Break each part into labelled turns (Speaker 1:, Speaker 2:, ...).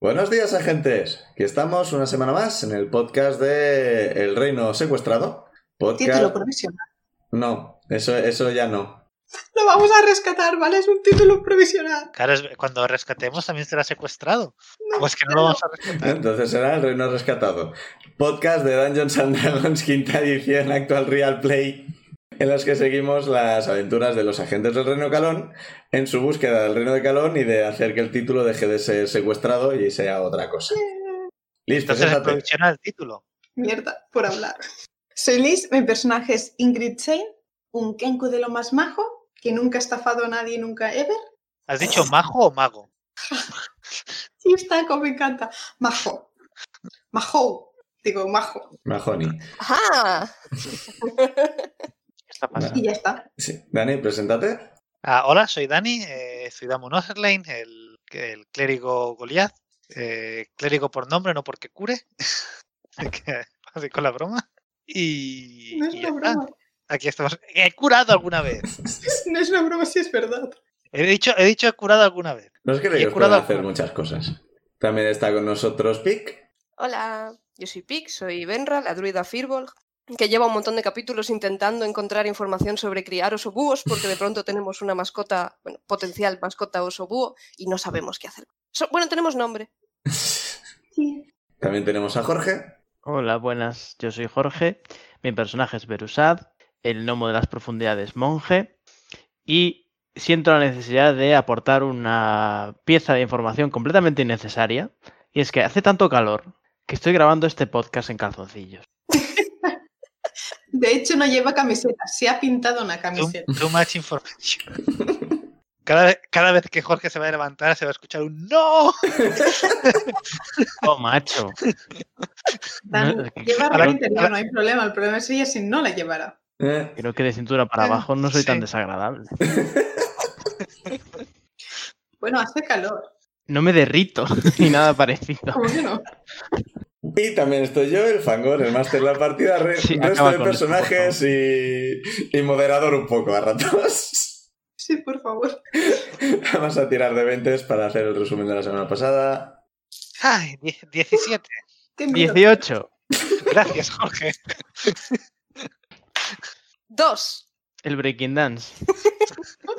Speaker 1: Buenos días, agentes. Que estamos una semana más en el podcast de El Reino Secuestrado. Podcast...
Speaker 2: Título provisional.
Speaker 1: No, eso, eso ya no.
Speaker 2: Lo vamos a rescatar, ¿vale? Es un título provisional.
Speaker 3: Claro, es- cuando rescatemos también será secuestrado. o es que no lo vamos a rescatar.
Speaker 1: Entonces será El Reino Rescatado. Podcast de Dungeons and Dragons, quinta edición, actual Real Play, en los que seguimos las aventuras de los agentes del Reino Calón en su búsqueda del Reino de Calón y de hacer que el título deje de ser secuestrado y sea otra cosa. Listo,
Speaker 3: Entonces es
Speaker 1: séntate.
Speaker 3: provisional el título.
Speaker 2: Mierda, por hablar. Soy Liz, mi personaje es Ingrid Shane, un Kenku de lo más majo, que nunca ha estafado a nadie, nunca ever.
Speaker 3: ¿Has dicho majo o mago?
Speaker 2: Y está como me encanta. Majo. Majo. Digo, majo.
Speaker 1: Mahoney.
Speaker 4: ¡Ah!
Speaker 3: ¿Qué está pasando?
Speaker 2: Y ya está.
Speaker 1: Sí. Dani, preséntate.
Speaker 3: Ah, hola, soy Dani, eh, soy Damon Oserlein, el, el clérigo Goliath. eh, clérigo por nombre, no porque cure. Así que, así con la broma. Y,
Speaker 2: No es
Speaker 3: y ya
Speaker 2: una
Speaker 3: está.
Speaker 2: broma.
Speaker 3: Aquí estamos. He curado alguna vez.
Speaker 2: No es una broma si es verdad.
Speaker 3: He dicho, he dicho he curado alguna vez.
Speaker 1: No es que
Speaker 3: Y
Speaker 1: le
Speaker 3: he curado a
Speaker 1: hacer
Speaker 3: Juan.
Speaker 1: muchas cosas. También está con nosotros Pic.
Speaker 4: Hola, yo soy Pix, soy Benra, la druida Firbolg, que lleva un montón de capítulos intentando encontrar información sobre criar oso búhos, porque de pronto tenemos una mascota, bueno, potencial mascota oso búho, y no sabemos qué hacer. So- bueno, tenemos nombre.
Speaker 2: Sí.
Speaker 1: También tenemos a Jorge.
Speaker 5: Hola, buenas. Yo soy Jorge. Mi personaje es Berusad, el gnomo de las profundidades monje. Y siento la necesidad de aportar una pieza de información completamente innecesaria. Y es que hace tanto calor que estoy grabando este podcast en calzoncillos.
Speaker 2: De hecho, no lleva camiseta. Se ha pintado una
Speaker 3: Too,
Speaker 2: camiseta.
Speaker 3: too much information. Cada, vez- cada vez que Jorge se va a levantar se va a escuchar un ¡No!
Speaker 5: ¡Oh, macho!
Speaker 2: Dan,
Speaker 5: No, es que
Speaker 2: lleva
Speaker 3: Ahora-
Speaker 2: ropa interior, no hay problema. El problema sería si no la llevara.
Speaker 1: Eh,
Speaker 5: Creo que de cintura para abajo no soy tan
Speaker 3: Sí.
Speaker 5: desagradable.
Speaker 2: Bueno, hace calor.
Speaker 5: No me derrito ni nada parecido.
Speaker 2: ¿Cómo que no?
Speaker 1: Y también estoy yo, el Fangor, el máster de la partida, re-
Speaker 5: Sí,
Speaker 1: resto
Speaker 5: acaba
Speaker 1: de
Speaker 5: con esto, por
Speaker 1: personajes y, y moderador un poco a ratos.
Speaker 2: Sí, por favor.
Speaker 1: Vamos a tirar de 20 para hacer el resumen de la semana pasada.
Speaker 3: ¡Ay! die- 17.
Speaker 2: Qué miedo.
Speaker 5: 18.
Speaker 3: Gracias, Jorge.
Speaker 4: Dos.
Speaker 5: El Breaking Dance.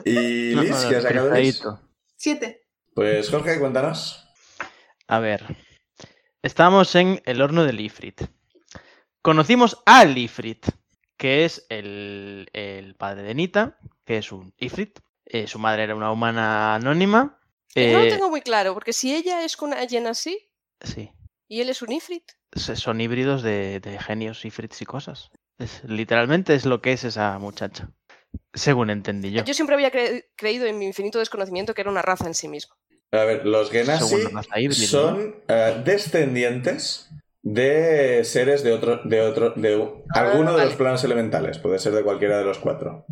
Speaker 1: Y
Speaker 5: No,
Speaker 1: Liz,
Speaker 5: no,
Speaker 1: ¿qué has sacado Liz?
Speaker 5: trozadito.
Speaker 2: Siete.
Speaker 1: Pues Jorge, cuéntanos.
Speaker 5: A ver. Estábamos en el horno del Ifrit. Conocimos al Ifrit, que es el, el padre de Nita, que es un Ifrit. Eh, su madre era una humana anónima.
Speaker 4: Yo lo
Speaker 5: Eh,
Speaker 4: tengo muy claro, porque si ella es con alguien así
Speaker 5: Sí.
Speaker 4: y él es un ifrit,
Speaker 5: se- Son híbridos de, de genios, Ifrits y cosas. Es- literalmente es lo que es esa muchacha. Según entendí yo.
Speaker 4: yo siempre había cre- creído en mi infinito desconocimiento que era una raza en sí misma.
Speaker 1: A ver, los Genasi
Speaker 5: Según raza híbrida, ¿no?
Speaker 1: son eh, descendientes de seres de otro, de otro, de u-
Speaker 4: Ah,
Speaker 1: alguno de
Speaker 4: vale.
Speaker 1: los planos elementales. Puede ser de cualquiera de los cuatro.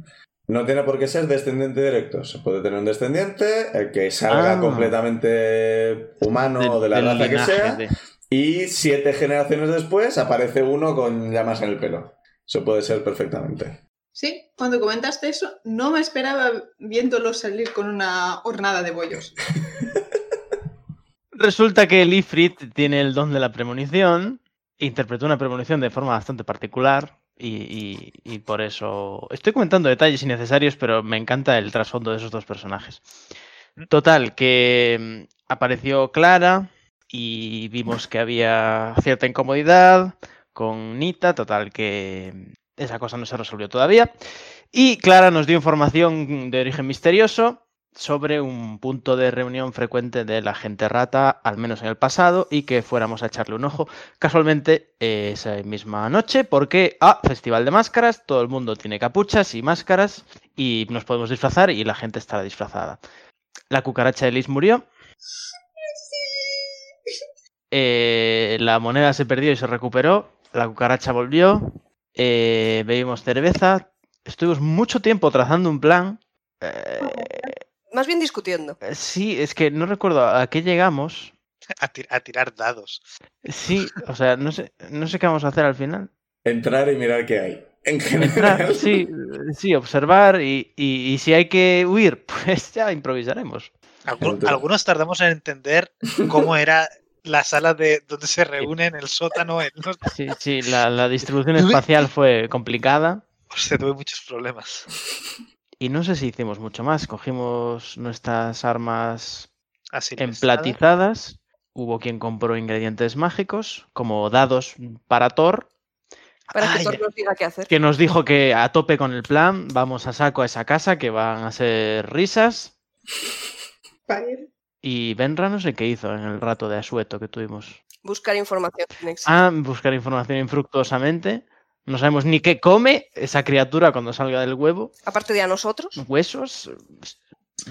Speaker 1: No tiene por qué ser descendiente directo. Se puede tener un descendiente el que salga
Speaker 5: Ah.
Speaker 1: completamente humano o de la
Speaker 5: Del
Speaker 1: raza que
Speaker 5: linaje
Speaker 1: sea.
Speaker 5: de-
Speaker 1: Y siete generaciones después aparece uno con llamas en el pelo. Eso puede ser perfectamente.
Speaker 2: Sí, cuando comentaste eso, no me esperaba viéndolo salir con una hornada de bollos.
Speaker 5: Resulta que el Ifrit tiene el don de la premonición, interpretó una premonición de forma bastante particular y, y- y por eso estoy comentando detalles innecesarios, pero me encanta el trasfondo de esos dos personajes. Total, que mm, apareció Clara y vimos que había cierta incomodidad con Nita, total que mm, esa cosa no se resolvió todavía. Y Clara nos dio información de origen misterioso sobre un punto de reunión frecuente de la gente rata, al menos en el pasado, y que fuéramos a echarle un ojo casualmente eh, esa misma noche, porque, ah, festival de máscaras, todo el mundo tiene capuchas y máscaras, y nos podemos disfrazar y la gente estará disfrazada. La cucaracha de Liz murió. Eh, la moneda se perdió y se recuperó. La cucaracha volvió. eh, bebimos cerveza. Estuvimos mucho tiempo trazando un plan. eh,
Speaker 4: Más bien discutiendo.
Speaker 5: sí, es que no recuerdo a qué llegamos.
Speaker 3: A, tir- a tirar dados.
Speaker 5: Sí, o sea, no sé, no sé qué vamos a hacer al final.
Speaker 1: Entrar y mirar qué hay. En
Speaker 5: Entrar,
Speaker 1: general.
Speaker 5: sí, sí, observar y, y- y si hay que huir, pues ya improvisaremos.
Speaker 3: Algu-
Speaker 1: Claro.
Speaker 3: algunos tardamos en entender cómo era la sala de donde se reúnen, el sótano. el- no-
Speaker 5: Sí, sí, la, la distribución espacial fue complicada
Speaker 3: Hostia, pues, tuve muchos problemas.
Speaker 5: y no sé si hicimos mucho más. Cogimos nuestras armas
Speaker 3: Así
Speaker 5: emplatizadas, hubo quien compró ingredientes mágicos, como dados para Thor,
Speaker 4: Para
Speaker 5: Ah,
Speaker 4: que
Speaker 3: Ay,
Speaker 4: Thor nos diga qué hacer.
Speaker 5: que nos dijo que a tope con el plan, vamos a saco a esa casa que van a ser risas.
Speaker 2: Parir.
Speaker 5: Y Benra no sé qué hizo en el rato de asueto que tuvimos.
Speaker 4: Buscar información. Next.
Speaker 5: a buscar información infructuosamente. No sabemos ni qué come esa criatura cuando salga del huevo.
Speaker 4: Aparte de a
Speaker 5: Mm,
Speaker 4: nosotros.
Speaker 5: Huesos. eh,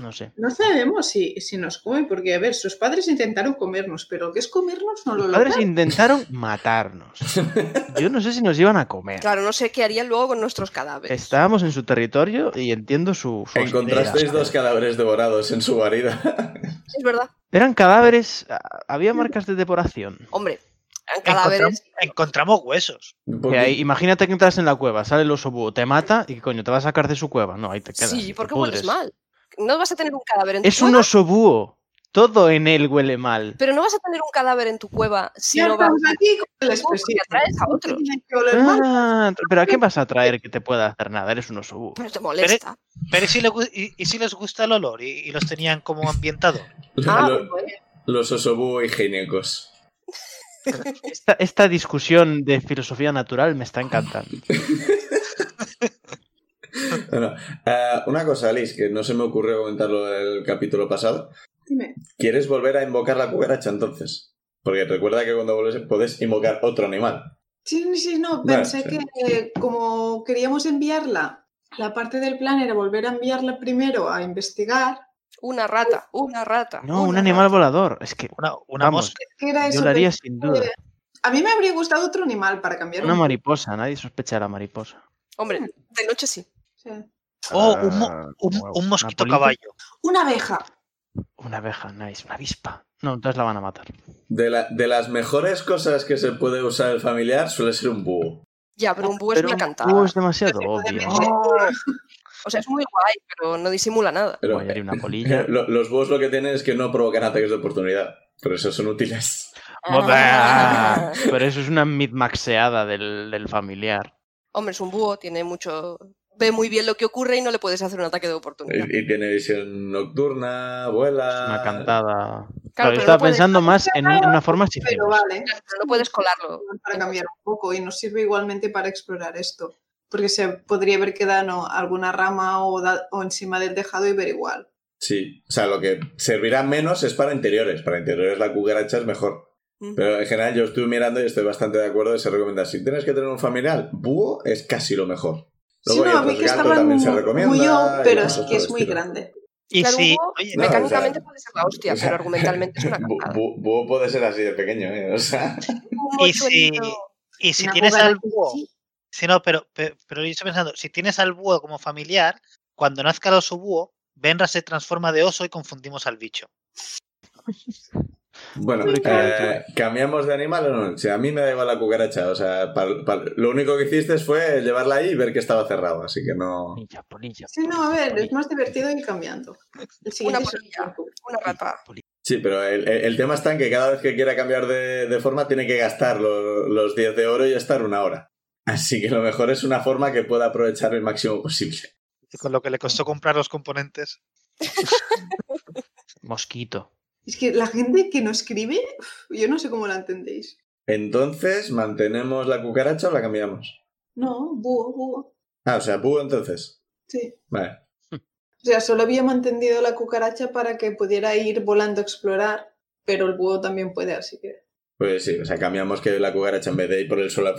Speaker 5: No sé.
Speaker 2: No sabemos si, si nos come, porque, a ver, sus padres intentaron comernos, pero ¿qué es comernos? No lo
Speaker 5: Los padres
Speaker 2: logran.
Speaker 5: intentaron matarnos. Yo no sé si nos iban a comer.
Speaker 4: Claro, pues. no sé qué harían luego con nuestros cadáveres.
Speaker 5: Estábamos en su territorio y entiendo su. su
Speaker 1: Encontrasteis
Speaker 5: hostilidad.
Speaker 1: dos cadáveres devorados en su guarida.
Speaker 4: Es verdad.
Speaker 5: Eran cadáveres. a- Había marcas de deporación.
Speaker 4: Hombre, eran
Speaker 3: Encontramos,
Speaker 4: cadáveres.
Speaker 3: encontramos huesos.
Speaker 5: Que ahí- imagínate que entras en la cueva, sale el oso búho, te mata y coño, te va a sacar de su cueva. No, ahí te quedas.
Speaker 4: Sí,
Speaker 5: te
Speaker 4: porque hueles
Speaker 5: pudres.
Speaker 4: mal. No vas a tener un cadáver en tu
Speaker 5: Es un
Speaker 4: cueva,
Speaker 5: oso búho. Todo en él huele mal.
Speaker 4: pero no vas a tener un cadáver en tu cueva si
Speaker 2: Ya
Speaker 4: no vas
Speaker 2: estamos aquí con el
Speaker 4: Porque
Speaker 2: especie.
Speaker 4: atraes a otros.
Speaker 2: Tiene que oler mal.
Speaker 5: Ah, pero ¿a qué vas a traer que te pueda hacer nada? Eres un oso búho.
Speaker 4: pero te molesta.
Speaker 3: Pero ¿y si, le gu- y- y si les gusta el olor y, y los tenían como ambientado?
Speaker 4: Ah,
Speaker 1: Lo-
Speaker 4: bueno, eh.
Speaker 1: los osobú higiénicos.
Speaker 5: Esta, esta discusión de filosofía natural me está encantando.
Speaker 1: Bueno, eh, una cosa, Alice, que no se me ocurrió comentarlo del capítulo pasado.
Speaker 2: Dime.
Speaker 1: ¿Quieres volver a invocar la cucaracha entonces? Porque recuerda que cuando vuelves puedes invocar otro animal.
Speaker 2: Sí, sí, no,
Speaker 1: Vale,
Speaker 2: pensé
Speaker 1: sí.
Speaker 2: que eh, como queríamos enviarla, la parte del plan era volver a enviarla primero a investigar.
Speaker 4: Una rata, una rata.
Speaker 5: No, un
Speaker 4: una
Speaker 5: animal
Speaker 4: rata.
Speaker 5: volador. Es que
Speaker 3: Una, una
Speaker 5: Vamos.
Speaker 3: mosca.
Speaker 2: ¿Qué era
Speaker 5: yo
Speaker 2: eso?
Speaker 5: lo haría sin duda.
Speaker 2: A mí me habría gustado otro animal para cambiar
Speaker 5: Una
Speaker 2: un-
Speaker 5: mariposa, nadie sospecha de la mariposa.
Speaker 4: Hombre, de noche sí.
Speaker 2: sí.
Speaker 3: Oh, un, mo-
Speaker 5: Ah,
Speaker 3: un-
Speaker 5: wow,
Speaker 3: un mosquito
Speaker 5: polilla,
Speaker 3: caballo.
Speaker 2: Una abeja.
Speaker 5: Una abeja, nice, una avispa. No, entonces la van a matar.
Speaker 1: De, la- de las mejores cosas que se puede usar el familiar suele ser un búho.
Speaker 4: Ya, pero un búho es
Speaker 5: Ah, Pero
Speaker 4: una
Speaker 5: un
Speaker 4: cantada.
Speaker 5: búho Oh, es demasiado
Speaker 2: Pero
Speaker 5: obvio.
Speaker 2: podemos-
Speaker 4: O sea, es muy guay, pero no disimula nada.
Speaker 1: Pero,
Speaker 5: Coño, y una polilla.
Speaker 1: eh, lo- los búhos lo que tienen es que no provocan ataques de oportunidad. Por eso son útiles.
Speaker 5: Pues, Ah, Pero eso es una midmaxeada del, del familiar.
Speaker 4: Hombre, es un búho, tiene mucho. Ve muy bien lo que ocurre y no le puedes hacer un ataque de oportunidad.
Speaker 1: Y, y tiene visión nocturna, vuela.
Speaker 5: Es una cantada.
Speaker 4: Claro,
Speaker 5: Claro,
Speaker 4: pero
Speaker 5: yo estaba
Speaker 4: no puedes-
Speaker 5: pensando más en un- una forma si
Speaker 2: Pero vale.
Speaker 4: Pero no puedes colarlo.
Speaker 2: Para cambiar un poco y nos sirve igualmente para explorar esto. Porque se podría haber quedado ¿no? alguna rama o, da- o encima del tejado y ver igual.
Speaker 1: Sí, o sea, lo que servirá menos es para interiores. Para interiores la cucaracha es mejor.
Speaker 4: Mm.
Speaker 1: Pero en general yo estuve mirando y estoy bastante de acuerdo y se recomienda. Si tienes que tener un familiar, búho es casi lo mejor.
Speaker 2: Sí, no,
Speaker 1: hay
Speaker 2: a mí
Speaker 1: otros
Speaker 2: que
Speaker 1: gatos,
Speaker 2: estaban
Speaker 1: también
Speaker 2: muy,
Speaker 1: se recomienda,
Speaker 2: muy yo,
Speaker 1: y
Speaker 2: pero es
Speaker 1: cosas por
Speaker 2: que
Speaker 1: el
Speaker 2: es muy
Speaker 1: estilo.
Speaker 2: grande.
Speaker 3: Y
Speaker 4: Claro,
Speaker 3: si,
Speaker 4: un búho
Speaker 3: oye,
Speaker 1: No, o sea,
Speaker 4: Mecánicamente puede ser la hostia,
Speaker 1: o sea,
Speaker 4: pero argumentalmente es una
Speaker 1: Bú-
Speaker 4: cagada.
Speaker 1: bú- Búho puede ser así de pequeño, ¿eh? O sea,
Speaker 4: Un
Speaker 3: Y si-
Speaker 4: mochuelito.
Speaker 3: y si
Speaker 2: Una
Speaker 3: tienes
Speaker 2: jugada
Speaker 3: al
Speaker 2: que
Speaker 3: búho.
Speaker 2: sí.
Speaker 3: Si no, pero, pero, pero yo estoy pensando, si tienes al búho como familiar, cuando nazca el oso búho, Benra se transforma de oso y confundimos al bicho.
Speaker 1: bueno,
Speaker 5: Muy
Speaker 1: eh,
Speaker 5: claro.
Speaker 1: ¿cambiamos de animal o no? Si a mí me da igual la cucaracha, o sea, pa- pa- lo único que hiciste fue llevarla ahí y ver que estaba cerrado, así que no...
Speaker 5: Polilla, polilla.
Speaker 2: Sí, no, a
Speaker 5: polilla,
Speaker 2: ver, es
Speaker 5: polilla,
Speaker 2: más divertido ir cambiando. El
Speaker 4: Una
Speaker 2: siguiente es-
Speaker 4: polilla, una rata.
Speaker 5: polilla.
Speaker 1: Sí, pero el, el- el tema está en que cada vez que quiera cambiar de, de forma tiene que gastar lo- los 10 de oro y estar una hora. Así que lo mejor es una forma que pueda aprovechar el máximo posible.
Speaker 3: Y con lo que le costó comprar los componentes.
Speaker 5: Mosquito.
Speaker 2: Es que la gente que no escribe, uf, yo no sé cómo la entendéis.
Speaker 1: Entonces, ¿mantenemos la cucaracha o la cambiamos?
Speaker 2: No, búho, búho.
Speaker 1: Ah, o sea, búho entonces.
Speaker 2: Sí.
Speaker 1: Vale.
Speaker 2: O sea, solo había mantenido la cucaracha para que pudiera ir volando a explorar, pero el búho también puede, así que.
Speaker 1: Pues sí, o sea, cambiamos que la cucaracha en vez de ir por el suelo,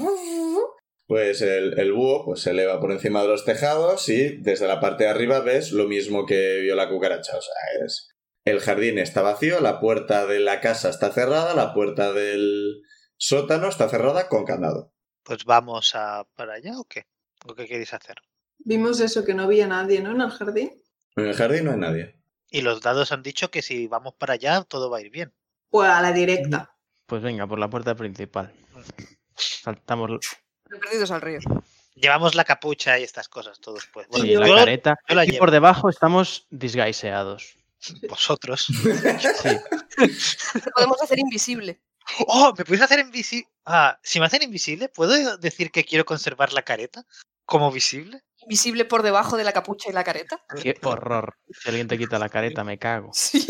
Speaker 1: pues el, el búho pues, se eleva por encima de los tejados y desde la parte de arriba ves lo mismo que vio la cucaracha. O sea, es El jardín está vacío, la puerta de la casa está cerrada, la puerta del sótano está cerrada con candado.
Speaker 3: Pues vamos a para allá o qué? ¿O qué queréis hacer?
Speaker 2: Vimos eso, que no había nadie, ¿no? En el jardín.
Speaker 1: En el jardín no hay nadie.
Speaker 3: Y los dados han dicho que si vamos para allá todo va a ir bien.
Speaker 2: Pues a la directa.
Speaker 5: Pues venga, por la puerta principal. Saltamos l-
Speaker 4: Perdidos al río.
Speaker 3: Llevamos la capucha y estas cosas todos, pues.
Speaker 2: Sí,
Speaker 3: Bueno,
Speaker 5: sí,
Speaker 2: yo-
Speaker 5: la
Speaker 3: yo-
Speaker 5: careta.
Speaker 3: yo la
Speaker 5: y
Speaker 3: llevo.
Speaker 5: por debajo estamos disguiseados.
Speaker 3: vosotros.
Speaker 5: Sí.
Speaker 4: Lo podemos hacer invisible.
Speaker 3: ¡Oh! ¿Me podéis hacer invisible? Ah, si me hacen invisible, ¿puedo decir que quiero conservar la careta como visible?
Speaker 4: Invisible por debajo de la capucha y la careta.
Speaker 5: Qué horror. Si alguien te quita la careta, me cago.
Speaker 4: Sí.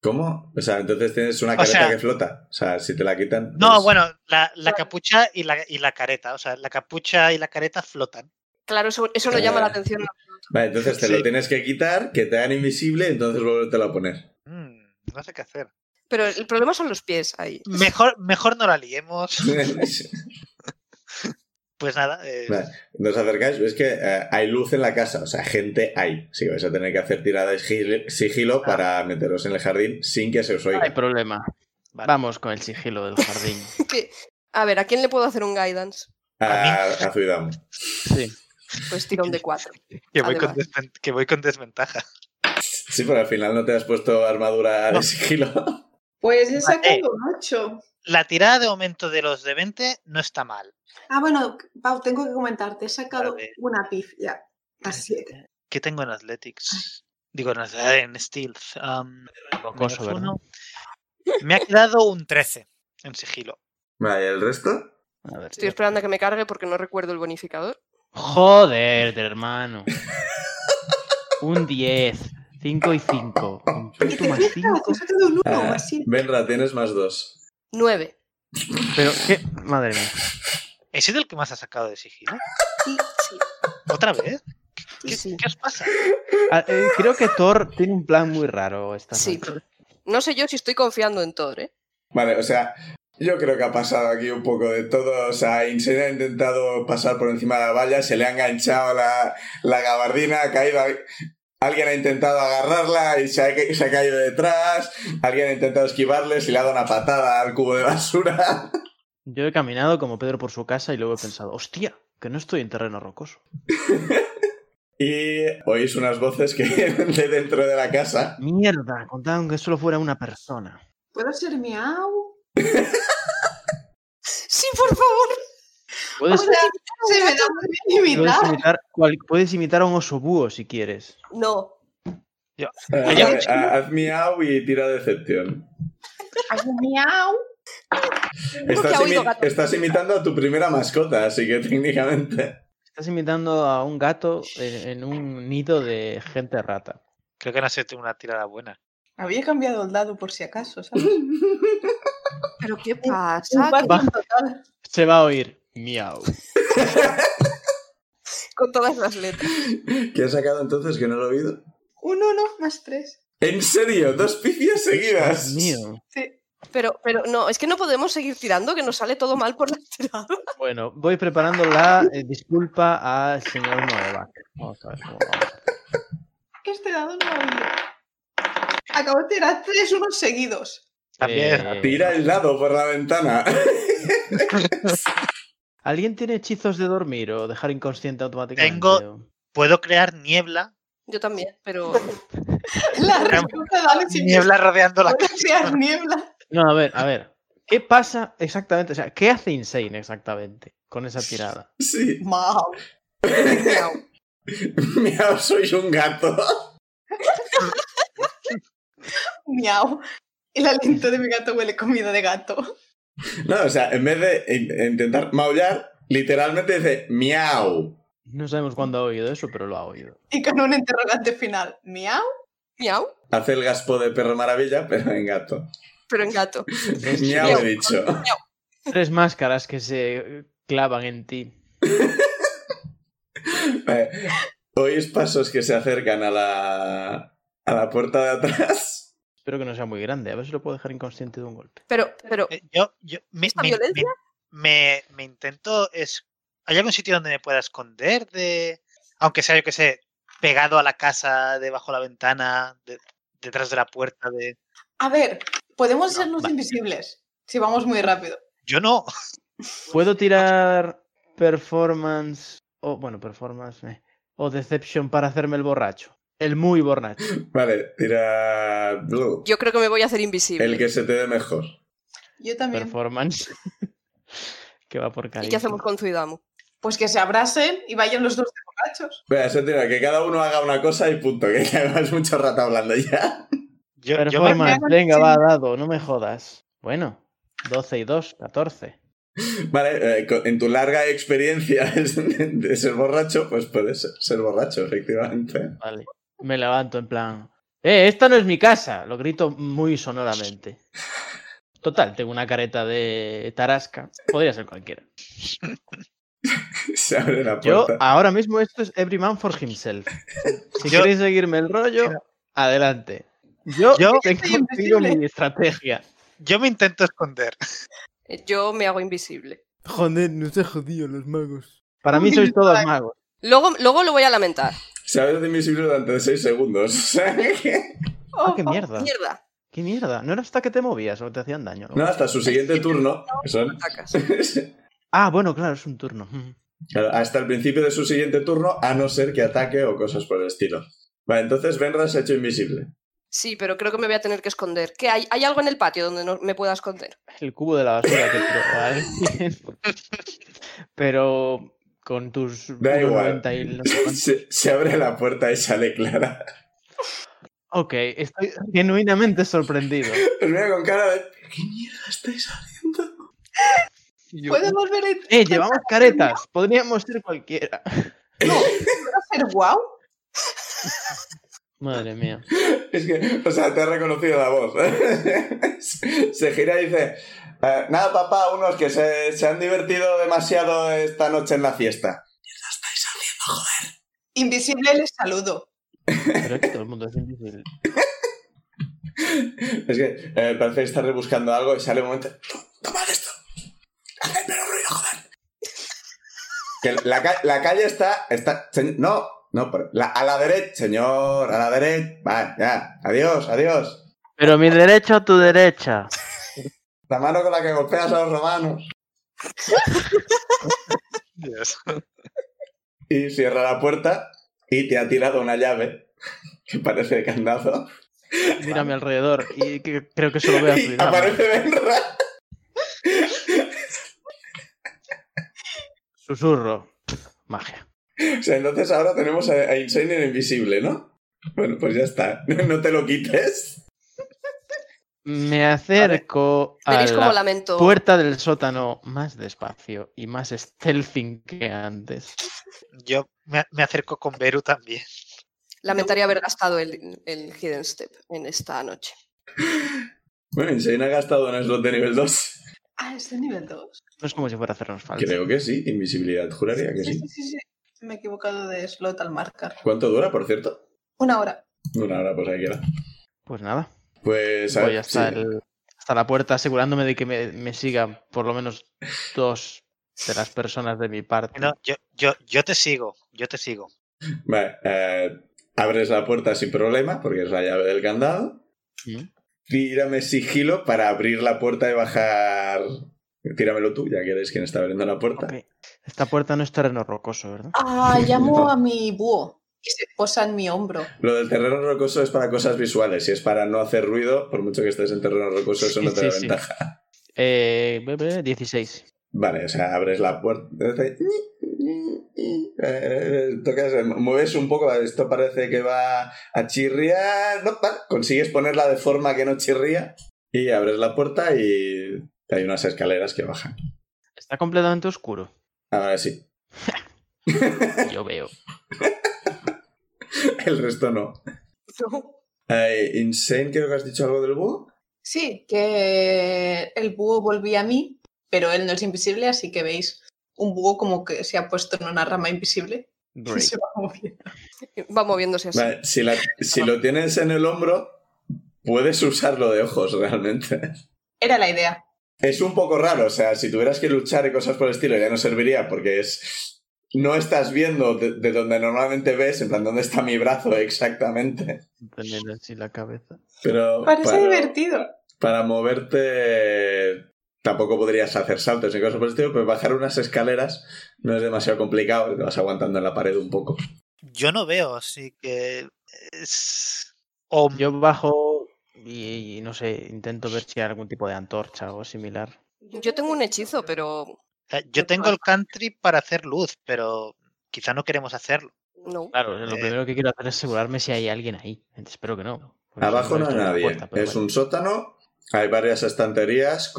Speaker 1: ¿Cómo? O sea, entonces tienes una
Speaker 3: O
Speaker 1: careta
Speaker 3: sea-
Speaker 1: que flota. O sea, si te la quitan.
Speaker 3: No,
Speaker 1: pues-
Speaker 3: bueno, la, la
Speaker 4: Claro.
Speaker 3: capucha y la, y la careta. O sea, la capucha y la careta flotan.
Speaker 4: Claro, eso, eso no llama la atención.
Speaker 1: Vale, entonces te
Speaker 3: Sí.
Speaker 1: lo tienes que quitar, que te hagan invisible, entonces volvértelo a poner.
Speaker 3: Mm, no sé qué hacer.
Speaker 4: Pero el problema son los pies ahí.
Speaker 3: Mejor, mejor no la liemos. Pues nada, eh,
Speaker 1: Vale, Nos acercáis, es que eh, hay luz en la casa, o sea, gente hay. Sí, vais a tener que hacer tirada de sigil- sigilo para meteros en el jardín sin que se os
Speaker 5: No
Speaker 1: oiga.
Speaker 5: hay problema.
Speaker 3: Vale.
Speaker 5: Vamos con el sigilo del jardín.
Speaker 4: Que- a ver, ¿a quién le puedo hacer un guidance?
Speaker 1: A, a Zuidamo.
Speaker 5: Sí.
Speaker 4: Pues tirón de cuatro.
Speaker 3: que, voy con
Speaker 4: Además.
Speaker 3: desven- que voy con desventaja.
Speaker 1: Sí, pero al final no te has puesto armadura de sigilo.
Speaker 2: Pues he
Speaker 3: Vale.
Speaker 2: sacado un 8.
Speaker 3: La tirada de aumento de los de 20 no está mal.
Speaker 2: Ah, bueno, Pau, tengo que comentarte. He sacado
Speaker 3: Vale.
Speaker 2: una pif ya. A 7.
Speaker 3: ¿Qué tengo en Athletics? Digo, en, en Stealth. am,
Speaker 5: Rocoso,
Speaker 3: menos
Speaker 5: ¿verdad?
Speaker 3: uno. Me ha quedado un 13 en sigilo.
Speaker 1: Vale, ¿y el resto?
Speaker 5: A ver.
Speaker 4: Estoy esperando a que me cargue porque no recuerdo el bonificador.
Speaker 5: Joder, hermano. Un 10. 5 y 5. Tú más 5.
Speaker 2: He sacado un 1
Speaker 1: Ah,
Speaker 2: así.
Speaker 1: Benra, tienes más dos.
Speaker 4: Nueve.
Speaker 5: Pero qué. Madre mía.
Speaker 3: ¿He sido el que más ha sacado de sigilo?
Speaker 4: Sí, sí,
Speaker 3: ¿Otra vez? ¿Qué,
Speaker 4: sí.
Speaker 3: qué os pasa?
Speaker 5: Ah, eh, creo que Thor tiene un plan muy raro esta
Speaker 4: Sí.
Speaker 5: noche.
Speaker 4: No sé yo si estoy confiando en Thor, ¿eh?
Speaker 1: Vale, o sea, yo creo que ha pasado aquí un poco de todo. O sea, Insane ha intentado pasar por encima de la valla, se le ha enganchado la, la gabardina, ha caído. Alguien ha intentado agarrarla y se ha, ca- se ha caído detrás. Alguien ha intentado esquivarle y le ha dado una patada al cubo de basura.
Speaker 5: Yo he caminado como Pedro por su casa y luego he pensado, hostia, que no estoy en terreno rocoso.
Speaker 1: Y oís unas voces que vienen de dentro de la casa.
Speaker 5: Mierda, contaban que solo fuera una persona.
Speaker 2: ¿Puedo ser miau?
Speaker 4: Sí, por favor.
Speaker 5: Puedes,
Speaker 2: Hola, Ah, se me da muy bien
Speaker 5: puedes
Speaker 2: imitar.
Speaker 5: imitar, cual- puedes imitar a un oso búho si quieres.
Speaker 4: No.
Speaker 1: Eh,
Speaker 3: Oye,
Speaker 1: vale, ha- haz miau y tira decepción.
Speaker 2: Hago miau.
Speaker 4: que
Speaker 1: Estás,
Speaker 4: ha oído
Speaker 1: imi-
Speaker 4: gato.
Speaker 1: estás imitando a tu primera mascota, así que técnicamente.
Speaker 5: Estás imitando a un gato en, en un nido de gente rata.
Speaker 3: Creo que no sé una tirada buena.
Speaker 2: Había cambiado el dado por si acaso, ¿sabes?
Speaker 4: ¿Pero qué
Speaker 2: Un
Speaker 4: pasa?
Speaker 2: cuarto
Speaker 5: Va.
Speaker 2: en total.
Speaker 5: Se va a oír miau.
Speaker 4: Con todas las letras.
Speaker 1: ¿Qué ha sacado entonces que no lo he oído?
Speaker 2: Un 1 más 3.
Speaker 1: ¿En serio? ¿Dos pifias seguidas?
Speaker 5: Dios mío.
Speaker 2: Sí.
Speaker 4: Pero, pero no, es que no podemos seguir tirando, que nos sale todo mal por la tirada.
Speaker 5: Bueno, voy preparando la eh, disculpa al señor Noeva. Vamos a ver cómo va.
Speaker 2: Este dado no lo había. Acabo de tirar tres unos seguidos.
Speaker 3: También.
Speaker 5: Eh,
Speaker 1: Tira el dado por la ventana.
Speaker 5: ¿Alguien tiene hechizos de dormir o dejar inconsciente automáticamente?
Speaker 3: Tengo-
Speaker 5: o-
Speaker 3: Puedo crear niebla.
Speaker 4: Yo también, pero
Speaker 2: La respuesta de Alex y
Speaker 3: Niebla rodeando la
Speaker 2: Puede ser niebla.
Speaker 5: No, a ver, a ver. ¿Qué pasa exactamente? O sea, ¿qué hace Insane exactamente con esa tirada?
Speaker 1: Sí.
Speaker 2: Mau.
Speaker 4: miau.
Speaker 1: Mira, soy un gato.
Speaker 2: Miau. El aliento de mi gato huele comida de gato.
Speaker 1: No, o sea, en vez de in- intentar maullar, literalmente dice miau.
Speaker 5: No sabemos cuándo ha oído eso, pero lo ha oído.
Speaker 2: Y con un interrogante final. Miau.
Speaker 4: Miau,
Speaker 1: Hace el gaspo de perro maravilla, pero en gato.
Speaker 4: pero en gato.
Speaker 5: Tres,
Speaker 1: Miau he dicho.
Speaker 5: tres máscaras que se eh, clavan en ti.
Speaker 1: Vale. Eh, Oís pasos que se acercan a la, a la puerta de atrás.
Speaker 5: Espero que no sea muy grande. A ver si lo puedo dejar inconsciente de un golpe.
Speaker 4: Pero, pero,
Speaker 3: Eh, Yo, yo me,
Speaker 4: ¿Esta
Speaker 3: me-
Speaker 4: violencia?
Speaker 3: me- me- me intento. Es, ¿Hay algún sitio donde me pueda esconder? de Aunque sea, yo que sé, pegado a la casa, debajo de la ventana, de- detrás de la puerta de...
Speaker 2: A ver, podemos
Speaker 3: No,
Speaker 2: sernos
Speaker 3: va.
Speaker 2: invisibles si vamos muy rápido.
Speaker 3: Yo no.
Speaker 5: ¿Puedo tirar performance o bueno, performance eh, o deception para hacerme el borracho? El muy borracho.
Speaker 1: Vale, tira blue.
Speaker 4: Yo creo que me voy a hacer invisible.
Speaker 1: El que se te dé mejor.
Speaker 2: Yo también.
Speaker 5: Performance. que va por
Speaker 4: ¿Y
Speaker 5: cariño.
Speaker 4: qué hacemos con Zuidamu?
Speaker 2: Pues que se abracen y vayan los dos de borrachos.
Speaker 1: Venga, eso tira, que cada uno haga una cosa y punto, que llevas mucho rato hablando ya.
Speaker 3: Yo, yo me-
Speaker 5: Performance.
Speaker 2: me-
Speaker 5: Venga, va, dado, no me jodas. Bueno, 12 y 2, 14.
Speaker 1: Vale, eh, co- en tu larga experiencia de ser borracho, pues puedes ser- ser borracho, efectivamente.
Speaker 5: Vale. Me levanto en plan. ¡Eh, esta no es mi casa! Lo grito muy sonoramente. Total, tengo una careta de tarasca. Podría ser cualquiera.
Speaker 1: Se abre la
Speaker 5: Yo
Speaker 1: puerta.
Speaker 5: ahora mismo esto es every man for himself. Si
Speaker 3: Yo-
Speaker 5: queréis seguirme el rollo, adelante. Yo,
Speaker 3: Yo-
Speaker 5: tengo
Speaker 2: Soy
Speaker 5: tengo
Speaker 2: invisible.
Speaker 5: mi estrategia.
Speaker 3: yo me intento esconder.
Speaker 4: Eh, Yo me hago invisible.
Speaker 6: Joder, nos ha jodido los magos.
Speaker 5: Para mí sois todos magos.
Speaker 4: Luego, luego lo voy a lamentar.
Speaker 1: Se abre de invisible durante 6 segundos. o sea que-
Speaker 5: Ah, qué
Speaker 2: Oh, oh.
Speaker 5: mierda.
Speaker 4: Mierda,
Speaker 5: Qué mierda. No era hasta que te movías o te hacían daño. ¿no?
Speaker 1: no, hasta su siguiente turno. que son-
Speaker 4: atacas.
Speaker 5: Ah, bueno, claro, es un turno. Mm.
Speaker 1: Claro, hasta el principio de su siguiente turno, a no ser que ataque o cosas por el estilo. Vale, entonces Benra se ha hecho invisible.
Speaker 4: Sí, pero creo que me voy a tener que esconder. ¿Qué hay? ¿Hay algo en el patio donde no me pueda esconder?
Speaker 5: El cubo de la basura que tiró a alguien. Pero con tus
Speaker 1: Da igual.
Speaker 5: 90 y no sé cuánto.
Speaker 1: Se, se abre la puerta y sale Clara.
Speaker 5: Ok, estoy genuinamente sorprendido.
Speaker 1: Os mira con cara de... ¿Qué mierda estáis haciendo?
Speaker 5: Yo-
Speaker 2: Podemos ver el...
Speaker 5: Eh, llevamos caretas. Podríamos ser cualquiera.
Speaker 2: hacer guau.
Speaker 5: Madre mía.
Speaker 1: Es que, o sea, te ha reconocido la voz. ¿eh? se gira y dice: eh, Nada, papá, unos que se, se han divertido demasiado esta noche en la fiesta.
Speaker 2: Invisible les saludo.
Speaker 5: Pero es que todo el mundo es invisible.
Speaker 1: Es que eh, parece que está rebuscando algo y sale un momento: "Tú, Tomad esto. Haced menos ruido, joder. Que la, ca- la calle está. está se- no, no, por- la- a la derecha, señor, a la derecha. Va, ya, adiós, adiós.
Speaker 5: Pero mi derecha o tu derecha.
Speaker 1: La mano con la que golpeas a los romanos.
Speaker 3: Dios.
Speaker 1: Y cierra la puerta y te ha tirado una llave que parece de candado.
Speaker 5: Mira a mi alrededor y que- creo que solo veo a
Speaker 1: Y
Speaker 5: Zuidamo.
Speaker 1: aparece Benra.
Speaker 5: Susurro. Magia.
Speaker 1: O sea, entonces ahora tenemos a, a Insane en invisible, ¿no? Bueno, pues ya está. No te lo quites.
Speaker 5: Me acerco
Speaker 1: Ah,
Speaker 5: a
Speaker 4: Tenéis como
Speaker 5: la
Speaker 4: lamento.
Speaker 5: puerta del sótano más despacio y más stealthing que antes.
Speaker 3: Yo me, me acerco con Beru también.
Speaker 4: Lamentaría haber gastado el, el Hidden Step en esta noche.
Speaker 1: Bueno, Insane ha gastado un slot de nivel 2.
Speaker 2: Ah, es de nivel 2.
Speaker 5: No es como si fuera a hacernos falta.
Speaker 1: Creo que sí, invisibilidad, juraría que
Speaker 2: Sí,
Speaker 1: sí.
Speaker 2: sí, sí, sí. Me he equivocado de slot al marcar.
Speaker 1: ¿Cuánto dura, por cierto?
Speaker 2: Una hora.
Speaker 1: Una hora, pues ahí queda.
Speaker 5: Pues nada,
Speaker 1: Pues a
Speaker 5: voy
Speaker 1: ver,
Speaker 5: hasta,
Speaker 1: sí.
Speaker 5: el- hasta la puerta asegurándome de que me, me sigan por lo menos dos de las personas de mi parte.
Speaker 3: No, yo, yo, yo te sigo, yo te sigo.
Speaker 1: Vale, eh, abres la puerta sin problema porque es la llave del candado.
Speaker 5: ¿Mm?
Speaker 1: Tírame sigilo para abrir la puerta y bajar. Tíramelo tú, ya que eres quien está abriendo la puerta.
Speaker 5: Ok. Esta puerta no es terreno rocoso, ¿verdad?
Speaker 2: Ah, llamo a mi búho que se posa en mi hombro.
Speaker 1: Lo del terreno rocoso es para cosas visuales y es para no hacer ruido, por mucho que estés en terreno rocoso, eso
Speaker 5: Sí,
Speaker 1: no te
Speaker 5: sí,
Speaker 1: da
Speaker 5: sí.
Speaker 1: ventaja.
Speaker 5: Eh, bebe, 16.
Speaker 1: Vale, o sea, abres la puerta. eh, Tocas, mueves un poco, esto parece que va a chirriar. No, vale, consigues ponerla de forma que no chirría y abres la puerta y hay unas escaleras que bajan.
Speaker 5: Está completamente oscuro.
Speaker 1: Ahora sí,
Speaker 5: Yo veo.
Speaker 1: el resto no. Eh, Insane, creo que has dicho algo del búho.
Speaker 2: Sí, que el búho volvía a mí, pero él no es invisible, así que veis un búho como que se ha puesto en una rama invisible. Y se va moviendo.
Speaker 4: Va moviéndose así.
Speaker 1: Vale, si, la- si lo tienes en el hombro, puedes usarlo de ojos realmente.
Speaker 2: Era la idea.
Speaker 1: Es un poco raro, o sea, si tuvieras que luchar y cosas por el estilo ya no serviría porque es no estás viendo de, de donde normalmente ves, en plan, ¿dónde está mi brazo exactamente?
Speaker 5: Tener así la cabeza.
Speaker 1: Pero
Speaker 2: Oh, Parece
Speaker 1: para,
Speaker 2: divertido.
Speaker 1: para moverte tampoco podrías hacer saltos ni cosas por el estilo, pero bajar unas escaleras no es demasiado complicado, te vas aguantando en la pared un poco.
Speaker 3: Yo no veo, así que. es- O
Speaker 5: Yo bajo y, y no sé, intento ver si hay algún tipo de antorcha o similar.
Speaker 4: Yo tengo un hechizo, pero
Speaker 3: sea, Eh, yo tengo el country para hacer luz, pero quizá no queremos hacerlo.
Speaker 4: no.
Speaker 5: Claro, lo
Speaker 3: Eh.
Speaker 5: primero que quiero hacer es asegurarme si hay alguien ahí. Espero que no. porque si
Speaker 1: Abajo
Speaker 5: he
Speaker 1: no hay
Speaker 5: visto la
Speaker 1: nadie.
Speaker 5: puerta, pero
Speaker 1: es
Speaker 5: bueno.
Speaker 1: un sótano. Hay varias estanterías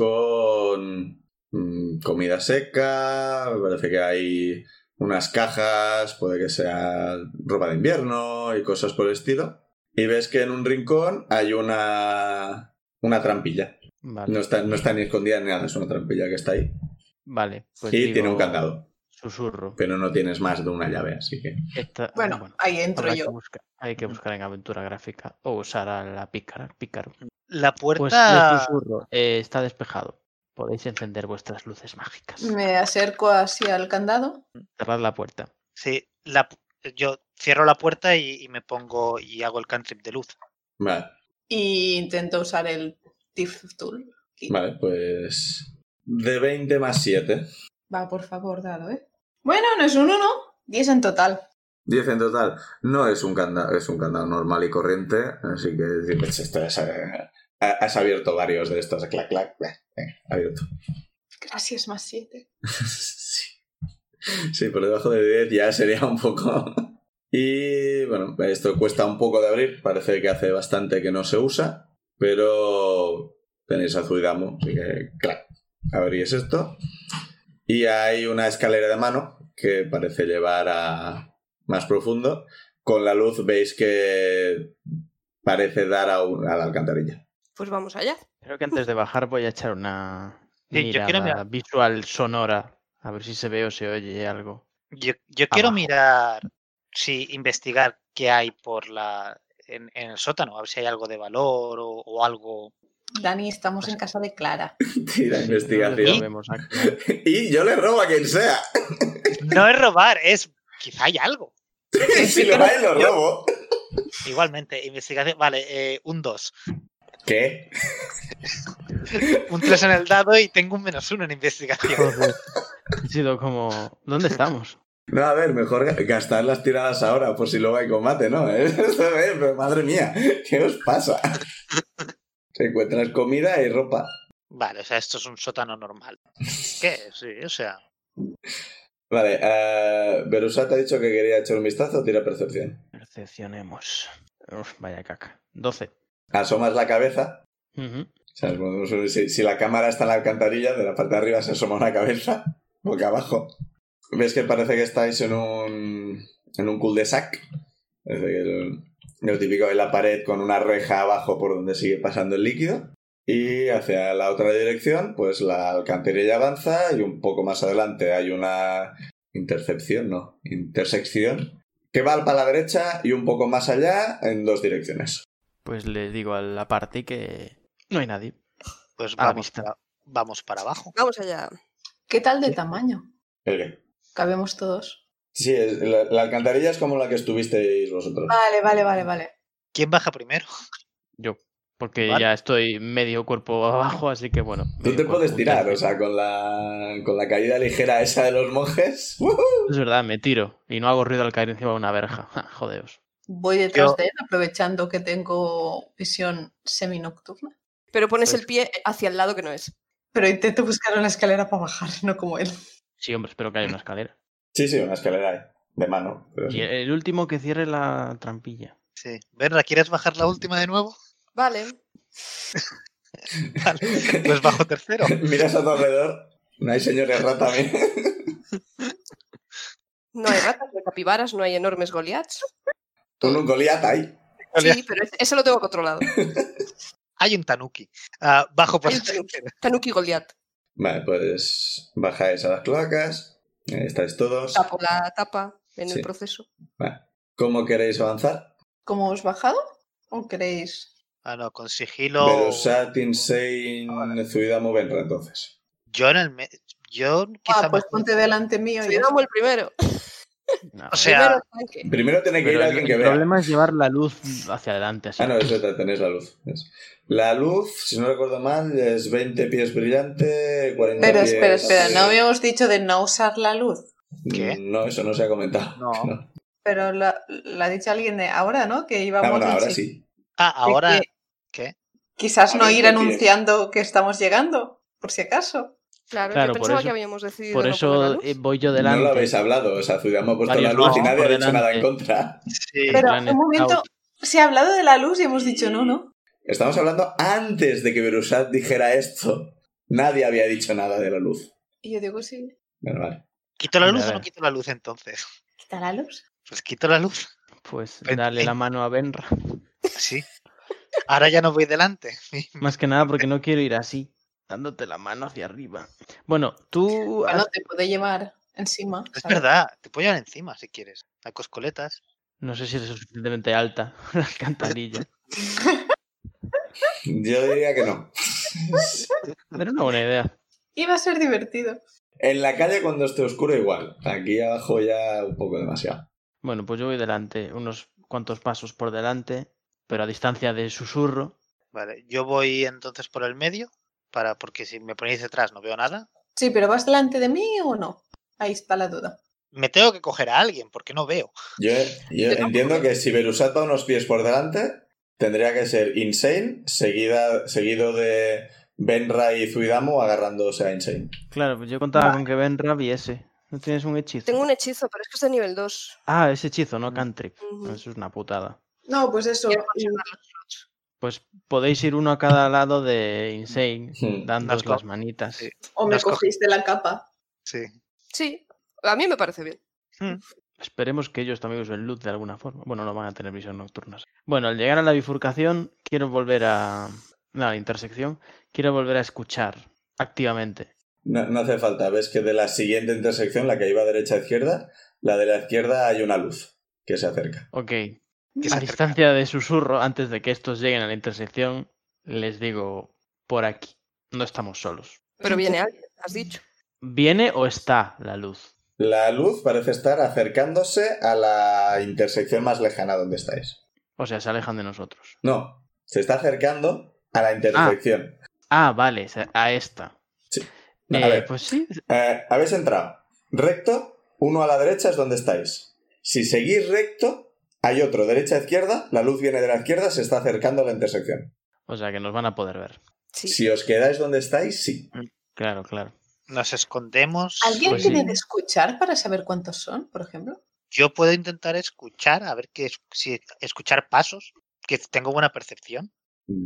Speaker 1: con mm, comida seca. Me parece que hay unas cajas, puede que sea ropa de invierno y cosas por el estilo. Y ves que en un rincón hay una, una trampilla.
Speaker 5: Vale,
Speaker 1: No está, no está ni escondida ni nada, es una trampilla que está ahí.
Speaker 5: vale, pues
Speaker 1: y
Speaker 5: digo,
Speaker 1: tiene un candado,
Speaker 5: Susurro.
Speaker 1: pero no tienes más de una llave, así que...
Speaker 5: Esta-
Speaker 2: Bueno, ahí entro
Speaker 5: Ah, habrá
Speaker 2: yo.
Speaker 5: que buscar- hay que buscar en aventura gráfica o usar a la pícara, pícaro.
Speaker 3: La
Speaker 5: Pues
Speaker 3: puerta.
Speaker 5: les susurro, eh, está despejado. Podéis encender vuestras luces mágicas.
Speaker 2: Me acerco así al candado.
Speaker 5: Cerrad la puerta.
Speaker 3: Sí, la, pu- eh, yo cierro la puerta y, y me pongo y hago el cantrip de luz.
Speaker 1: Vale,
Speaker 2: Y intento usar el Thief Tool.
Speaker 1: vale, pues... De 20 más 7.
Speaker 2: Va, por favor, dado, ¿eh? Bueno, no es un 1, 10 en total.
Speaker 1: 10 en total. No es un candado, es un candado normal y corriente, así que dices, esto es, eh, has abierto varios de estos, clac, clac, clac, eh, abierto.
Speaker 2: Gracias, más 7.
Speaker 1: sí. Sí, por debajo de 10 ya sería un poco... Y bueno, esto cuesta un poco de abrir, parece que hace bastante que no se usa, pero tenéis a Zuidamo, así que clac, abrís esto. Y hay una escalera de mano que parece llevar a más profundo. Con la luz veis que parece dar a, un- a la alcantarilla.
Speaker 4: Pues vamos allá.
Speaker 5: Creo que antes de bajar voy a echar una
Speaker 3: Sí, yo
Speaker 5: mirada
Speaker 3: quiero
Speaker 5: visual sonora. A ver si se ve o se oye algo.
Speaker 3: Yo, yo quiero
Speaker 5: Abajo.
Speaker 3: mirar, sí, investigar qué hay por la en, en el sótano, a ver si hay algo de valor o, o algo.
Speaker 2: Dani, estamos en casa de Clara.
Speaker 1: Tira
Speaker 5: Sí, no lo
Speaker 1: investigación.
Speaker 5: vemos aquí.
Speaker 1: Y yo le robo a quien sea.
Speaker 3: No es robar, es quizá hay algo.
Speaker 1: si lo hay, lo robo.
Speaker 3: Igualmente, investigación. Vale, eh, un 2.
Speaker 1: ¿Qué?
Speaker 3: Un 3 en el dado y tengo un menos 1 en investigación.
Speaker 5: Joder. Ha sido como. ¿Dónde estamos?
Speaker 1: No, a ver, mejor ga- gastar las tiradas ahora por si luego hay combate, ¿no? A ver, pero madre mía, ¿qué os pasa? Se encuentras comida y ropa.
Speaker 3: Vale, o sea, esto es un sótano normal. ¿Qué? Sí, o sea.
Speaker 1: Vale, eh, Berusat ha dicho que quería echar un vistazo, tira percepción.
Speaker 5: Percepcionemos. Uf, vaya caca. 12.
Speaker 1: Asomas la cabeza.
Speaker 5: Ujú.
Speaker 1: O sea, si, si la cámara está en la alcantarilla, de la parte de arriba se asoma una cabeza, boca abajo. ¿Ves que parece que estáis en un, en un cul-de-sac? Parece que lo- lo típico de la pared con una reja abajo por donde sigue pasando el líquido. Y hacia la otra dirección, pues la alcantarilla avanza y un poco más adelante hay una intercepción, ¿no? Intersección que va para la derecha y un poco más allá en dos direcciones.
Speaker 5: Pues le digo a la party que. No hay nadie.
Speaker 3: Pues
Speaker 5: A la
Speaker 3: vamos,
Speaker 5: vista.
Speaker 3: para, vamos para abajo.
Speaker 4: Vamos allá.
Speaker 2: ¿Qué tal de tamaño?
Speaker 1: ¿El qué?
Speaker 2: Cabemos todos.
Speaker 1: Sí, es- la, la alcantarilla es como la que estuvisteis vosotros.
Speaker 5: Ah.
Speaker 2: Vale, vale, vale, vale.
Speaker 3: ¿Quién baja primero?
Speaker 5: Yo. Porque
Speaker 3: Vale.
Speaker 5: ya estoy medio cuerpo abajo, así que bueno.
Speaker 1: Tú
Speaker 5: medio
Speaker 1: te
Speaker 5: cuerpo,
Speaker 1: puedes
Speaker 5: un
Speaker 1: tirar, o
Speaker 5: tercio.
Speaker 1: sea, con la, con la caída ligera esa de los monjes. ¡Ujú!
Speaker 5: Es verdad, me tiro. Y no hago ruido al caer encima de una verja. Ja, Jodeos.
Speaker 2: Voy detrás
Speaker 3: Yo-
Speaker 2: de él, aprovechando que tengo visión seminocturna.
Speaker 4: Pero pones
Speaker 5: Pues-
Speaker 4: el pie hacia el lado que no es.
Speaker 2: Pero intento buscar una escalera para bajar, no como él.
Speaker 5: Sí, hombre, espero que haya una escalera.
Speaker 1: Sí, sí, una escalera ahí, de mano. pero sí.
Speaker 5: Y el último que cierre la trampilla.
Speaker 3: Sí. Benra, ¿quieres bajar la última de nuevo?
Speaker 4: Vale.
Speaker 3: Vale, pues bajo tercero.
Speaker 1: Miras a tu alrededor. No hay señores rata bien.
Speaker 4: No hay ratas, no hay capibaras, no hay enormes goliaths.
Speaker 1: Tú un Goliat ahí.
Speaker 4: Sí, pero es- eso lo tengo controlado.
Speaker 3: Hay un tanuki. Ah, bajo por
Speaker 4: Hay un tanuki. Tanuki Goliath.
Speaker 1: Vale, pues bajáis a las cloacas. Ahí estáis todos.
Speaker 4: Tapo la tapa en
Speaker 1: Sí.
Speaker 4: el proceso.
Speaker 1: Vale. ¿Cómo queréis avanzar?
Speaker 2: ¿Cómo os bajado? ¿O queréis?
Speaker 3: Ah, no, con sigilo.
Speaker 5: Ah,
Speaker 1: Berosat, Insane, Zuidamo, Benra, entonces.
Speaker 3: Yo en el me- Yo quizá
Speaker 2: Ah, pues
Speaker 3: me-
Speaker 2: ponte delante mío y ya está.
Speaker 4: Cuidamos el primero.
Speaker 5: No,
Speaker 3: O sea,
Speaker 4: Primero tanque.
Speaker 1: Primero tiene que
Speaker 5: pero
Speaker 1: ir
Speaker 5: el,
Speaker 1: alguien que
Speaker 5: el
Speaker 1: vea.
Speaker 5: problema es llevar la luz hacia adelante. así.
Speaker 1: Ah, no, eso está- tenéis la luz. Es- La luz, si no recuerdo mal, es 20 pies brillante, 40
Speaker 2: Pero
Speaker 1: pies...
Speaker 2: espera, espera, ¿no habíamos dicho de no usar la luz?
Speaker 3: ¿Qué?
Speaker 1: No, eso no se ha comentado.
Speaker 3: No.
Speaker 2: Pero la, la ha dicho alguien de ahora, ¿no? Que
Speaker 1: Ah,
Speaker 2: íbamos
Speaker 1: bueno,
Speaker 2: en
Speaker 1: ahora
Speaker 2: chi-
Speaker 1: sí.
Speaker 3: ah,
Speaker 2: de
Speaker 3: ahora,
Speaker 2: que
Speaker 3: ¿qué?
Speaker 2: Quizás
Speaker 1: A
Speaker 2: no
Speaker 1: ver,
Speaker 2: ir
Speaker 1: ¿qué
Speaker 2: anunciando que estamos llegando, por si acaso.
Speaker 4: Claro,
Speaker 5: Claro,
Speaker 4: yo
Speaker 5: por
Speaker 4: pensaba
Speaker 5: eso-
Speaker 4: que habíamos decidido.
Speaker 5: Por
Speaker 4: no poner la
Speaker 5: eso
Speaker 4: luz.
Speaker 5: eh, voy yo
Speaker 1: No lo
Speaker 5: delante.
Speaker 1: habéis hablado, o sea, Zuidam ha puesto la
Speaker 5: Varios
Speaker 1: luz y
Speaker 5: no,
Speaker 1: nadie ha
Speaker 5: por
Speaker 1: dicho nada en
Speaker 5: delante.
Speaker 1: contra.
Speaker 3: Sí,
Speaker 5: En
Speaker 2: Pero
Speaker 5: plan
Speaker 2: un momento,
Speaker 5: scout.
Speaker 2: se ha hablado de la luz y hemos dicho no, ¿no?
Speaker 1: Estamos hablando antes de que Berusat dijera esto. Nadie había dicho nada de la luz.
Speaker 2: Y yo digo, sí,
Speaker 1: Bueno, vale.
Speaker 3: ¿Quito la
Speaker 5: A
Speaker 3: luz o
Speaker 5: ver.
Speaker 3: no quito la luz entonces?
Speaker 2: quita la luz.
Speaker 3: Pues quito la luz.
Speaker 5: Pues
Speaker 3: Ven-
Speaker 5: dale la
Speaker 3: ven.
Speaker 5: mano a Benra.
Speaker 3: Sí. Ahora ya no voy delante.
Speaker 5: Más que nada porque no quiero ir así, dándote la mano hacia arriba. Bueno, tú...
Speaker 2: Bueno,
Speaker 5: has-
Speaker 2: te puede llevar encima.
Speaker 3: Es
Speaker 2: ¿sabes?
Speaker 3: verdad, te puedo llevar encima si quieres. A coscoletas.
Speaker 5: No sé si eres suficientemente alta la alcantarilla.
Speaker 1: Yo diría que no.
Speaker 5: Era una buena idea.
Speaker 2: Iba a ser divertido.
Speaker 1: En la calle cuando esté oscuro igual. Aquí abajo ya un poco demasiado.
Speaker 5: Bueno, pues yo voy delante, unos cuantos pasos por delante, pero a distancia de susurro.
Speaker 3: Vale, yo voy entonces por el medio, para porque si me ponéis detrás no veo nada.
Speaker 2: Sí, pero ¿vas delante de mí o no? Ahí está la duda.
Speaker 3: Me tengo que coger a alguien porque no veo.
Speaker 1: Yo, yo entiendo que si Berusat va unos pies por delante, tendría que ser Insane, seguida, seguido de Benra y Zuidamo agarrándose a Insane.
Speaker 5: Claro, pues yo contaba con que Benra viese. ¿No tienes un hechizo?
Speaker 4: Tengo un hechizo, pero es que es de nivel 2.
Speaker 5: Ah, ese hechizo, no cantrip.
Speaker 4: Ujú.
Speaker 5: Eso es una putada.
Speaker 2: No, pues eso.
Speaker 5: Pues podéis ir uno a cada lado de Insane,
Speaker 1: Hmm.
Speaker 5: dándos
Speaker 3: Nos co-
Speaker 5: las manitas.
Speaker 3: sí.
Speaker 2: O me
Speaker 3: Nos coge-
Speaker 2: cogiste la capa.
Speaker 3: Sí.
Speaker 4: Sí, a mí me parece bien.
Speaker 5: Esperemos que ellos también usen luz de alguna forma. Bueno, no van a tener visión nocturna. Bueno, al llegar a la bifurcación, quiero volver a. La intersección, quiero volver a escuchar activamente.
Speaker 1: No, no hace falta, ves que de la siguiente intersección, la que iba derecha a izquierda, la de la izquierda hay una luz que se acerca.
Speaker 5: Ok,
Speaker 3: que se
Speaker 5: a
Speaker 3: acerca.
Speaker 5: distancia de susurro, antes de que estos lleguen a la intersección, les digo: por aquí, no estamos solos.
Speaker 4: Pero viene alguien, has dicho.
Speaker 5: ¿Viene o está la luz?
Speaker 1: La luz parece estar acercándose a la intersección más lejana donde estáis.
Speaker 5: O sea, se alejan de nosotros.
Speaker 1: No, se está acercando a la intersección.
Speaker 5: Ah, vale, se- a esta.
Speaker 1: Sí. A
Speaker 5: Eh,
Speaker 1: ver.
Speaker 5: Pues sí,
Speaker 1: Eh, habéis entrado recto, uno a la derecha es donde estáis. Si seguís recto, hay otro, derecha a izquierda, la luz viene de la izquierda, se está acercando a la intersección.
Speaker 5: o sea que nos van a poder ver.
Speaker 4: Sí.
Speaker 1: Si os quedáis donde estáis, sí.
Speaker 5: Claro, claro.
Speaker 3: Nos escondemos.
Speaker 2: ¿Alguien
Speaker 5: Pues sí.
Speaker 2: tiene de escuchar para saber cuántos son, por ejemplo?
Speaker 3: Yo puedo intentar escuchar, a ver que es- si escuchar pasos, que tengo buena percepción.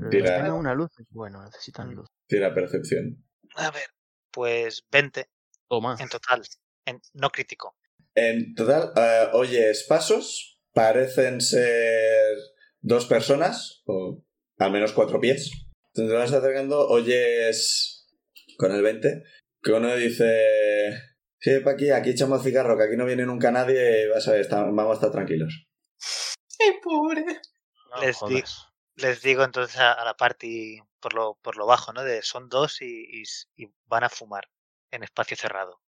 Speaker 1: Tira,
Speaker 5: Tengan una luz, es bueno, necesitan luz.
Speaker 1: tira percepción.
Speaker 3: A ver, pues 20
Speaker 5: Toma.
Speaker 3: en total, en- no crítico.
Speaker 1: En total, eh, oyes pasos, parecen ser dos personas, o al menos cuatro pies. Te vas acercando, oyes con el 20, que uno dice, sí, pa' aquí, aquí echamos cigarro, que aquí no viene nunca nadie, vas a ver, está- vamos a estar tranquilos.
Speaker 2: ¡Ay, pobre!
Speaker 5: No
Speaker 3: Les di-
Speaker 5: jodas.
Speaker 3: Les digo entonces a, a la party por lo, por lo bajo, ¿no? De son dos y, y s- y van a fumar en espacio cerrado.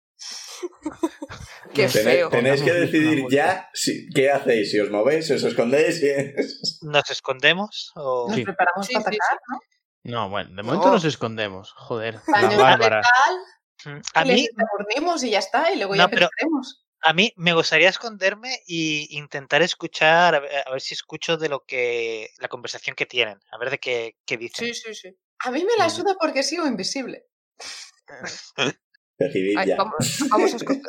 Speaker 4: Qué
Speaker 1: Tene-
Speaker 4: feo.
Speaker 1: Tenéis que
Speaker 5: Pongamos
Speaker 1: decidir
Speaker 5: una
Speaker 1: ya si- qué hacéis, si os movéis, si os escondéis. si-
Speaker 3: ¿Nos escondemos o...?
Speaker 2: Nos
Speaker 5: Sí.
Speaker 2: preparamos
Speaker 4: Sí,
Speaker 2: para
Speaker 4: sí,
Speaker 2: atacar, ¿no?
Speaker 5: No, bueno, de
Speaker 4: No.
Speaker 5: momento nos escondemos. Joder, la
Speaker 2: Pañuelo
Speaker 5: bárbara.
Speaker 2: letal,
Speaker 3: Mm, A
Speaker 2: les
Speaker 3: mí,
Speaker 2: reunimos y ya está, y luego
Speaker 3: No,
Speaker 2: ya
Speaker 3: pero-
Speaker 2: pensaremos.
Speaker 3: a mí me gustaría esconderme e intentar escuchar, a ver, a ver si escucho de lo que la conversación que tienen, a ver de qué, qué dicen.
Speaker 4: Sí, sí, sí.
Speaker 2: A mí me la
Speaker 5: Sí.
Speaker 2: suda porque sigo invisible.
Speaker 1: Decidid
Speaker 4: Ay,
Speaker 1: ya.
Speaker 4: vamos, vamos a escuchar.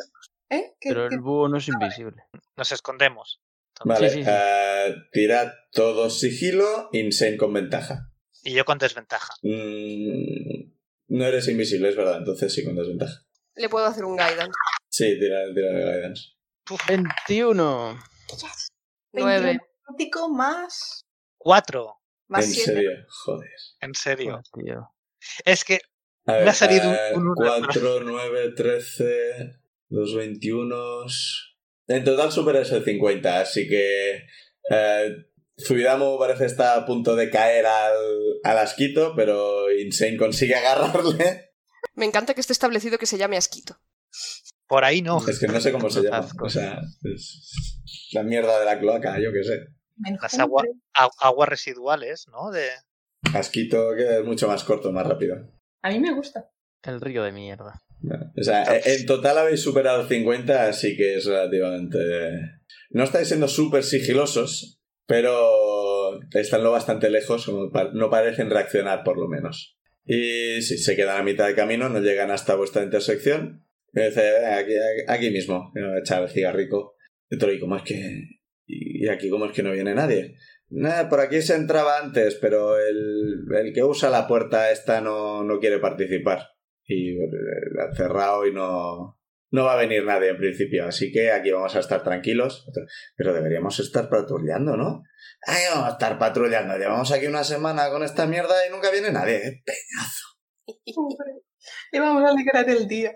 Speaker 2: ¿Eh? ¿Qué-
Speaker 5: Pero
Speaker 2: qué-
Speaker 5: el búho no es invisible.
Speaker 3: Nos escondemos.
Speaker 1: Vale,
Speaker 5: sí, sí, sí.
Speaker 1: eh, tirad todo sigilo, insane con ventaja.
Speaker 3: Y yo con desventaja.
Speaker 1: Mm, no eres invisible, es verdad, entonces sí con desventaja.
Speaker 4: Le puedo hacer un guidance.
Speaker 1: Sí, tira, tira de guidance.
Speaker 3: Eh,
Speaker 5: 21.
Speaker 2: Yes.
Speaker 4: 9.
Speaker 2: 21 crítico más,
Speaker 3: Cuatro.
Speaker 2: más
Speaker 1: en
Speaker 2: 7.
Speaker 1: serio, joder.
Speaker 3: En serio.
Speaker 5: Joder, tío.
Speaker 3: Es que
Speaker 1: A
Speaker 3: Me ha salido
Speaker 1: eh,
Speaker 3: un uno.
Speaker 1: 4, 9, 13, 2, 21. En total superas el 50, así que. Eh, Zuidamo parece estar a punto de caer al, al asquito, pero Insane consigue agarrarle.
Speaker 4: Me encanta que esté establecido que se llame Asquito.
Speaker 3: Por ahí no.
Speaker 1: Es que no sé cómo se llama. O sea, es la mierda de la cloaca, yo qué sé.
Speaker 3: Las agua- a- aguas residuales, ¿no? De...
Speaker 1: Asquito que es mucho más corto, más rápido.
Speaker 2: A mí me gusta.
Speaker 5: El río de mierda.
Speaker 1: O sea, e- en total habéis superado 50, así que es relativamente... No estáis siendo súper sigilosos, pero están lo bastante lejos, como pa- no parecen reaccionar por lo menos. Y si se quedan a mitad de camino, no llegan hasta vuestra intersección. Y dice, aquí, aquí mismo, y va a echar el cigarrico. Y te lo digo, ¿cómo es que...? Y aquí, ¿cómo es que no viene nadie? Nah, por aquí se entraba antes, pero el, el que usa la puerta esta no, no quiere participar y eh, la han cerrado y no, no va a venir nadie en principio, así que aquí vamos a estar tranquilos, pero deberíamos estar patrullando, ¿no? Ay, vamos a estar patrullando, llevamos aquí una semana con esta mierda y nunca viene nadie. ¿eh?
Speaker 2: Le vamos a alegrar el día.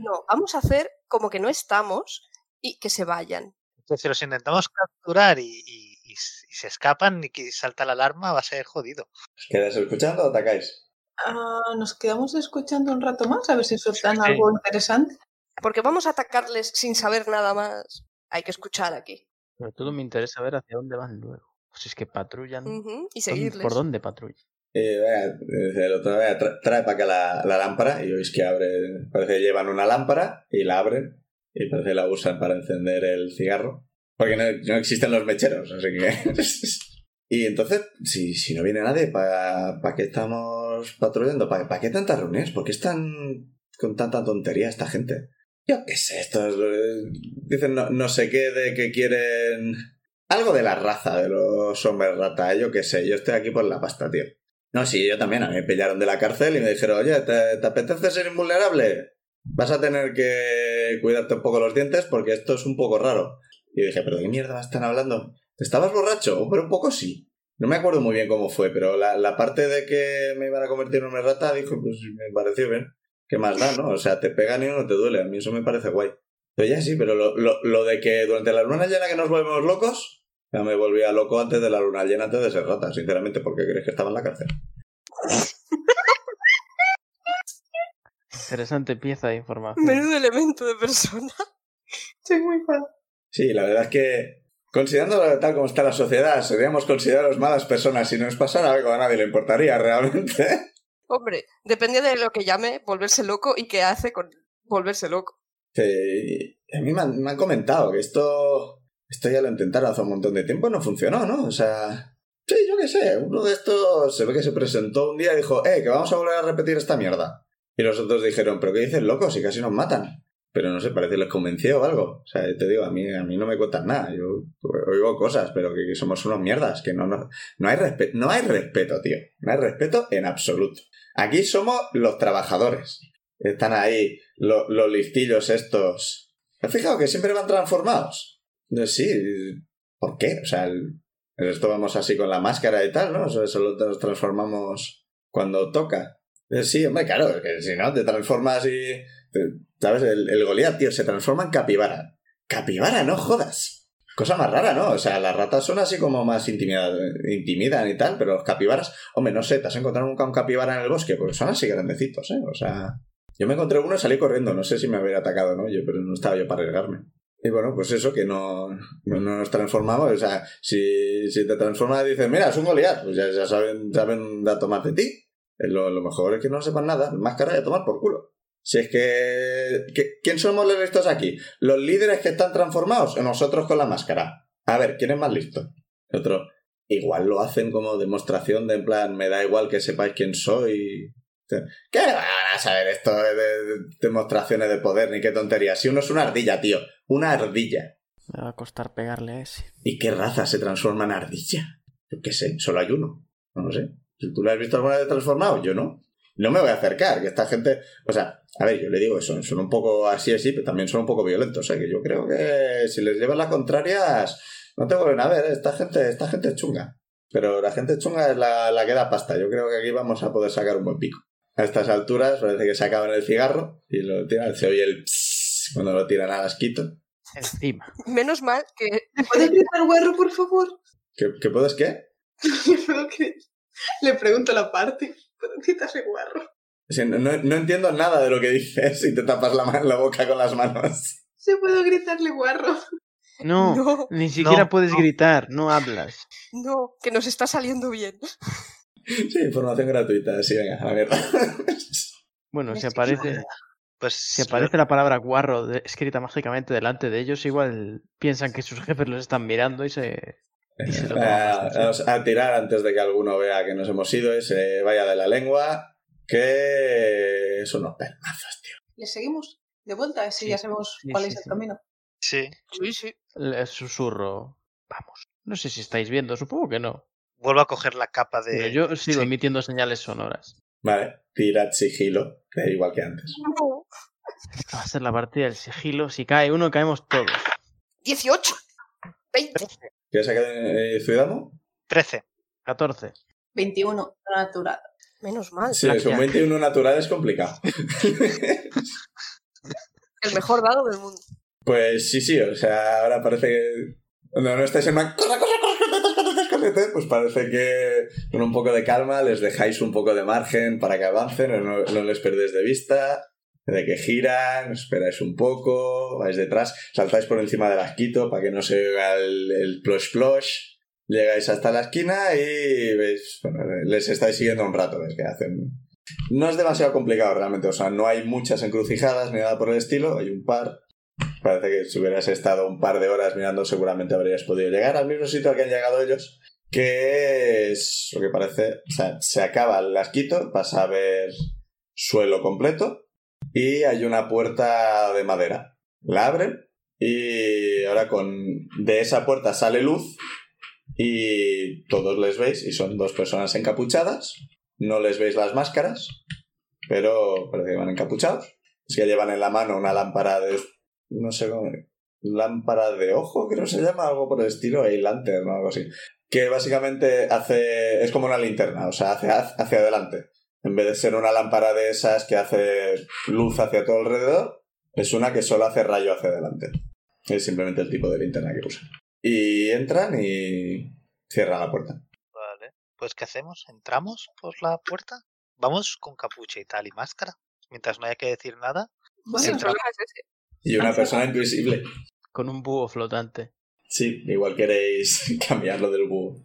Speaker 4: No, vamos a hacer como que no estamos y que se vayan.
Speaker 3: Entonces, si los intentamos capturar y, y- y s- y se escapan y que salta la alarma, va a ser jodido.
Speaker 1: ¿Os quedáis escuchando o atacáis?
Speaker 2: Ah, Nos quedamos escuchando un rato más a ver si sueltan
Speaker 3: Sí.
Speaker 2: algo interesante.
Speaker 4: Porque vamos a atacarles sin saber nada más. Hay que escuchar aquí.
Speaker 5: Sobre todo me interesa ver hacia dónde van luego. Si es que patrullan.
Speaker 4: Ujú, y
Speaker 5: ¿dónde-
Speaker 4: Mm, seguirles.
Speaker 5: ¿Por dónde patrullan?
Speaker 1: Y vea, dice el otro, vea, tra- trae para acá la, la lámpara y veis que abre, parece que llevan una lámpara y la abren y parece que la usan para encender el cigarro. Porque no, no existen los mecheros, así que... y entonces, si, si no viene nadie, ¿para qué estamos patrullando? ¿Para qué tantas reuniones? ¿Por qué están con tanta tontería esta gente? Yo qué sé, estos... eh, Dicen no, no sé qué de que quieren... Algo de la raza de los hombres rata, ¿eh? yo qué sé, yo estoy aquí por la pasta, tío. No, sí, yo también. A mí me pillaron de la cárcel y me dijeron, oye, ¿te, te apetece ser invulnerable? Vas a tener que cuidarte un poco los dientes porque esto es un poco raro. Y dije, ¿pero de qué mierda están hablando? ¿Estabas borracho? Oh, Pero un poco sí. No me acuerdo muy bien cómo fue, pero la, la parte de que me iban a convertir en una rata, dijo, pues me pareció bien. ¿Qué más da, no? O sea, te pegan y no te duele. A mí eso me parece guay. Pero ya sí, pero lo, lo- lo de que durante la luna llena que nos volvemos locos, ya me volvía loco antes de la luna llena, antes de ser rata, sinceramente, porque crees que estaba en la cárcel.
Speaker 5: Interesante pieza de información.
Speaker 4: Menudo elemento de persona.
Speaker 2: Soy muy fan.
Speaker 1: Sí, la verdad es que, considerando tal como está la sociedad, seríamos considerados malas personas. Si nos pasara algo, a nadie le importaría realmente.
Speaker 4: Hombre, depende de lo que llame volverse loco y qué hace con volverse loco.
Speaker 1: Sí, y a mí me han, me han comentado que esto, esto ya lo intentaron hace un montón de tiempo y no funcionó, ¿no? O sea, sí, yo qué sé. Uno de estos se ve que se presentó un día y dijo, eh, que vamos a volver a repetir esta mierda. Y los otros dijeron, pero ¿qué dices, locos? Si casi nos matan. Pero no sé, parece que les convenció o algo. O sea, te digo, a mí, a mí no me cuentan nada. Yo oigo cosas, pero que, que somos unos mierdas, que no, no, No hay, respe- no hay respeto, tío. No hay respeto en absoluto. Aquí somos los trabajadores. Están ahí lo- los listillos estos. ¿Has fijado que siempre van transformados? Eh, Sí. ¿Por qué? O sea, el, el esto vamos así con la máscara y tal, ¿no? O sea, Solo nos transformamos cuando toca. Eh, Sí, hombre, claro, es que si no, te transformas y... te- ¿Sabes? El, el Goliat, tío, se transforma en capibara. Capibara, no jodas. Cosa más rara, ¿no? O sea, las ratas son así como más intimidadas, intimidan y tal, pero los capibaras, hombre, no sé, ¿te has encontrado nunca un capibara en el bosque? Porque son así grandecitos, ¿eh? O sea, yo me encontré uno y salí corriendo, no sé si me hubiera atacado, ¿no? Yo, pero no estaba yo para arriesgarme. Y bueno, pues eso, que no, no, no nos transformamos, o sea, si, si te transformas y dices, mira, es un goliat, pues ya, ya saben, saben un dato más de ti. Eh, Lo, lo mejor es que no sepan nada, máscara de tomar por culo. Si es que, que- ¿Quién somos los listos aquí? ¿Los líderes que están transformados o nosotros con la máscara? A ver, ¿quién es más listo? El otro. Igual lo hacen como demostración de en plan, me da igual que sepáis quién soy. ¿Qué van a saber esto de, de- de demostraciones de poder ni qué tontería? Si uno es una ardilla, tío. Una ardilla.
Speaker 5: Me va a costar pegarle a ese.
Speaker 1: ¿Y qué raza se transforma en ardilla? Yo qué sé, solo hay uno. No lo sé. Si tú lo has visto alguna vez transformado, yo no. No me voy a acercar, que esta gente. O sea, a ver, yo le digo eso, son un poco así, así, pero también son un poco violentos. O sea, que yo creo que si les llevas las contrarias, no te vuelven a ver. ¿eh? Esta gente, esta gente es chunga. Pero la gente chunga es la, la que da pasta. Yo creo que aquí vamos a poder sacar un buen pico. A estas alturas parece que se acaban el cigarro y lo tiran, se oye el psss cuando lo tiran al asquito.
Speaker 5: Encima.
Speaker 4: Menos mal que
Speaker 2: ¿Puedes gritar guarro, por favor?
Speaker 1: ¿Qué, qué puedes qué?
Speaker 2: Le pregunto la parte. ¿Puedes gritarle guarro?
Speaker 1: Sí, no, no entiendo nada de lo que dices y te tapas la, ma- la boca con las manos.
Speaker 2: Se puedo gritarle guarro.
Speaker 5: No,
Speaker 4: No,
Speaker 5: ni siquiera
Speaker 3: No,
Speaker 5: puedes
Speaker 3: no.
Speaker 5: gritar, no hablas.
Speaker 4: no, que nos está saliendo bien.
Speaker 1: Sí, información gratuita. Sí, venga, a la mierda.
Speaker 5: Bueno,
Speaker 2: Me
Speaker 5: si
Speaker 2: estoy
Speaker 5: aparece,
Speaker 3: Pues
Speaker 5: si aparece la palabra guarro de- escrita mágicamente delante de ellos, igual piensan que sus jefes los están mirando y se... Y se lo toman
Speaker 1: a,
Speaker 5: bastante.
Speaker 1: a- a tirar antes de que alguno vea que nos hemos ido y se vaya de la lengua. Que son unos pelmazos, tío.
Speaker 2: ¿Le seguimos? De vuelta, así
Speaker 5: Sí,
Speaker 2: ya sabemos
Speaker 5: sí,
Speaker 2: cuál
Speaker 5: sí,
Speaker 2: es el
Speaker 5: sí.
Speaker 2: camino.
Speaker 3: Sí.
Speaker 4: Sí, sí.
Speaker 5: Le susurro. Vamos. No sé si estáis viendo, supongo que no.
Speaker 3: Vuelvo a coger la capa
Speaker 5: Pero
Speaker 3: de.
Speaker 5: yo sigo
Speaker 3: sí.
Speaker 5: emitiendo señales sonoras.
Speaker 1: Vale, tirad sigilo, que igual que antes.
Speaker 4: No.
Speaker 5: Esta va a ser la partida del sigilo. Si cae uno, caemos todos.
Speaker 4: 18, 20.
Speaker 1: ¿Quieres sacar eh, Zuidamo?
Speaker 3: 13.
Speaker 5: 14.
Speaker 2: 21, natural.
Speaker 4: Menos mal.
Speaker 1: Sí, es un
Speaker 5: Blackjack.
Speaker 1: 21 natural es complicado.
Speaker 4: El mejor dado del mundo.
Speaker 1: Pues sí, sí, o sea, ahora parece que. Cuando no estáis en plan. ¡Corre, corre, corre, corre, corre, corre, corre, corre! Pues parece que con un poco de calma les dejáis un poco de margen para que avancen, no, no les perdéis de vista. De que giran, esperáis un poco, vais detrás, saltáis por encima del asquito para que no se oiga el, el plosh plosh. Llegáis hasta la esquina y veis, bueno, les estáis siguiendo un rato, ves que hacen. No es demasiado complicado realmente, o sea, no hay muchas encrucijadas ni nada por el estilo, hay un par, Parece que si hubieras estado un par de horas mirando, seguramente habrías podido llegar al mismo sitio al que han llegado ellos. Que es lo que parece. O sea, se acaba el asquito, vas a ver suelo completo. Y hay una puerta de madera. La abren. Y ahora con. De esa puerta sale luz. Y todos les veis. Y son dos personas encapuchadas. No les veis las máscaras. Pero parece que van encapuchados. Es que llevan en la mano una lámpara de no sé cómo, lámpara de ojo, creo que se llama, algo por el estilo, y lantern o algo así. Que básicamente hace, es como una linterna, o sea, hace haz- hacia adelante. En vez de ser una lámpara de esas que hace luz hacia todo alrededor, es una que solo hace rayo hacia adelante. Es simplemente el tipo de linterna que usan. Y entran y cierran la puerta.
Speaker 3: Vale. Pues ¿qué hacemos? ¿Entramos por la puerta? Vamos con capucha y tal y máscara. Mientras no haya que decir nada.
Speaker 4: Sí,
Speaker 2: Bueno,
Speaker 4: el problema es ese.
Speaker 1: Y una persona invisible.
Speaker 5: Con un búho flotante.
Speaker 1: Sí, igual queréis cambiarlo del búho.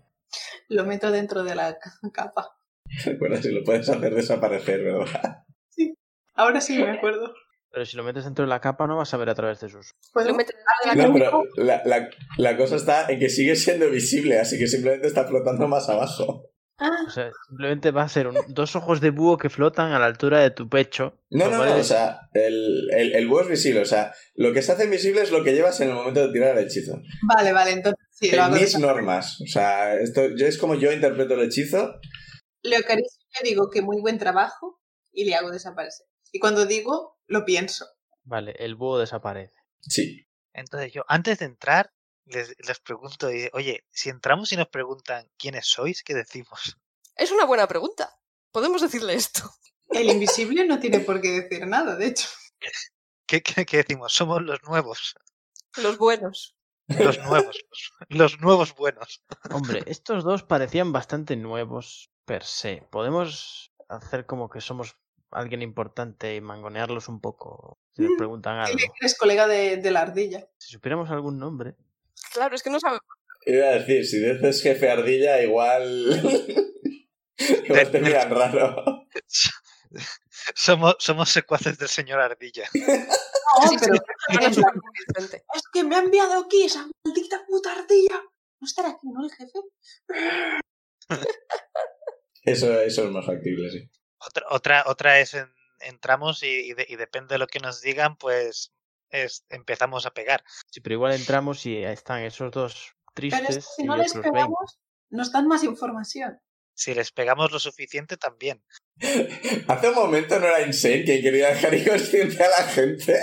Speaker 2: lo meto dentro de la ca- capa.
Speaker 1: Recuerda si lo puedes hacer desaparecer, ¿verdad?
Speaker 2: Ahora sí me acuerdo.
Speaker 5: Pero si lo metes dentro de la capa, no vas a ver a través de sus.
Speaker 2: ¿Puedo?
Speaker 4: Lo meten dentro de la
Speaker 1: No,
Speaker 4: cama.
Speaker 1: pero la, la- la cosa está en que sigue siendo visible, así que simplemente está flotando más abajo.
Speaker 2: Ah,
Speaker 5: O sea, simplemente va a ser un- dos ojos de búho que flotan a la altura de tu pecho.
Speaker 1: No,
Speaker 5: lo
Speaker 1: no,
Speaker 5: cual
Speaker 1: no, o
Speaker 5: es-
Speaker 1: sea, el, el, el búho es visible, o sea, lo que se hace invisible es lo que llevas en el momento de tirar el hechizo.
Speaker 2: vale, vale, entonces sí, lo
Speaker 1: En
Speaker 2: hago. de
Speaker 1: mis
Speaker 2: esa-
Speaker 1: normas, o sea, esto yo, es como yo interpreto el hechizo.
Speaker 2: Le acaricio y le digo que muy buen trabajo y le hago desaparecer. Y cuando digo, lo pienso.
Speaker 5: Vale, el búho desaparece.
Speaker 1: Sí,
Speaker 3: Entonces yo, antes de entrar, les, les pregunto, y, oye, si entramos y nos preguntan quiénes sois, ¿qué decimos?
Speaker 4: Es una buena pregunta. Podemos decirle esto.
Speaker 2: El invisible no tiene por qué decir nada, de hecho.
Speaker 3: ¿Qué, qué, qué decimos? Somos los nuevos.
Speaker 4: Los buenos.
Speaker 3: Los nuevos. los nuevos buenos.
Speaker 5: Hombre, estos dos parecían bastante nuevos per se. Podemos hacer como que somos alguien importante y mangonearlos un poco. Si
Speaker 2: Mm,
Speaker 5: nos preguntan algo.
Speaker 2: Eres colega de, de la ardilla.
Speaker 5: Si supiéramos algún nombre.
Speaker 4: Claro, es que no sabemos.
Speaker 1: iba a decir, si dices jefe ardilla, igual. igual te miran raro.
Speaker 3: Somos, somos secuaces del señor Ardilla.
Speaker 2: No,
Speaker 4: Sí, sí,
Speaker 2: pero
Speaker 4: pero no es una cosa diferente.
Speaker 2: es que me ha enviado aquí esa maldita puta ardilla. No estará aquí, ¿no, el jefe?
Speaker 1: Eso, eso es más factible, sí.
Speaker 3: Otra, otra, otra es en- entramos y, y de- y depende de lo que nos digan, pues es, empezamos a pegar.
Speaker 5: Sí, pero igual entramos y ahí están esos dos
Speaker 2: Pero es que
Speaker 5: tristes.
Speaker 2: si no
Speaker 5: y
Speaker 2: les
Speaker 5: ellos los ven.
Speaker 2: pegamos, nos dan más información.
Speaker 3: Si les pegamos lo suficiente, también.
Speaker 1: Hace un momento no era Insane quien quería dejar inconsciente a la gente.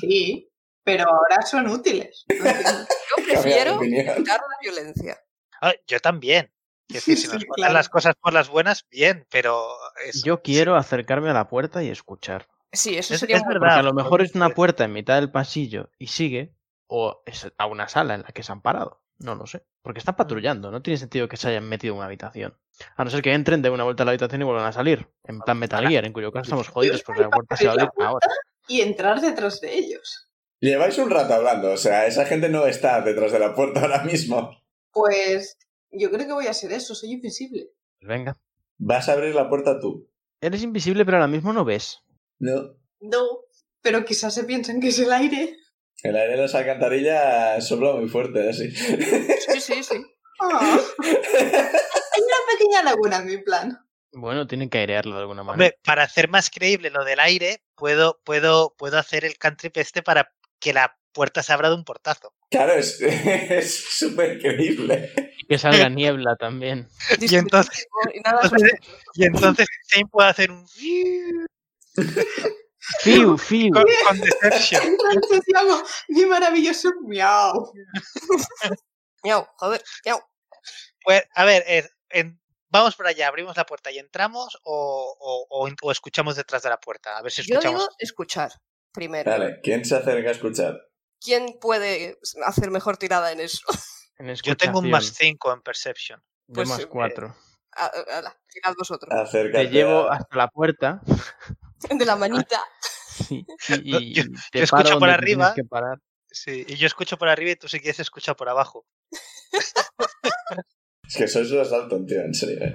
Speaker 2: Sí, pero ahora son útiles. No entiendo.
Speaker 4: Yo
Speaker 1: Cambiar de
Speaker 4: prefiero
Speaker 1: opinión.
Speaker 4: evitar la violencia.
Speaker 3: Ah, yo también. Es decir, si nos
Speaker 2: Sí,
Speaker 3: cuentan
Speaker 2: claro.
Speaker 3: las cosas por las buenas, bien, pero es,
Speaker 5: Yo quiero ¿eh? acercarme a la puerta y escuchar.
Speaker 4: Sí, eso
Speaker 3: Es-
Speaker 4: sería
Speaker 3: es
Speaker 4: muy
Speaker 3: verdad.
Speaker 5: Porque a lo
Speaker 3: porque
Speaker 5: mejor es una
Speaker 3: pues-
Speaker 5: puerta en mitad del pasillo y sigue, o es a una sala en la que se han parado. No lo sé.
Speaker 3: Mm.
Speaker 5: Porque están patrullando. No tiene sentido que se hayan metido en una habitación. A no ser que entren, de una vuelta a la habitación y vuelvan a salir. En plan Metal Gear, en cuyo caso estamos jodidos porque la puerta se va a abrir ahora.
Speaker 2: Y entrar detrás de ellos.
Speaker 1: Lleváis un rato hablando, o sea, esa gente no está detrás de la puerta ahora mismo.
Speaker 2: Pues yo creo que voy a ser eso, soy invisible.
Speaker 5: Pues venga.
Speaker 1: Vas a abrir la puerta tú.
Speaker 5: Eres invisible, pero ahora mismo no ves.
Speaker 1: No.
Speaker 2: No, pero quizás se piensan que es el aire.
Speaker 1: El aire de las alcantarillas sopla muy fuerte, así.
Speaker 4: Sí, sí, sí.
Speaker 2: Ah. Hay una pequeña laguna en mi plan.
Speaker 5: Bueno, tienen que airearlo de alguna manera.
Speaker 3: Hombre, para hacer más creíble lo del aire, puedo, puedo, puedo hacer el cantrip este para que la puerta se abra de un portazo.
Speaker 1: Claro, es es súper creíble.
Speaker 5: Y que salga niebla también.
Speaker 3: Y entonces-
Speaker 4: Y nada,
Speaker 3: Entonces- Y entonces Zane puede hacer un
Speaker 5: Fiu, fiu.
Speaker 3: con, con Deception.
Speaker 2: Entonces yo hago mi maravilloso miau.
Speaker 4: miau, joder, miau.
Speaker 3: Pues, a ver, eh, en- vamos por allá, abrimos la puerta y entramos o, o- o en- o escuchamos detrás de la puerta. A ver si
Speaker 4: Yo digo
Speaker 3: escuchamos.
Speaker 4: escuchar primero.
Speaker 1: Vale, ¿quién se acerca a escuchar?
Speaker 4: ¿Quién puede hacer mejor tirada en eso?
Speaker 5: En
Speaker 3: Yo, tengo un más
Speaker 5: escuchación.
Speaker 3: 5 en Perception.
Speaker 5: Yo
Speaker 4: Pues,
Speaker 5: más
Speaker 4: eh,
Speaker 5: cuatro.
Speaker 4: A- a- ala, tirad vosotros.
Speaker 1: Acércate.
Speaker 5: Te llevo
Speaker 1: a-
Speaker 5: hasta la puerta
Speaker 4: De la manita.
Speaker 5: y, y- y
Speaker 3: Yo-
Speaker 5: te
Speaker 3: yo escucho
Speaker 5: paro
Speaker 3: por
Speaker 5: donde te
Speaker 3: arriba.
Speaker 5: tienes que parar.
Speaker 3: Sí, y yo escucho por arriba y tú si quieres escucha por abajo.
Speaker 1: Es que sois los Dalton, tío, en serio. ¿eh?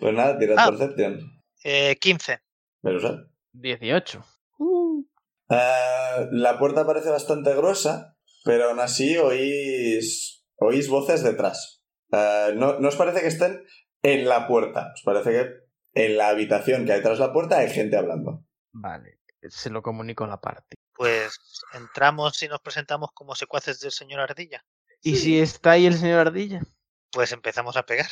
Speaker 1: pues nada, tira
Speaker 3: Ah.
Speaker 1: Perception.
Speaker 3: Eh, 15.
Speaker 1: Pero, o sea,
Speaker 5: 18.
Speaker 3: Mm.
Speaker 1: Ah, la puerta parece bastante gruesa, pero aún así oís, oís voces detrás. Ah, no, no os parece que estén en la puerta, os parece que en la habitación que hay tras la puerta hay gente hablando.
Speaker 5: Vale, se lo comunico a la parte.
Speaker 3: Pues entramos y nos presentamos como secuaces del señor Ardilla.
Speaker 5: ¿Y si está ahí el señor Ardilla?
Speaker 3: Pues empezamos a pegar.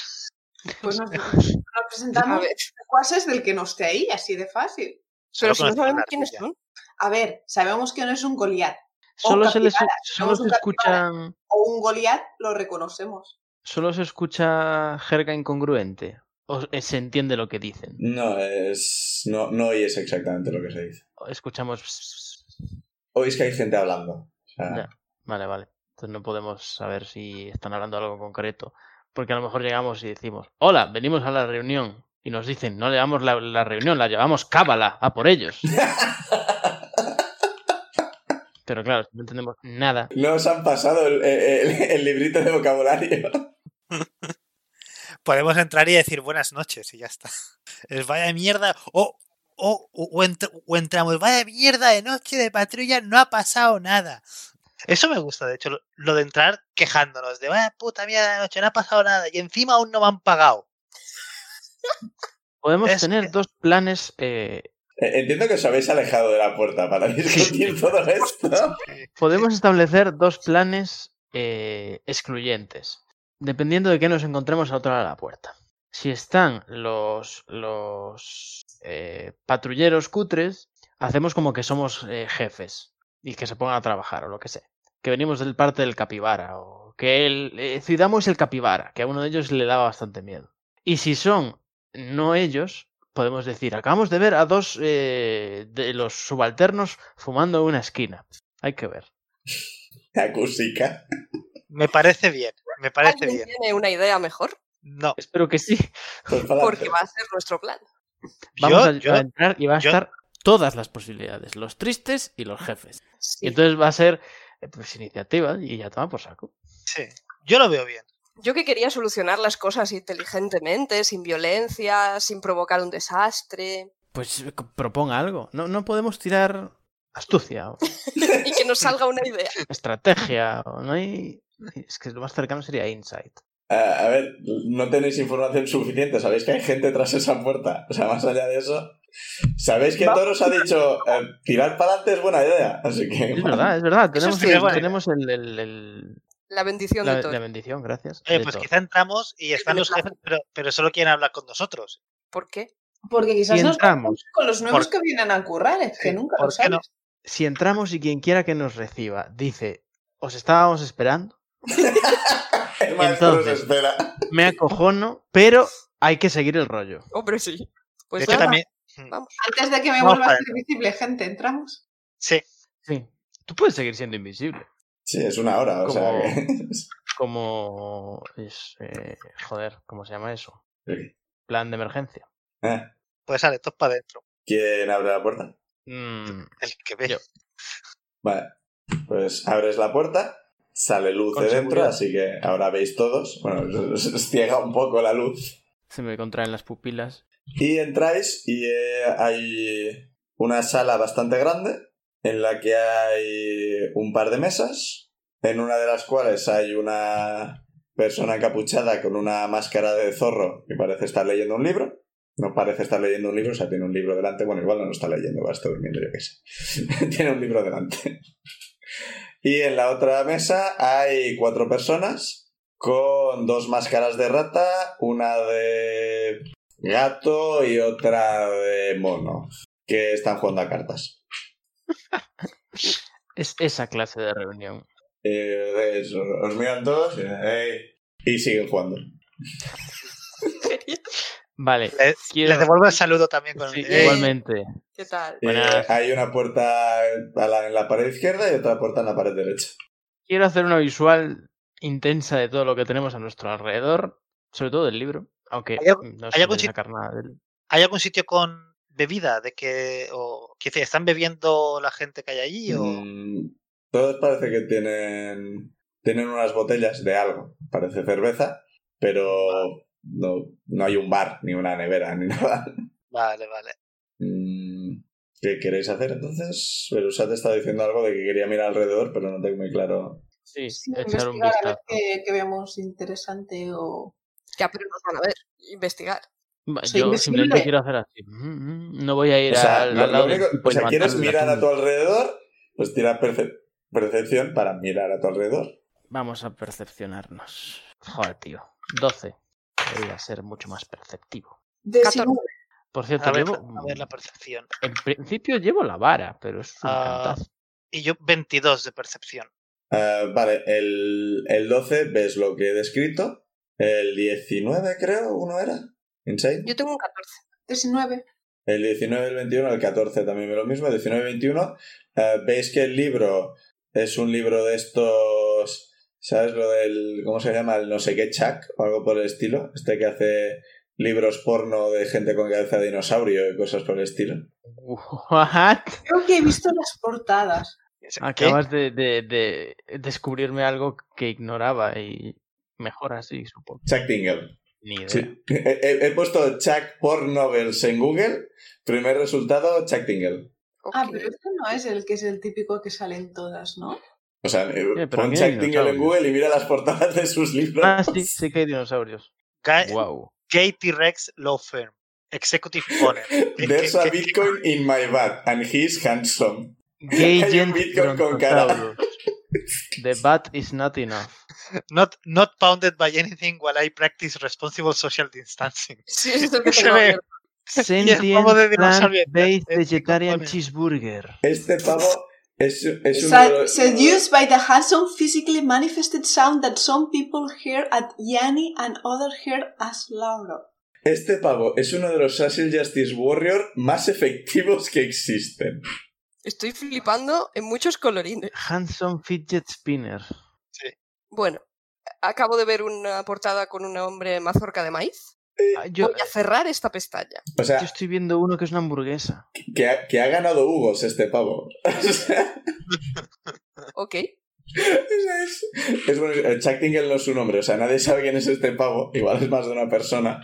Speaker 2: Pues nos, nos
Speaker 4: A
Speaker 2: presentamos
Speaker 4: ver,
Speaker 2: secuaces del que no esté ahí, así de fácil.
Speaker 4: pero
Speaker 3: Solo
Speaker 4: si no
Speaker 3: con el
Speaker 4: sabemos
Speaker 3: señor
Speaker 4: quiénes
Speaker 3: Ardilla.
Speaker 4: son.
Speaker 2: A ver, sabemos que no es un Goliat. O
Speaker 5: Solo se, les,
Speaker 2: capibara,
Speaker 5: solo
Speaker 2: tenemos
Speaker 5: se
Speaker 2: un capibara.
Speaker 5: escuchan-
Speaker 2: O un Goliat lo reconocemos.
Speaker 5: solo se escucha jerga incongruente. O eh, se entiende lo que dicen.
Speaker 1: No, es, no, no oís exactamente lo que se dice.
Speaker 5: Escuchamos.
Speaker 1: Oís que hay gente hablando. O sea,
Speaker 5: Ya. Vale, vale. Entonces no podemos saber si están hablando de algo concreto. Porque a lo mejor llegamos y decimos, hola, venimos a la reunión. Y nos dicen, no llevamos la, la reunión, la llevamos cábala, a por ellos. Pero claro, no entendemos nada.
Speaker 1: No os han pasado el, el- el- el librito de vocabulario.
Speaker 3: Podemos entrar y decir buenas noches y ya está. Es vaya mierda. O, o, o- o ent- o entramos, vaya mierda de noche de patrulla, no ha pasado nada. Eso me gusta, de hecho, lo, lo de entrar quejándonos de vaya puta mierda de noche, no ha pasado nada. Y encima aún no me han pagado.
Speaker 5: Podemos
Speaker 3: Es
Speaker 5: tener
Speaker 3: que-
Speaker 5: dos planes eh,
Speaker 1: Eh, Entiendo que os habéis alejado de la puerta para discutir todo esto.
Speaker 5: Podemos establecer dos planes eh, excluyentes, dependiendo de qué nos encontremos al otro lado de la puerta. Si están los, los eh, patrulleros cutres, hacemos como que somos eh, jefes y que se pongan a trabajar o lo que sea. Que venimos del parte del capibara o que el eh, Zuidamo es el capibara, que a uno de ellos le daba bastante miedo. Y si son no ellos, podemos decir, acabamos de ver a dos eh, de los subalternos fumando en una esquina. Hay que ver.
Speaker 1: Acusica.
Speaker 3: Me parece bien, me parece
Speaker 4: ¿Alguien
Speaker 3: bien.
Speaker 4: tiene una idea mejor?
Speaker 3: No,
Speaker 5: Espero que sí.
Speaker 1: Pues para
Speaker 4: Porque va
Speaker 1: adelante.
Speaker 4: a ser nuestro plan.
Speaker 5: Vamos
Speaker 3: yo,
Speaker 5: a,
Speaker 3: yo-
Speaker 5: a entrar y va a
Speaker 3: yo-
Speaker 5: estar todas las posibilidades, los tristes y los jefes.
Speaker 4: Sí.
Speaker 5: Y entonces va a ser eh, pues iniciativa y ya toma por saco.
Speaker 3: sí, yo lo veo bien.
Speaker 4: Yo que quería solucionar las cosas inteligentemente, sin violencia, sin provocar un desastre,
Speaker 5: Pues eh, co- proponga algo. No, no podemos tirar astucia o
Speaker 4: y que nos salga una idea.
Speaker 5: estrategia. o no hay... Es que lo más cercano sería insight.
Speaker 1: Ah, a ver, no tenéis información suficiente. Sabéis que hay gente tras esa puerta. O sea, más allá de eso. Sabéis que Toro os ha dicho eh, tirar para adelante es buena idea. Así que.
Speaker 5: Es verdad, es verdad.
Speaker 4: Eso
Speaker 5: Tenemos,
Speaker 4: sí es
Speaker 5: el,
Speaker 3: buena idea.
Speaker 5: tenemos el- el- el-
Speaker 4: La bendición
Speaker 5: la,
Speaker 4: de todo.
Speaker 5: la bendición, gracias.
Speaker 3: Oye,
Speaker 5: de
Speaker 3: pues
Speaker 5: Thor.
Speaker 3: quizá entramos y están
Speaker 4: me
Speaker 3: los jefes, pero, pero solo quieren hablar con nosotros.
Speaker 4: ¿Por qué?
Speaker 2: Porque quizás
Speaker 5: Y
Speaker 2: nos
Speaker 5: entramos.
Speaker 2: con los nuevos
Speaker 3: Por-
Speaker 2: que vienen a currar, es que
Speaker 3: Sí,
Speaker 2: nunca
Speaker 3: ¿por
Speaker 2: lo
Speaker 3: qué
Speaker 2: sabes.
Speaker 3: no?
Speaker 5: Si entramos y quien quiera que nos reciba dice, os estábamos esperando,
Speaker 1: El maestro os
Speaker 5: Entonces.
Speaker 1: espera.
Speaker 5: me acojono, pero hay que seguir el rollo.
Speaker 4: Hombre, sí.
Speaker 3: De
Speaker 4: Pues
Speaker 3: hecho,
Speaker 4: nada,
Speaker 3: también.
Speaker 4: vamos.
Speaker 2: Antes de que me
Speaker 3: Vamos
Speaker 2: vuelva a
Speaker 3: para
Speaker 2: ser visible, gente, entramos.
Speaker 3: Sí,
Speaker 5: Sí. Tú puedes seguir siendo invisible.
Speaker 1: Sí, es una hora, o sea
Speaker 5: Como-
Speaker 1: que...
Speaker 5: Como. Es, eh, joder, ¿cómo se llama eso? Plan de emergencia.
Speaker 1: Ah,
Speaker 3: Pues sale, todos para adentro.
Speaker 1: ¿Quién abre la puerta?
Speaker 5: Mm,
Speaker 3: El que ve.
Speaker 5: Yo.
Speaker 1: Vale, pues abres la puerta, sale luz
Speaker 5: Con
Speaker 1: de dentro,
Speaker 5: seguridad.
Speaker 1: así que ahora veis todos. Bueno, os- os ciega un poco la luz.
Speaker 5: se me contraen las pupilas.
Speaker 1: Y entráis y eh, hay una sala bastante grande en la que hay un par de mesas, en una de las cuales hay una persona encapuchada con una máscara de zorro que parece estar leyendo un libro. No parece estar leyendo un libro, o sea, tiene un libro delante. Bueno, igual no lo está leyendo, va, está durmiendo, yo qué sé. tiene un libro delante. y en la otra mesa hay cuatro personas con dos máscaras de rata, una de gato y otra de mono, que están jugando a cartas.
Speaker 5: Es esa clase de reunión.
Speaker 1: Eh, es- os miran todos eh, "Ey", y siguen jugando.
Speaker 5: Vale.
Speaker 3: Le-
Speaker 5: quiero-
Speaker 3: Les devuelvo el saludo también con
Speaker 5: Sí,
Speaker 3: el... "Ey".
Speaker 5: igualmente.
Speaker 4: ¿Qué tal?
Speaker 1: Eh,
Speaker 5: Buenas.
Speaker 1: hay una puerta a la- en la pared izquierda y otra puerta en la pared derecha.
Speaker 5: Quiero hacer una visual intensa de todo lo que tenemos a nuestro alrededor, sobre todo del libro, aunque
Speaker 3: ¿Hay algún-
Speaker 5: no
Speaker 3: hay
Speaker 5: se
Speaker 3: algún
Speaker 5: puede
Speaker 3: sit-
Speaker 5: sacar nada del-
Speaker 3: ¿Hay algún sitio con bebida? de que o que decir, ¿Están bebiendo la gente que hay allí? O...
Speaker 1: Mm, todos parece que tienen, tienen unas botellas de algo, parece cerveza, pero no, no hay un bar, ni una nevera, ni nada.
Speaker 3: Vale, vale.
Speaker 1: Mm, ¿Qué queréis hacer entonces? Pero usted te estaba diciendo algo de que quería mirar alrededor, pero no tengo muy claro.
Speaker 5: Sí,
Speaker 2: Sí,
Speaker 5: echar
Speaker 2: investigar
Speaker 5: un
Speaker 2: a ver
Speaker 5: vistazo.
Speaker 2: qué, qué vemos interesante o...
Speaker 4: Ya, pero nos van a ver. Investigar.
Speaker 5: Va,
Speaker 2: Soy
Speaker 5: Yo
Speaker 2: invisible.
Speaker 5: simplemente quiero hacer así. Mm, mm, No voy a ir
Speaker 1: O sea,
Speaker 5: al,
Speaker 1: lo-
Speaker 5: al lado
Speaker 1: lo
Speaker 5: del
Speaker 1: único-
Speaker 5: tipo
Speaker 1: o
Speaker 5: y
Speaker 1: sea, ¿quieres
Speaker 5: levantarle la
Speaker 1: mirar a tu
Speaker 5: tumba.
Speaker 1: alrededor? Pues tira perce- percepción para mirar a tu alrededor.
Speaker 5: Vamos a percepcionarnos. Joder, tío. 12. Debería ser mucho más perceptivo.
Speaker 2: De
Speaker 4: Catorce.
Speaker 5: Por cierto,
Speaker 3: A ver,
Speaker 5: llevo-
Speaker 3: a ver la percepción.
Speaker 5: en principio llevo la vara, pero es un
Speaker 3: Ah,
Speaker 5: cantazo.
Speaker 3: Y yo 22 de percepción.
Speaker 1: Ah, vale, el, el 12 ves lo que he descrito. El 19 creo, uno era. Insane.
Speaker 4: Yo tengo un 14.
Speaker 2: 19.
Speaker 1: El 19, el 21, el 14 también ve lo mismo. El 19, y 21. eh, Veis que el libro es un libro de estos. ¿Sabes lo del. ¿Cómo se llama? El no sé qué Chuck o algo por el estilo. Este que hace libros porno de gente con cabeza de dinosaurio y cosas por el estilo.
Speaker 5: What?
Speaker 2: Creo que he visto las portadas.
Speaker 3: ¿Qué?
Speaker 5: Acabas de, de- de descubrirme algo que ignoraba y mejor así, supongo.
Speaker 1: Chuck Tingle.
Speaker 5: Ni idea.
Speaker 1: Sí. He, he- he puesto Chuck Porn Novels en Google. Primer resultado, Chuck Tingle.
Speaker 2: Ah,
Speaker 4: Ok.
Speaker 2: pero este no es el que es el típico que salen todas, ¿no?
Speaker 1: O sea, eh,
Speaker 5: pero
Speaker 1: pon
Speaker 5: mira,
Speaker 1: Chuck Tingle en
Speaker 5: dinosaurio.
Speaker 1: Google y mira las portadas de sus libros.
Speaker 5: Ah, sí, sí que hay dinosaurios.
Speaker 3: Ga-
Speaker 5: Wow.
Speaker 3: Gay T-Rex Law Firm. Executive Owner. ¿Qué-
Speaker 1: There's a
Speaker 3: qué- qué-
Speaker 1: Bitcoin in my bag and he's handsome.
Speaker 3: Eh,
Speaker 1: Hay
Speaker 5: Gay
Speaker 1: un
Speaker 5: gent
Speaker 1: Bitcoin con cara.
Speaker 5: brontosaurus. The bat is not enough.
Speaker 3: Not, not bounded by anything while I practice responsible social distancing.
Speaker 4: Sí, es el que
Speaker 3: Se
Speaker 4: tengo
Speaker 3: ve.
Speaker 4: abierto.
Speaker 5: Sentient
Speaker 3: pavo de
Speaker 5: plant
Speaker 3: dinosaurio.
Speaker 5: based
Speaker 3: Eh,
Speaker 5: vegetarian
Speaker 3: cojones.
Speaker 5: cheeseburger.
Speaker 1: Este pavo es, es uno de
Speaker 2: Sed-
Speaker 1: los-
Speaker 2: Seduced by the handsome physically manifested sound that some people hear at Yanni and others hear as Laura.
Speaker 1: Este pavo es uno de los Social Justice Warrior más efectivos que existen.
Speaker 4: Estoy flipando en muchos colorines.
Speaker 5: Handsome fidget spinner.
Speaker 4: Bueno, acabo de ver una portada con un hombre mazorca de maíz.
Speaker 5: Ah, Yo,
Speaker 4: Voy a cerrar esta pestaña.
Speaker 1: O sea,
Speaker 5: yo estoy viendo uno que es una hamburguesa.
Speaker 1: que ha, que ha ganado Hugos este pavo. O sea,
Speaker 4: Ok.
Speaker 1: es, es bueno, el Chuck Tingle no es su nombre, o sea, nadie sabe quién es este pavo, igual es más de una persona.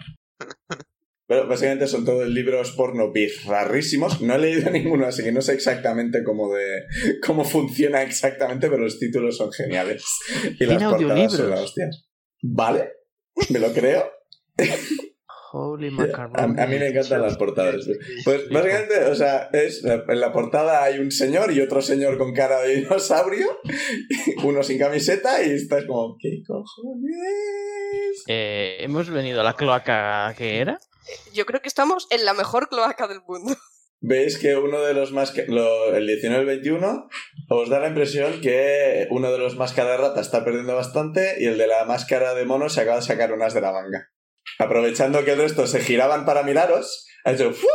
Speaker 1: Pero básicamente son todos libros porno rarísimos. No he leído ninguno, así que no sé exactamente cómo, de, cómo funciona exactamente, pero los títulos son geniales. Y las
Speaker 5: Tiene
Speaker 1: portadas son
Speaker 5: audiolibros.
Speaker 1: las hostias. Vale, me lo creo. A,
Speaker 5: Holy
Speaker 1: a
Speaker 5: macaroni.
Speaker 1: mí me encantan las portadas. Pues básicamente, o sea, es, en la portada hay un señor y otro señor con cara de dinosaurio, uno sin camiseta y estás como, ¿qué cojones?
Speaker 5: Eh, Hemos venido a la cloaca que era.
Speaker 4: Yo creo que estamos en la mejor cloaca del mundo.
Speaker 1: Veis que uno de los más... que- lo- el 19-21 os da la impresión que uno de los máscara de rata está perdiendo bastante y el de la máscara de mono se acaba de sacar unas de la manga. Aprovechando que el resto se giraban para miraros, ha hecho... "Fu".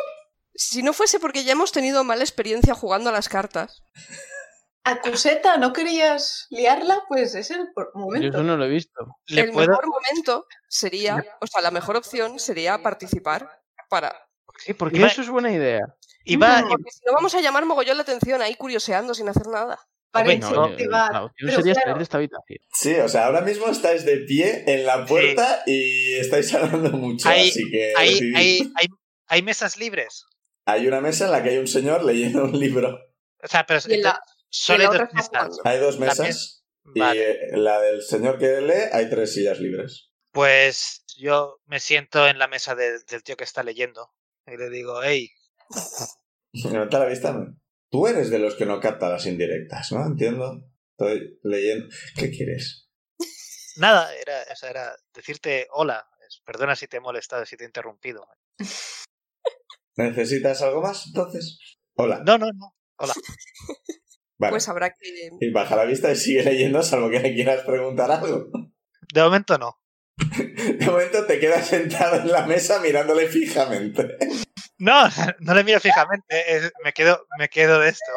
Speaker 4: Si no fuese porque ya hemos tenido mala experiencia jugando a las cartas,
Speaker 2: A Cuseta, ¿no querías liarla? Pues es el por-
Speaker 5: Yo
Speaker 2: momento.
Speaker 5: eso no lo he visto.
Speaker 3: Le
Speaker 4: el
Speaker 3: puedo.
Speaker 4: mejor momento sería, o sea, la mejor opción sería participar para...
Speaker 5: Sí, porque
Speaker 3: Iba-
Speaker 5: eso es buena idea.
Speaker 3: Iba,
Speaker 4: Porque si no vamos a llamar mogollón la atención ahí curioseando sin hacer nada.
Speaker 2: Para
Speaker 3: Hombre,
Speaker 5: No,
Speaker 3: Sí,
Speaker 5: eh,
Speaker 2: incentivar.
Speaker 5: la opción
Speaker 2: Pero
Speaker 5: sería
Speaker 2: claro,
Speaker 5: salir de esta habitación.
Speaker 1: Sí, o sea, ahora mismo estáis de pie en la puerta y estáis hablando mucho,
Speaker 3: Hay-
Speaker 1: así que
Speaker 3: hay,
Speaker 1: decidid.
Speaker 3: hay, hay, hay mesas libres.
Speaker 1: Hay una mesa en la que hay un señor leyendo un libro.
Speaker 3: O sea, pero
Speaker 4: Y en la- y
Speaker 3: solo
Speaker 4: en
Speaker 3: hay
Speaker 4: la
Speaker 3: dos
Speaker 4: otra está
Speaker 3: mesas.
Speaker 4: jugando.
Speaker 1: Hay dos
Speaker 3: La
Speaker 1: mesas y
Speaker 3: Vale.
Speaker 1: eh, la del señor que lee hay tres sillas libres.
Speaker 3: Pues yo me siento en la mesa del- del tío que está leyendo. Y le digo, hey,
Speaker 1: Levanta la vista. ¿no? Tú eres de los que no capta las indirectas, ¿no? Entiendo. Estoy leyendo. ¿Qué quieres?
Speaker 3: Nada, era, o sea, era decirte hola. es- Perdona si te he molestado, si te he interrumpido.
Speaker 1: ¿Necesitas algo más? Entonces. Hola.
Speaker 3: No, no, no.
Speaker 1: Vale.
Speaker 4: Pues habrá que...
Speaker 1: Y baja la vista y sigue leyendo, salvo que le quieras preguntar algo.
Speaker 3: De momento no.
Speaker 1: De momento te quedas sentado en la mesa mirándole fijamente.
Speaker 3: No, no le miro fijamente. es- me, quedo, me quedo de esto.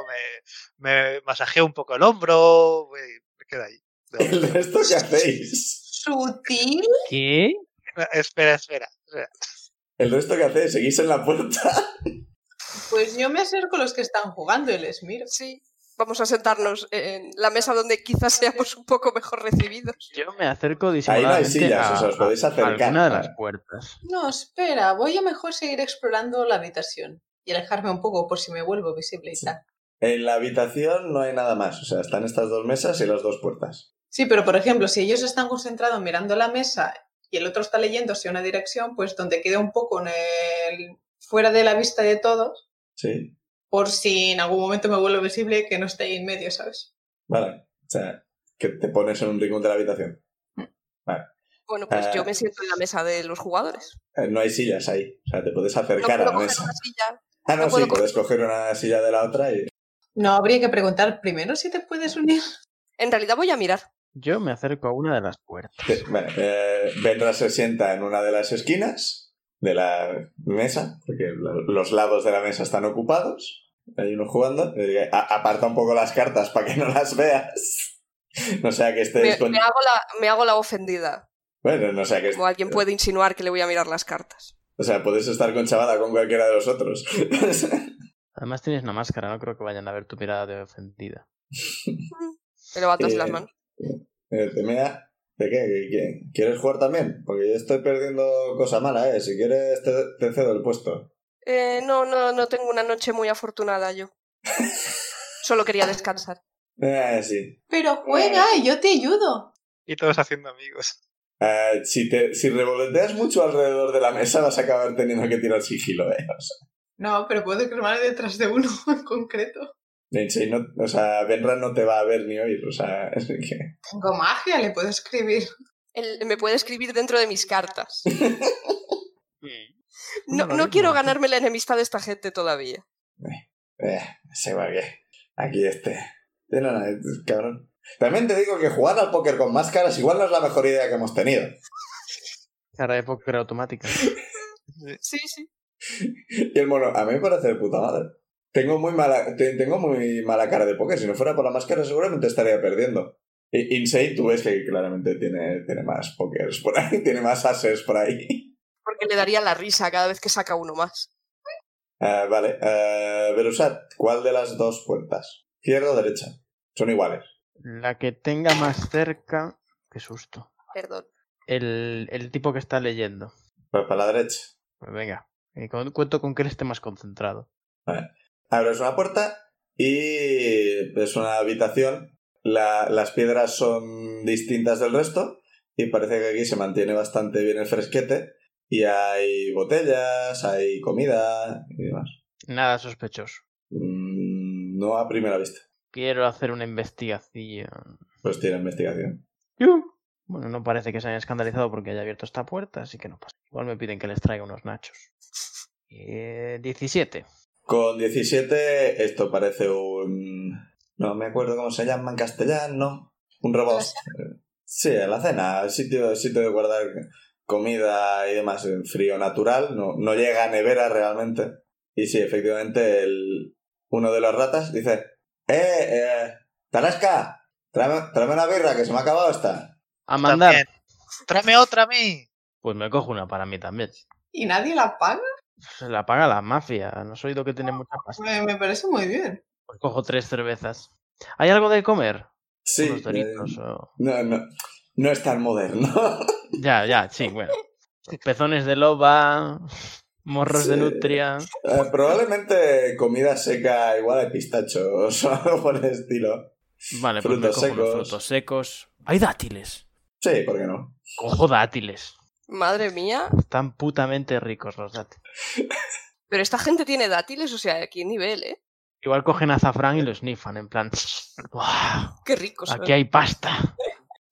Speaker 3: Me, me masajeo un poco el hombro. me- Me quedo ahí. De momento.
Speaker 1: ¿El resto qué hacéis?
Speaker 2: Sutil.
Speaker 5: ¿Qué?
Speaker 3: Espera, espera. espera.
Speaker 1: ¿El resto qué hacéis? ¿Seguís en la puerta?
Speaker 2: Pues yo me acerco a los que están jugando y les miro.
Speaker 4: Sí, vamos a sentarnos en la mesa donde quizás seamos un poco mejor recibidos.
Speaker 5: Yo me acerco
Speaker 1: Ahí no hay
Speaker 5: disimuladamente
Speaker 1: sillas,
Speaker 5: a,
Speaker 1: o sea, os podéis
Speaker 5: a
Speaker 1: acercar.
Speaker 5: alguna de las puertas.
Speaker 2: No, espera, voy a mejor seguir explorando la habitación y alejarme un poco por si me vuelvo visible y tal.
Speaker 1: En la habitación no hay nada más, o sea, están estas dos mesas y las dos puertas.
Speaker 2: Sí, pero por ejemplo, si ellos están concentrados mirando la mesa y el otro está leyendo hacia una dirección, pues donde queda un poco en el... fuera de la vista de todos,
Speaker 1: Sí,
Speaker 2: por si en algún momento me vuelvo visible que no esté ahí en medio, ¿sabes?
Speaker 1: vale. O sea, que te pones en un rincón de la habitación.
Speaker 4: Bueno, pues
Speaker 1: Ah.
Speaker 4: yo me siento en la mesa de los jugadores.
Speaker 1: Eh, No hay sillas ahí, o sea, te puedes
Speaker 4: No
Speaker 1: acercar
Speaker 4: puedo
Speaker 1: a la
Speaker 4: coger
Speaker 1: mesa.
Speaker 4: una silla.
Speaker 1: Ah, no,
Speaker 4: no
Speaker 1: sí,
Speaker 4: puedo
Speaker 1: puedes coger una silla de la otra y...
Speaker 2: No, habría que preguntar primero si te puedes unir.
Speaker 4: En realidad voy a mirar.
Speaker 5: Yo me acerco a una de las puertas.
Speaker 1: Sí, Bueno, eh, Benra se sienta en una de las esquinas de la mesa, porque lo- los lados de la mesa están ocupados. Hay uno jugando. eh, a- aparta un poco las cartas para que no las veas. No sea que
Speaker 4: Me,
Speaker 1: estés con...
Speaker 4: me hago la, me hago la ofendida.
Speaker 1: Bueno, no sea que...
Speaker 4: Como alguien puede insinuar que le voy a mirar las cartas.
Speaker 1: O sea, puedes estar con chavada con cualquiera de los otros.
Speaker 5: Además tienes una máscara, no creo que vayan a ver tu mirada de ofendida.
Speaker 4: Pero atrás
Speaker 1: Eh,
Speaker 4: las manos.
Speaker 1: Eh, te mea. ¿De qué? ¿Qué- qué? ¿Quieres jugar también? Porque yo estoy perdiendo cosa mala, ¿eh? Si quieres, te, te cedo el puesto.
Speaker 4: Eh, no, no, no tengo una noche muy afortunada yo. Solo quería descansar.
Speaker 1: Ah, sí.
Speaker 2: Pero juega y yo te ayudo.
Speaker 3: Y todos haciendo amigos.
Speaker 1: Ah, si, te, si revoloteas mucho alrededor de la mesa vas a acabar teniendo que tirar sigilo, ¿eh? O sea,
Speaker 2: No, pero puedo quemarme detrás de uno en concreto.
Speaker 1: Lindsay no, o sea, Benra no te va a ver ni oír, o sea, es que...
Speaker 2: Tengo magia, le puedo escribir.
Speaker 4: Él me puede escribir dentro de mis cartas. No,
Speaker 5: Una
Speaker 4: no quiero
Speaker 5: maravilla.
Speaker 4: ganarme la enemistad de esta gente todavía.
Speaker 1: eh, se va bien. Aquí este. Tiene una- cabrón. También te digo que jugar al póker con máscaras igual no es la mejor idea que hemos tenido.
Speaker 5: Cara de póker automática.
Speaker 4: Sí, sí.
Speaker 1: Y el mono, a mí me parece de puta madre. Tengo muy mala, te- tengo muy mala cara de póker. Si no fuera por la máscara, seguramente estaría perdiendo. Y Insane, tú ves que claramente tiene, tiene más pokers por ahí, tiene más ases por ahí.
Speaker 4: Porque le daría la risa cada vez que saca uno más.
Speaker 1: Ah, vale, eh, Berusat, ¿cuál de las dos puertas? ¿Izquierda o derecha? Son iguales.
Speaker 5: La que tenga más cerca... Qué susto.
Speaker 4: Perdón.
Speaker 5: El, el tipo que está leyendo.
Speaker 1: Pues para la derecha.
Speaker 5: Pues venga. eh, con- cuento con que él esté más concentrado.
Speaker 1: Abres una puerta y es una habitación. La- las piedras son distintas del resto y parece que aquí se mantiene bastante bien el fresquete. Y hay botellas, hay comida y demás.
Speaker 5: Nada sospechoso.
Speaker 1: Mm, no a primera vista.
Speaker 5: Quiero hacer una investigación.
Speaker 1: Pues tiene investigación.
Speaker 5: ¡Yu! Bueno, no parece que se hayan escandalizado porque haya abierto esta puerta, así que no pasa. Igual me piden que les traiga unos nachos. Eh, 17.
Speaker 1: Con 17, esto parece un. No me acuerdo cómo se llama en castellano. Un robot. Sí, a la cena, el sitio, el sitio de guardar comida y demás en frío natural. No, no llega a nevera realmente. Y sí, efectivamente, el, uno de los ratas dice: ¡Eh, eh! Tarasca, tráeme, tráeme una birra que se me ha acabado esta.
Speaker 5: A mandar.
Speaker 3: También. Tráeme otra a mí.
Speaker 5: Pues me cojo una para mí también.
Speaker 2: ¿Y nadie la paga?
Speaker 5: Se la paga la mafia. No soy oído que tiene mucha pasta.
Speaker 2: Me, me parece muy bien.
Speaker 5: Pues cojo tres cervezas. ¿Hay algo de comer?
Speaker 1: Sí.
Speaker 5: Unos doritos
Speaker 1: eh,
Speaker 5: o-
Speaker 1: No, no, no es tan moderno.
Speaker 5: Ya, ya, sí, bueno. Pezones de loba, morros de
Speaker 1: Sí.
Speaker 5: nutria.
Speaker 1: Eh, probablemente comida seca, igual de pistachos o algo por el estilo.
Speaker 5: Vale, pues me
Speaker 1: Frutos
Speaker 5: cojo los
Speaker 1: secos.
Speaker 5: frutos secos. Hay dátiles.
Speaker 1: Sí, ¿por qué no?
Speaker 5: Cojo dátiles.
Speaker 4: Madre mía.
Speaker 5: Están putamente ricos los dátiles.
Speaker 4: Pero esta gente tiene dátiles, o sea, aquí nivel, ¿eh?
Speaker 5: Igual cogen azafrán y lo snifan, en plan. "Buah,
Speaker 4: Qué ricos. son.
Speaker 5: Aquí hay pasta.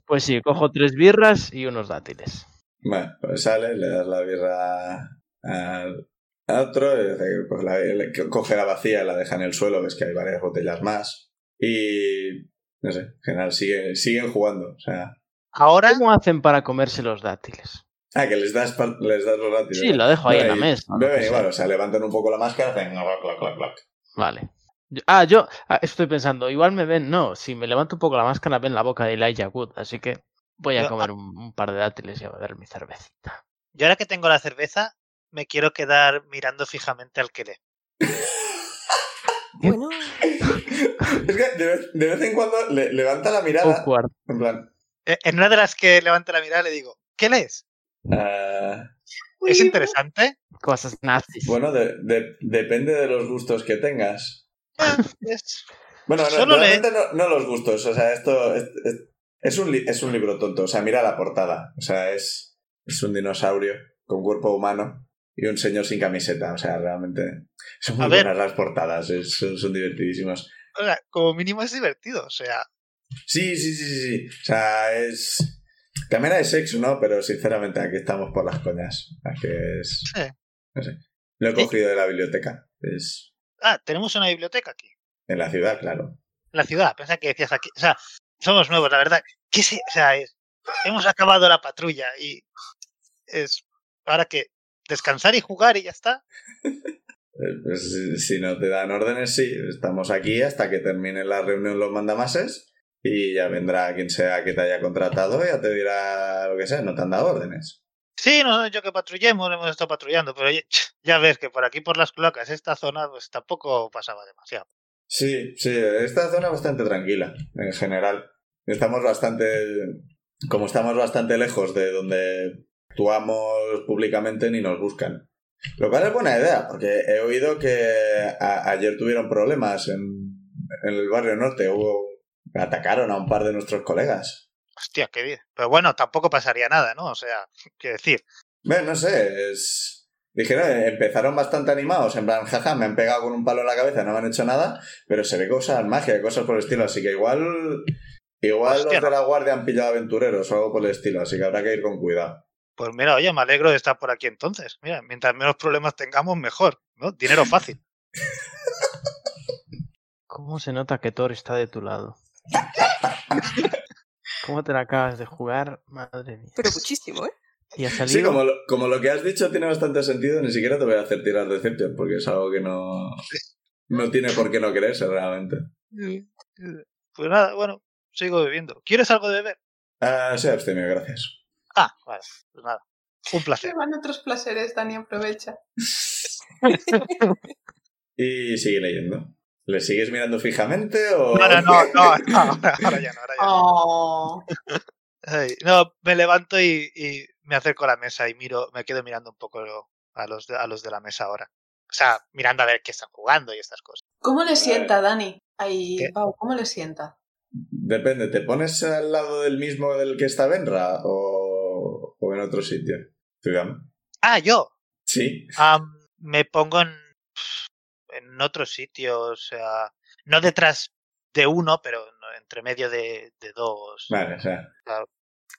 Speaker 5: Pues sí, cojo tres birras y unos dátiles.
Speaker 1: Bueno, pues sale, le das la birra al, a otro, y dice que coge la, le- que coge la vacía y la deja en el suelo, ves que hay varias botellas más. Y no sé, en general sigue- siguen jugando. O sea,
Speaker 3: Ahora,
Speaker 5: ¿Cómo hacen para comerse los dátiles?
Speaker 1: ah, que les das, par- les das los rápidos.
Speaker 5: Sí, lo dejo ahí en la
Speaker 1: Beben-
Speaker 5: mesa. lo que
Speaker 1: Beben
Speaker 5: sea.
Speaker 1: igual, o sea, levantan un poco la máscara, hacen clac, clac, clac, clac.
Speaker 5: Vale. Yo- Ah, yo ah, estoy pensando, igual me ven, no, si me levanto un poco la máscara, ven la boca de Elijah Wood, así que voy a
Speaker 3: Pero,
Speaker 1: ah
Speaker 5: comer un, un par de dátiles y a beber mi cervecita.
Speaker 3: yo ahora que tengo la cerveza, me quiero quedar mirando fijamente al que lee.
Speaker 4: Bueno,
Speaker 1: Es que de vez, de vez en cuando le- levanta la mirada,
Speaker 5: Awkward.
Speaker 1: en plan,
Speaker 3: Eh, En una de las que levanta la mirada le digo, ¿qué lees?
Speaker 1: ah,
Speaker 2: Un
Speaker 3: ¿Es
Speaker 2: libro.
Speaker 3: interesante?
Speaker 5: Cosas nazis.
Speaker 1: Bueno, de- de- depende de los gustos que tengas.
Speaker 3: Es-
Speaker 1: Bueno, no,
Speaker 3: Solo
Speaker 1: realmente no, no los gustos. O sea, esto es, es- es un li- es un libro tonto. O sea, mira la portada. O sea, es, es un dinosaurio con cuerpo humano y un señor sin camiseta. O sea, realmente son muy
Speaker 3: A ver.
Speaker 1: buenas las portadas. es- son, son divertidísimas.
Speaker 3: o sea, como mínimo es divertido. O sea,
Speaker 1: Sí, sí, sí, sí, sí. O sea, es... También hay sexo, ¿no? Pero sinceramente aquí estamos por las coñas. Aquí es...
Speaker 3: Sí.
Speaker 1: No sé. Lo he cogido de la biblioteca. Es...
Speaker 3: ah, tenemos una biblioteca aquí.
Speaker 1: En la ciudad, claro.
Speaker 3: en la ciudad. Pensaba que decías aquí. O sea, somos nuevos, la verdad. ¿Qué se- o sea, es- hemos acabado la patrulla y es ahora que descansar y jugar y ya está.
Speaker 1: Eh, pues, si- si no te dan órdenes, sí. Estamos aquí hasta que termine la reunión los mandamases y ya vendrá quien sea que te haya contratado y ya te dirá lo que sea. No te han dado órdenes.
Speaker 3: Sí, no yo que patrullemos, hemos estado patrullando, pero ya, ya ves que por aquí, por las cloacas, esta zona, pues tampoco pasaba demasiado.
Speaker 1: Sí, sí. Esta zona es bastante tranquila en general. Estamos bastante... Como estamos bastante lejos de donde actuamos públicamente ni nos buscan. Lo cual es buena idea, porque he oído que a- ayer tuvieron problemas en, en el barrio norte. Hubo... Atacaron a un par de nuestros colegas.
Speaker 3: Hostia, qué bien. Pero bueno, tampoco pasaría nada, ¿no? O sea, quiero decir,
Speaker 1: Bueno, no sé, es... Dijeron, eh, empezaron bastante animados, en plan, jaja, me han pegado con un palo en la cabeza, no me han hecho nada, pero se ve cosas, magia, cosas por el estilo, así que igual... Igual
Speaker 3: Hostia.
Speaker 1: los de la guardia han pillado aventureros o algo por el estilo, así que habrá que ir con cuidado.
Speaker 3: pues mira, oye, me alegro de estar por aquí entonces. Mira, mientras menos problemas tengamos, mejor, ¿no? Dinero fácil.
Speaker 5: ¿Cómo se nota que Thor está de tu lado? ¿Cómo te la acabas de jugar? Madre mía.
Speaker 4: pero muchísimo, ¿eh?
Speaker 5: Y ha
Speaker 1: Sí,
Speaker 5: salido
Speaker 1: como lo, como lo que has dicho tiene bastante sentido, ni siquiera te voy a hacer tirar Deception, porque es algo que no... No tiene por qué no creerse realmente.
Speaker 2: Mm.
Speaker 3: Pues nada, bueno, sigo bebiendo. ¿Quieres algo de beber?
Speaker 1: Ah, sí, abstemio, gracias.
Speaker 3: Ah, vale, pues nada. Un placer.
Speaker 2: Te van otros placeres, Dani, aprovecha.
Speaker 1: Y sigue leyendo. ¿Le sigues mirando fijamente o...?
Speaker 3: No, no, no, no, no, ahora, ahora ya no, ahora ya no.
Speaker 2: Oh,
Speaker 3: Ay, no, me levanto y, y me acerco a la mesa y miro, me quedo mirando un poco lo- a los de, a los de la mesa ahora. O sea, mirando a ver qué están jugando y estas cosas.
Speaker 2: ¿Cómo le sienta, Dani? Ahí,
Speaker 3: ¿Qué?
Speaker 2: Pau, ¿cómo le sienta?
Speaker 1: Depende, ¿te pones al lado del mismo del que está Benra o, o en otro sitio? Cuidado.
Speaker 3: Ah, yo.
Speaker 1: Sí.
Speaker 3: Am, me pongo en, en otro sitio, o sea, no detrás de uno, pero entre medio de, de dos.
Speaker 1: Vale, o sea.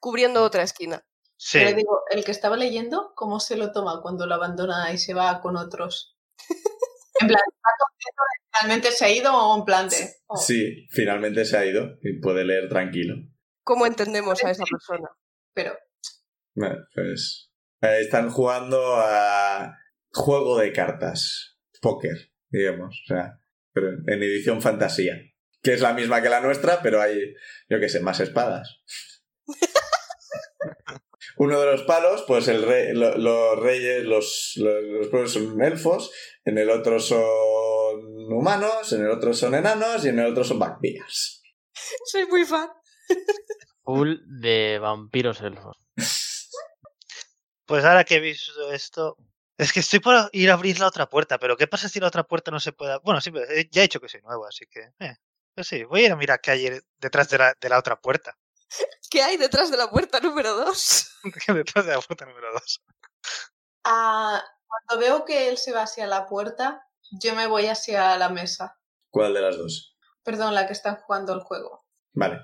Speaker 4: Cubriendo otra esquina.
Speaker 3: Sí,
Speaker 2: Pero digo, el que estaba leyendo, ¿cómo se lo toma cuando lo abandona y se va con otros? En plan, ¿está contento de que ¿realmente se ha ido o en plan de...? oh,
Speaker 1: Sí, finalmente se ha ido y puede leer tranquilo.
Speaker 4: ¿Cómo entendemos a esa persona?
Speaker 2: Pero,
Speaker 1: Vale, pues. eh, están jugando a juego de cartas. Póker, digamos. O sea, pero en edición fantasía. que es la misma que la nuestra, pero hay, yo qué sé, más espadas. Uno de los palos, pues el rey- lo- los reyes, los, los, los pueblos son elfos, en el otro son humanos, en el otro son enanos y en el otro son vampiros.
Speaker 4: Soy muy fan.
Speaker 5: Full de vampiros elfos.
Speaker 3: Pues ahora que he visto esto. Es que estoy por ir a abrir la otra puerta, pero ¿qué pasa si la otra puerta no se puede ab- Bueno, sí, pero, eh, ya he dicho que soy nuevo, así que. eh, pues sí, voy a ir a mirar qué hay eh, detrás de la, de la otra puerta.
Speaker 4: ¿Qué hay detrás de la puerta número 2?
Speaker 3: detrás de la puerta número 2.
Speaker 2: Ah, cuando veo que él se va hacia la puerta, yo me voy hacia la mesa.
Speaker 1: ¿Cuál de las dos?
Speaker 2: Perdón, la que están jugando el juego.
Speaker 1: Vale.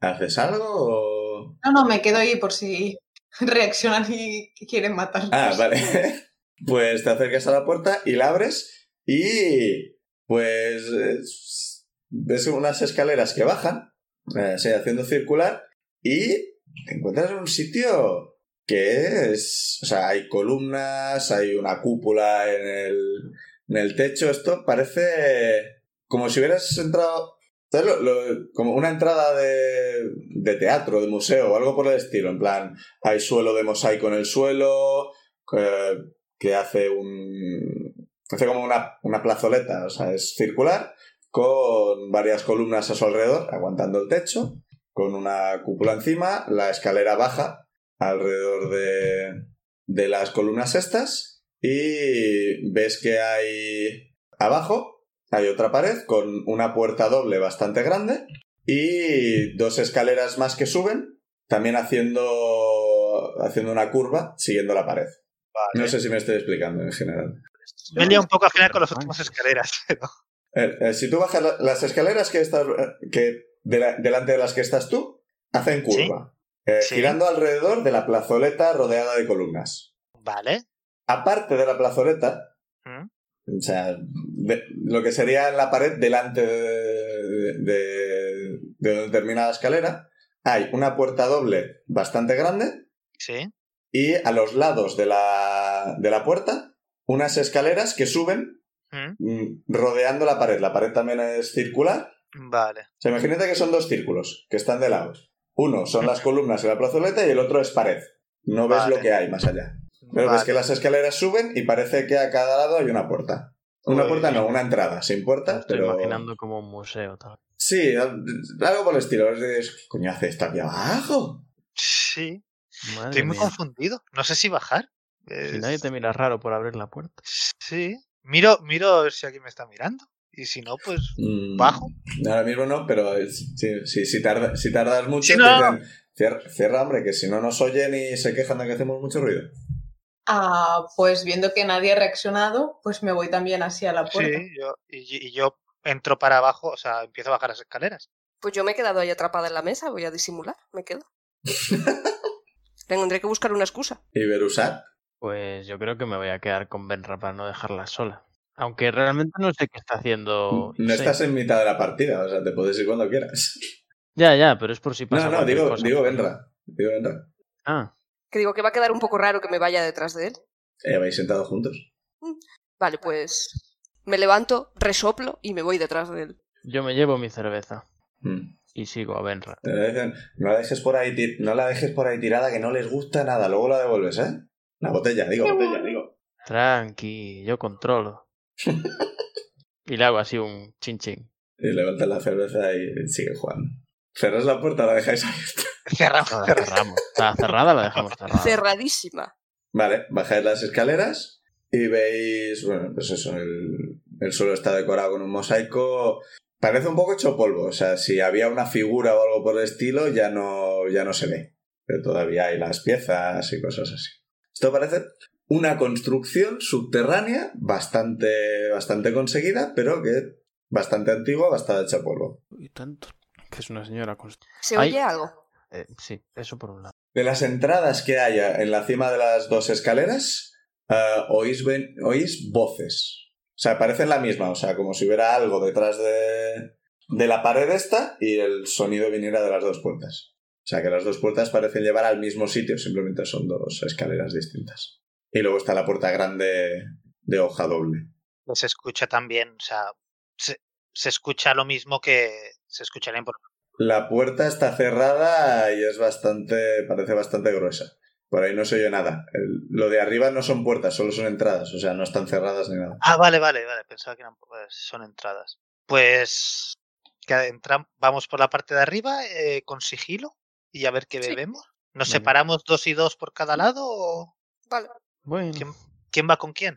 Speaker 1: ¿Haces algo o...?
Speaker 2: No, no, me quedo ahí por si reaccionan y quieren matarnos.
Speaker 1: Ah, vale. Pues te acercas a la puerta y la abres y... Pues... es- Ves unas escaleras que bajan, eh, así, haciendo circular, y te encuentras en un sitio que es... O sea, hay columnas, hay una cúpula en el, en el techo. Esto parece como si hubieras entrado... ¿sabes lo- lo- como una entrada de, de teatro, de museo o algo por el estilo. En plan, hay suelo de mosaico en el suelo, que, que hace un hace como una, una plazoleta, o sea, es circular, con varias columnas a su alrededor, aguantando el techo, con una cúpula encima, la escalera baja alrededor de, de las columnas estas, y ves que hay abajo, hay otra pared con una puerta doble bastante grande y dos escaleras más que suben, también haciendo, haciendo una curva, siguiendo la pared. No sé si me estoy explicando en general.
Speaker 3: Me he liado un poco al final con las últimas escaleras, pero.
Speaker 1: Eh, eh, si tú bajas la- las escaleras que estás, eh, que de la- delante de las que estás tú, hacen curva, eh,
Speaker 3: Sí.
Speaker 1: girando alrededor de la plazoleta rodeada de columnas.
Speaker 3: Vale.
Speaker 1: Aparte de la plazoleta, o sea, de- lo que sería la pared delante de, de- de donde termina la escalera, hay una puerta doble bastante grande
Speaker 3: Sí.
Speaker 1: y a los lados de la, de la puerta unas escaleras que suben
Speaker 3: Mm,
Speaker 1: mm, rodeando la pared. La pared también es circular.
Speaker 3: Mm, Vale.
Speaker 1: O sea, imagínate que son dos círculos que están de lados. Uno son las columnas y la plazoleta y el otro es pared. No ves
Speaker 3: Vale.
Speaker 1: lo que hay más allá. Pero ves
Speaker 3: vale.
Speaker 1: que las escaleras suben y parece que a cada lado hay una puerta. Una
Speaker 3: Uy.
Speaker 1: puerta no, una entrada, sin
Speaker 5: Me
Speaker 1: puerta,
Speaker 5: estoy
Speaker 1: pero...
Speaker 5: imaginando como un museo. Tal.
Speaker 1: Sí, al- algo por el estilo. Es, ¿qué coño, hace esto aquí abajo?
Speaker 3: Sí.
Speaker 5: Madre
Speaker 3: Estoy muy
Speaker 5: mía.
Speaker 3: confundido. No sé si bajar.
Speaker 5: Si
Speaker 3: Eh,
Speaker 5: nadie te mira raro por abrir la puerta.
Speaker 3: Sí. Miro, miro a ver si alguien me está mirando. Y si no, pues.
Speaker 1: Mm,
Speaker 3: Bajo.
Speaker 1: Ahora mismo no, pero es- si, si, si tarda- si tardas mucho,
Speaker 3: Sí, no.
Speaker 1: te dicen, cierra, cierra, hombre, que si no nos oyen y se quejan de que hacemos mucho ruido.
Speaker 2: Ah, pues viendo que nadie ha reaccionado, pues me voy también hacia la puerta.
Speaker 3: Sí, yo, y, y yo entro para abajo, o sea, empiezo a bajar las escaleras.
Speaker 4: Pues yo me he quedado ahí atrapada en la mesa, voy a disimular, me quedo. Tendré que buscar una excusa.
Speaker 1: Y Berusat,
Speaker 5: Pues yo creo que me voy a quedar con Benra para no dejarla sola. Aunque realmente no sé qué está haciendo.
Speaker 1: no
Speaker 5: Issei.
Speaker 1: estás en mitad de la partida, o sea, te puedes ir cuando quieras.
Speaker 5: Ya, ya, pero es por si pasa.
Speaker 1: No, no,
Speaker 5: cualquier
Speaker 1: digo,
Speaker 5: cosa.
Speaker 1: digo Benra. Digo Benra.
Speaker 5: Ah,
Speaker 4: Que digo que va a quedar un poco raro que me vaya detrás de él.
Speaker 1: Eh, habéis sentado juntos.
Speaker 4: Vale, pues me levanto, resoplo y me voy detrás de él.
Speaker 5: yo me llevo mi cerveza
Speaker 1: Mm.
Speaker 5: y sigo a Benra.
Speaker 1: Te dicen, no la dejes por ahí, ti- no la dejes por ahí tirada que no les gusta nada, luego la devuelves, ¿eh? La botella, digo, botella, digo.
Speaker 5: Tranqui, yo controlo. y le hago así un chin chin.
Speaker 1: Y levantas la cerveza y sigue jugando. Cerras la puerta, la dejáis abierta.
Speaker 3: Cerramos.
Speaker 5: La cerramos. Está cerrada, la dejamos
Speaker 3: Ah.
Speaker 5: cerrada.
Speaker 4: Cerradísima.
Speaker 1: Vale, bajáis las escaleras y veis, bueno, pues eso, el, el suelo está decorado con un mosaico. Parece un poco hecho polvo, o sea, si había una figura o algo por el estilo, ya no, ya no se ve. Pero todavía hay las piezas y cosas así. Esto parece una construcción subterránea bastante, bastante conseguida, pero que bastante antigua, bastante hecha polvo.
Speaker 5: Y tanto. Que es una señora const-
Speaker 4: ¿Se
Speaker 5: Ay.
Speaker 4: oye algo?
Speaker 5: Eh, sí, eso por un lado.
Speaker 1: De las entradas que haya en la cima de las dos escaleras, eh, oís, ven- oís voces. O sea, parecen la misma, o sea, como si hubiera algo detrás de, de la pared esta y el sonido viniera de las dos puertas. O sea, que las dos puertas parecen llevar al mismo sitio, simplemente son dos escaleras distintas. Y luego está la puerta grande de hoja doble.
Speaker 3: Pues Se escucha también, o sea, se, se escucha lo mismo que se escucharía por...
Speaker 1: La puerta está cerrada y es bastante, parece bastante gruesa. Por ahí no se oye nada. El- lo de arriba no son puertas, solo son entradas, o sea, no están cerradas ni nada.
Speaker 3: Ah, vale, vale, vale. Pensaba que eran, pues, son entradas. Pues que entram- vamos por la parte de arriba eh, con sigilo y a ver qué
Speaker 4: Sí.
Speaker 3: bebemos. ¿Nos
Speaker 5: Vale.
Speaker 3: separamos dos y dos por cada lado o
Speaker 4: Vale,
Speaker 5: Bueno,
Speaker 3: ¿Quién? quién va con quién?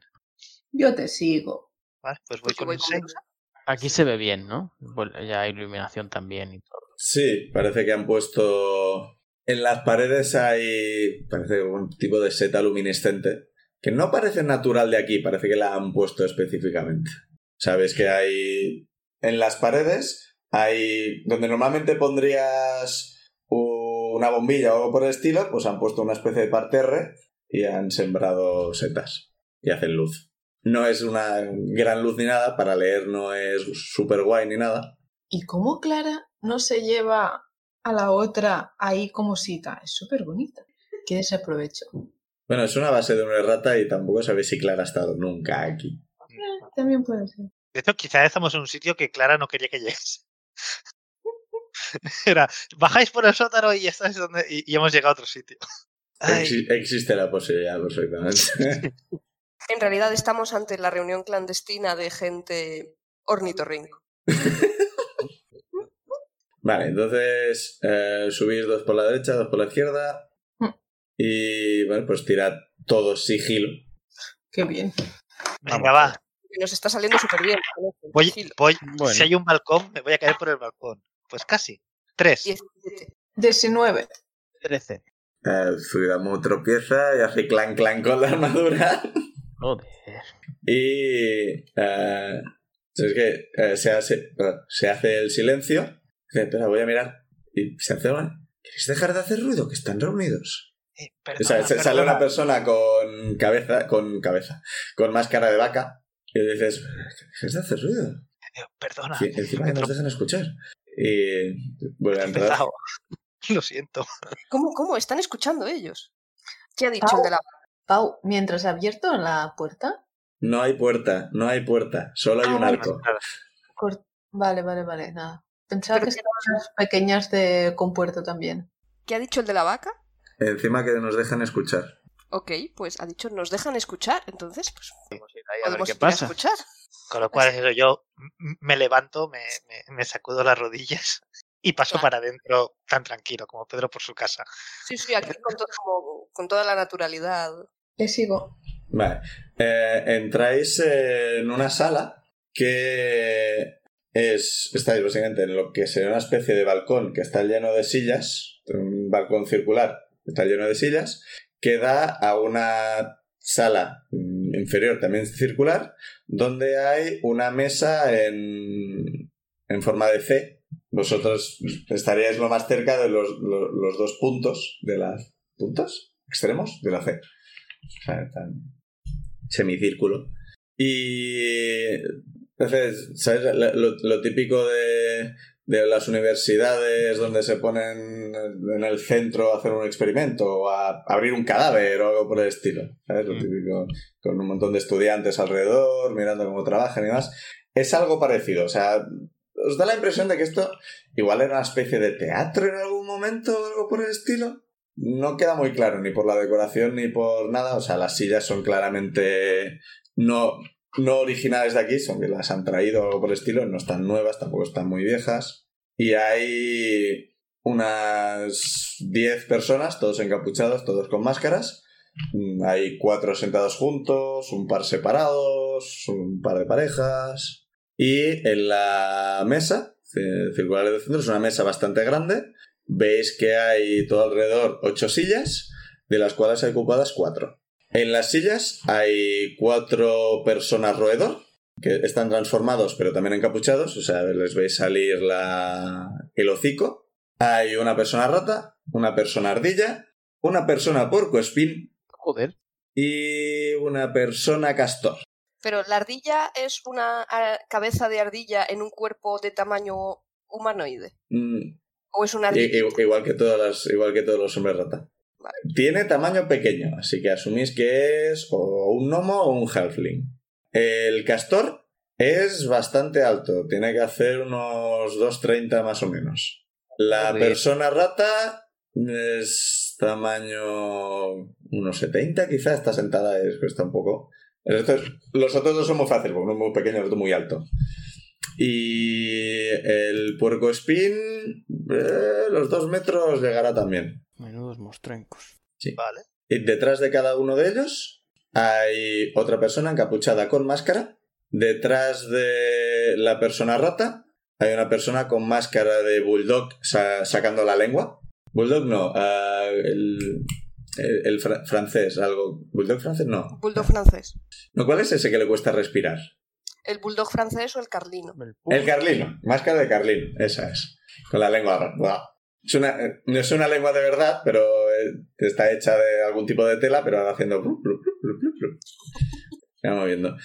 Speaker 2: Yo te sigo.
Speaker 3: Vale, pues voy
Speaker 4: pues yo
Speaker 3: con
Speaker 4: voy
Speaker 3: el
Speaker 4: con
Speaker 3: seis.
Speaker 4: Medusa.
Speaker 5: aquí se ve bien, ¿no? Bueno, ya hay iluminación también y todo.
Speaker 1: Sí, parece que han puesto... En las paredes hay, parece un tipo de seta luminiscente, que no parece natural de aquí, parece que la han puesto específicamente. Sabes que hay... En las paredes hay... Donde normalmente pondrías una bombilla o algo por el estilo, pues han puesto una especie de parterre y han sembrado setas y hacen luz. No es una gran luz ni nada, para leer no es súper guay ni nada,
Speaker 2: ¿Y cómo Clara no se lleva a la otra ahí como cita? Es súper bonita. Qué desaprovecho.
Speaker 1: Bueno, es una base de una errata y tampoco sabéis si Clara ha estado nunca aquí.
Speaker 2: Eh, También puede ser.
Speaker 3: De hecho, quizás estamos en un sitio que Clara no quería que llegues. Era, bajáis por el sótano y ya estáis donde. Y, y hemos llegado a otro sitio. Ay,
Speaker 1: Exi- existe la posibilidad, perfectamente.
Speaker 4: En realidad estamos ante la reunión clandestina de gente ornitorrinco.
Speaker 1: vale, entonces eh, subís dos por la derecha, dos por la izquierda.
Speaker 2: Mm.
Speaker 1: Y bueno, pues tirad todo sigilo.
Speaker 2: Qué bien.
Speaker 3: venga, va.
Speaker 4: Y Nos está saliendo súper bien.
Speaker 3: Voy, voy-
Speaker 5: Bueno.
Speaker 3: Si hay un balcón, me voy a caer por el balcón. Pues casi. Tres. Eh,
Speaker 2: 19.
Speaker 5: 13.
Speaker 1: Eh, Zuidamu tropieza y hace clan clan con la armadura.
Speaker 5: Joder.
Speaker 1: Y. eh, es que eh, se, hace, perdón, se hace el silencio. Dice, espera, voy a mirar. Y se hace una- ¿Queréis dejar de hacer ruido? Que están reunidos.
Speaker 3: Eh,
Speaker 1: O sea,
Speaker 3: perdona,
Speaker 1: se- sale
Speaker 3: perdona.
Speaker 1: una persona con cabeza, con cabeza, con máscara de vaca, y dices, ¿qué de hacer ruido?
Speaker 3: Eh, Perdona.
Speaker 1: Y encima que nos dejan escuchar. Y vuelve a
Speaker 3: he
Speaker 1: entrar.
Speaker 3: empezado. Lo siento.
Speaker 4: ¿Cómo, ¿Cómo? ¿Están escuchando ellos? ¿Qué ha
Speaker 3: Ah.
Speaker 4: dicho el de la...
Speaker 2: Pau, mientras ha abierto la puerta.
Speaker 1: No hay puerta, no hay puerta, solo hay
Speaker 2: Ah,
Speaker 1: un
Speaker 2: vale.
Speaker 1: arco.
Speaker 2: cort- Vale, vale, vale, nada. Pensaba
Speaker 4: Pero
Speaker 2: que
Speaker 4: que-
Speaker 2: estaban las pequeñas de compuerto también.
Speaker 4: ¿Qué ha dicho el de la vaca?
Speaker 1: Encima que nos dejan escuchar.
Speaker 4: Ok, pues ha dicho, nos dejan escuchar, entonces pues
Speaker 3: Vamos a ir ahí a ver
Speaker 4: podemos
Speaker 3: qué
Speaker 4: ir a
Speaker 5: pasa.
Speaker 4: escuchar.
Speaker 3: pasa. Con lo cual, eso, yo m- me levanto, me, me- me sacudo las rodillas y paso
Speaker 4: Claro.
Speaker 3: para adentro tan tranquilo como Pedro por su casa.
Speaker 4: Sí, sí, aquí con, todo- como- con toda la naturalidad.
Speaker 2: Le sigo.
Speaker 1: Vale. Eh, entráis eh, en una sala que es. Estáis básicamente en lo que sería una especie de balcón que está lleno de sillas. Un balcón circular que está lleno de sillas. Que da a una sala mm, inferior, también circular, donde hay una mesa en, en forma de C. Vosotros estaríais lo más cerca de los, los- los dos puntos de las. ¿Puntos? ¿Extremos? De la C. O sea, tan semicírculo. Y entonces, ¿sabes? Lo, lo- lo típico de, de las universidades donde se ponen en el centro a hacer un experimento o a abrir un cadáver o algo por el estilo. ¿Sabes? Lo
Speaker 5: Mm.
Speaker 1: típico con un montón de estudiantes alrededor, mirando cómo trabajan y demás. Es algo parecido. O sea, os da la impresión de que esto igual era una especie de teatro en algún momento o algo por el estilo. No queda muy claro ni por la decoración ni por nada. O sea, las sillas son claramente no, no originales de aquí, son que las han traído o algo por el estilo. No están nuevas, tampoco están muy viejas. Y hay unas 10 personas, todos encapuchados, todos con máscaras. Mm, Hay cuatro sentados juntos, un par separados, un par de parejas. Y en la mesa eh, circular del centro es una mesa bastante grande. Veis que hay todo alrededor ocho sillas, de las cuales hay ocupadas cuatro. En las sillas hay cuatro personas roedor, que están transformados pero también encapuchados, o sea, les veis salir la... el hocico. Hay una persona rata, una persona ardilla, una persona porcoespín
Speaker 5: Joder.
Speaker 1: y una persona castor.
Speaker 4: Pero la ardilla es una ah, cabeza de ardilla en un cuerpo de tamaño humanoide.
Speaker 1: Mm,
Speaker 4: ¿O es una
Speaker 1: I-
Speaker 4: ardilla?
Speaker 1: i- Igual que, todas las- igual que todos los hombres rata.
Speaker 4: Vale.
Speaker 1: Tiene tamaño pequeño, así que asumís que es o un gnomo o un halfling. El castor Es bastante alto, tiene que hacer unos 2.30 más o menos. La
Speaker 5: Joder.
Speaker 1: persona rata es tamaño unos 70, quizás está sentada, es, cuesta un poco. El resto es- los otros dos son muy fáciles, porque uno es muy pequeño y el otro muy alto. Y el puerco spin, eh, los dos metros llegará también.
Speaker 5: Menudos mostrencos.
Speaker 3: Vale.
Speaker 1: Y detrás de cada uno de ellos hay otra persona encapuchada con máscara. Detrás de la persona rata hay una persona con máscara de bulldog sa- sacando la lengua. Bulldog no, ah, el, el- el fra- francés, algo. ¿Bulldog francés? No.
Speaker 4: Bulldog francés.
Speaker 1: no. ¿Cuál es ese que le cuesta respirar?
Speaker 4: ¿El bulldog francés o el carlino?
Speaker 1: El carlino, máscara de carlino, esa es. Con la lengua. ra- guau. Es una- eh, no es una lengua de verdad, pero eh, está hecha de algún tipo de tela, pero ahora haciendo. plup, plup, plup, plup, plup, plup. Se va moviendo.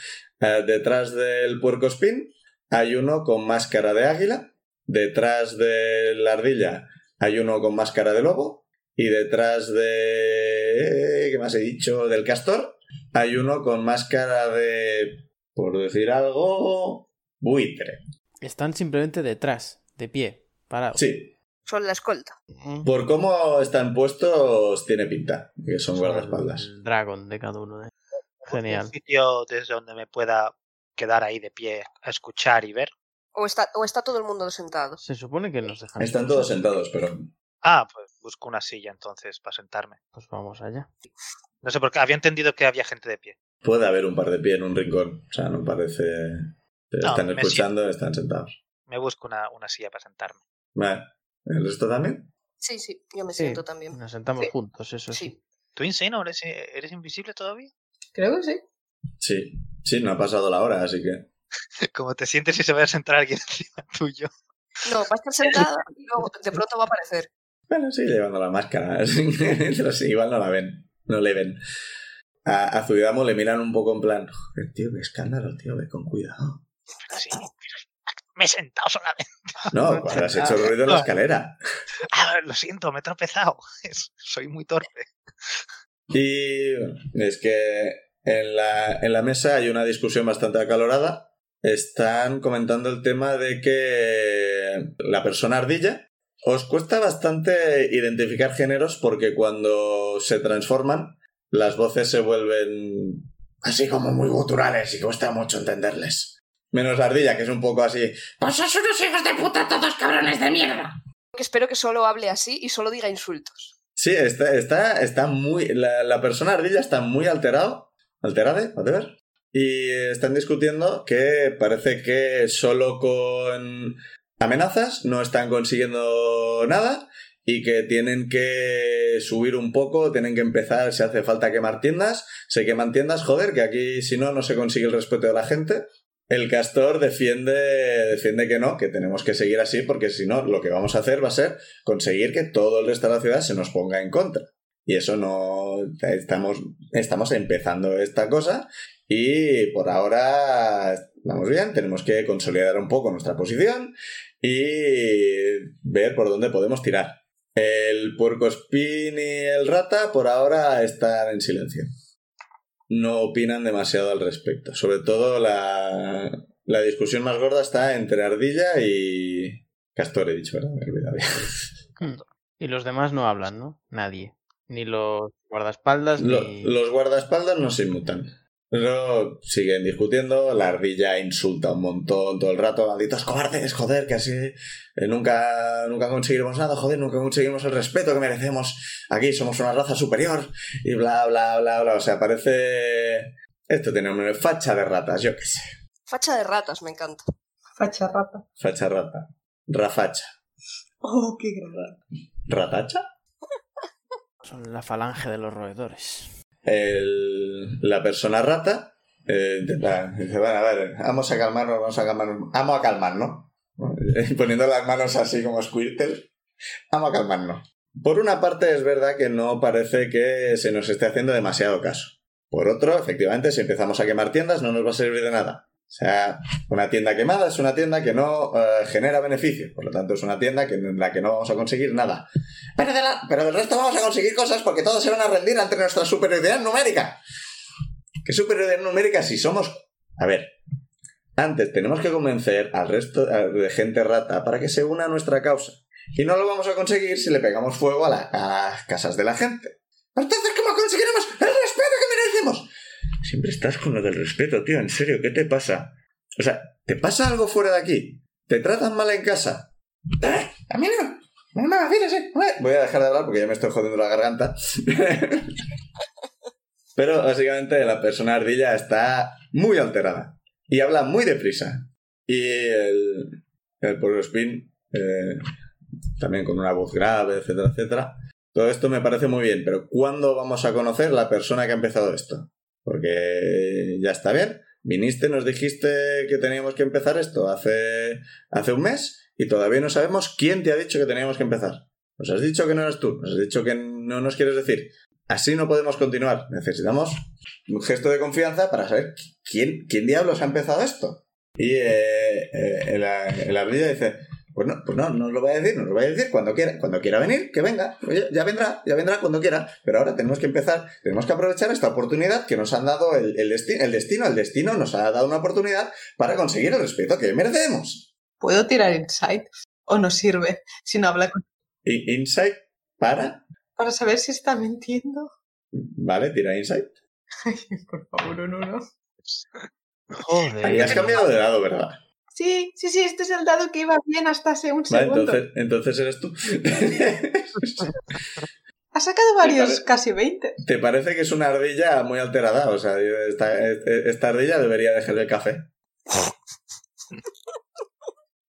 Speaker 1: Eh, detrás del puerco spin hay uno con máscara de águila. Detrás de la ardilla hay uno con máscara de lobo. Y detrás de. eh, ¿Qué más he dicho? Del castor hay uno con máscara de. Por decir algo. Buitre.
Speaker 7: Están simplemente detrás, de pie, parados.
Speaker 1: Sí,
Speaker 4: Son la escolta.
Speaker 5: Mm.
Speaker 1: por cómo están puestos tiene pinta, que son guardaespaldas.
Speaker 5: El dragón de cada uno. de- Genial.
Speaker 3: Un sitio desde donde me pueda quedar ahí de pie a escuchar y ver.
Speaker 4: O está, o está todo el mundo sentado.
Speaker 5: Se supone que nos dejan.
Speaker 1: Están todos sentados, pero
Speaker 3: Ah, pues busco una silla entonces para sentarme.
Speaker 5: Pues vamos allá.
Speaker 3: No sé por qué, había entendido que había gente de pie.
Speaker 1: puede haber un par de pie en un rincón. O sea, no parece... Pero
Speaker 3: No,
Speaker 1: están
Speaker 3: me
Speaker 1: escuchando, están sentados.
Speaker 3: Me busco una, una silla para sentarme.
Speaker 1: Vale. ¿El resto también?
Speaker 4: Sí, sí, yo me
Speaker 5: Sí.
Speaker 4: siento también.
Speaker 5: Nos sentamos
Speaker 4: Sí.
Speaker 5: juntos, eso sí.
Speaker 4: Sí.
Speaker 3: ¿Tú, Insane, eres, eh, eres invisible todavía?
Speaker 2: Creo que sí.
Speaker 1: Sí. Sí, no ha pasado la hora, así que...
Speaker 3: Como te sientes y se va a sentar alguien encima tuyo.
Speaker 4: No, va a estar sentada y luego de pronto va a aparecer.
Speaker 1: Bueno, sigue llevando la máscara. así que- pero sí, igual no la ven. No le ven. A, a Zuidamo le miran un poco en plan... "Joder, tío, qué escándalo, tío, ve con cuidado.
Speaker 3: Sí. Me he sentado solamente.
Speaker 1: No, cuando has hecho ruido en la escalera.
Speaker 3: Ah, lo siento, me he tropezado. Es- soy muy torpe.
Speaker 1: Y bueno, es que en la, en la mesa hay una discusión bastante acalorada. Están comentando el tema de que la persona ardilla os cuesta bastante identificar géneros porque cuando se transforman las voces se vuelven así como muy guturales y cuesta mucho entenderles. Menos la ardilla, que es un poco así.
Speaker 8: Pues sos unos hijos de puta todos cabrones de mierda.
Speaker 4: Que Espero que solo hable así y solo diga insultos.
Speaker 1: Sí, está, está, está muy. La, la persona ardilla está muy alterado. Alterade, a ver. Y eh, están discutiendo que parece que solo con amenazas no están consiguiendo nada y que tienen que subir un poco, tienen que empezar, si hace falta quemar tiendas, se queman tiendas, joder, que aquí si no, no se consigue el respeto de la gente. El castor defiende, defiende que no, que tenemos que seguir así porque si no, lo que vamos a hacer va a ser conseguir que todo el resto de la ciudad se nos ponga en contra. Y eso no. Estamos, estamos empezando esta cosa y por ahora vamos bien, tenemos que consolidar un poco nuestra posición y ver por dónde podemos tirar. El puerco spin y el rata por ahora están en silencio. No opinan demasiado al respecto. Sobre todo la, la discusión más gorda está entre ardilla y. Castor, he dicho, ¿verdad? Me he olvidado ya.
Speaker 5: Y los demás no hablan, ¿no? Nadie. Ni los guardaespaldas,
Speaker 1: Lo-
Speaker 5: ni.
Speaker 1: los guardaespaldas no se inmutan. Pero siguen discutiendo, la ardilla insulta un montón todo el rato, malditos cobardes, joder, que así eh, nunca, nunca conseguiremos nada, joder, nunca conseguimos el respeto que merecemos, aquí somos una raza superior y bla, bla, bla, bla, o sea, parece... Esto tiene una facha de ratas, yo qué sé,
Speaker 4: Facha de ratas, me encanta.
Speaker 2: Facha rata.
Speaker 1: facha rata, rafacha,
Speaker 2: Oh, qué grave.
Speaker 1: ratacha.
Speaker 7: Son la falange de los roedores.
Speaker 1: el- la persona rata eh, intenta- dice, bueno, a ver, vamos a calmarnos, vamos a calmarnos, vamos a calmarnos. Poniendo las manos así como Squirtle, vamos a calmarnos. Por una parte es verdad que no parece que se nos esté haciendo demasiado caso. Por otro, efectivamente, si empezamos a quemar tiendas no nos va a servir de nada. O sea, una tienda quemada es una tienda que no eh, genera beneficio. Por lo tanto, es una tienda que, en la que no vamos a conseguir nada. Pero, de la- pero del resto vamos a conseguir cosas porque todos se van a rendir ante nuestra superioridad numérica. ¿Qué superioridad numérica si somos... A ver, Antes tenemos que convencer al resto de gente rata para que se una a nuestra causa. Y no lo vamos a conseguir si le pegamos fuego a, la- a las casas de la gente. Entonces, ¿cómo conseguiremos el respeto que merecemos? Siempre estás con lo del respeto, tío. En serio, ¿qué te pasa? O sea, ¿te pasa algo fuera de aquí? ¿Te tratan mal en casa? ¡Eh! ¡A mí no! ¡No me hagas así! ¡Eh! Voy a dejar de hablar porque ya me estoy jodiendo la garganta. Pero básicamente la persona ardilla está muy alterada y habla muy deprisa. Y el, el Porco Spin, eh, también con una voz grave, etcétera, etcétera. Todo esto me parece muy bien, pero ¿cuándo vamos a conocer la persona que ha empezado esto? Porque ya está bien. Viniste, nos dijiste que teníamos que empezar esto hace, hace un mes y todavía no sabemos quién te ha dicho que teníamos que empezar. Nos has dicho que no eras tú, nos has dicho que no nos quieres decir. Así no podemos continuar. Necesitamos un gesto de confianza para saber qui- quién, quién diablos ha empezado esto. Y eh, eh, el, a- el ardilla dice, pues no, pues no, no os lo voy a decir, no os lo voy a decir, cuando quiera, cuando quiera venir, que venga, Oye, ya vendrá, ya vendrá cuando quiera, pero ahora tenemos que empezar, tenemos que aprovechar esta oportunidad que nos han dado el, el, desti- el destino, el destino nos ha dado una oportunidad para conseguir el respeto que merecemos.
Speaker 2: ¿Puedo tirar insight? ¿O no sirve? Si no habla con...
Speaker 1: I- Insight para,
Speaker 2: Para saber si está mintiendo.
Speaker 1: vale, tira insight.
Speaker 2: Por favor, un uno.
Speaker 1: Ahí
Speaker 5: Joder.
Speaker 1: has cambiado de lado, ¿verdad?
Speaker 2: Sí, sí, sí, este es el dado que iba bien hasta hace un
Speaker 1: Vale,
Speaker 2: segundo.
Speaker 1: entonces, entonces eres tú.
Speaker 2: Ha sacado varios,
Speaker 1: Vale.
Speaker 2: casi 20.
Speaker 1: Te parece que es una ardilla muy alterada, o sea, esta, e, esta ardilla debería dejar el café.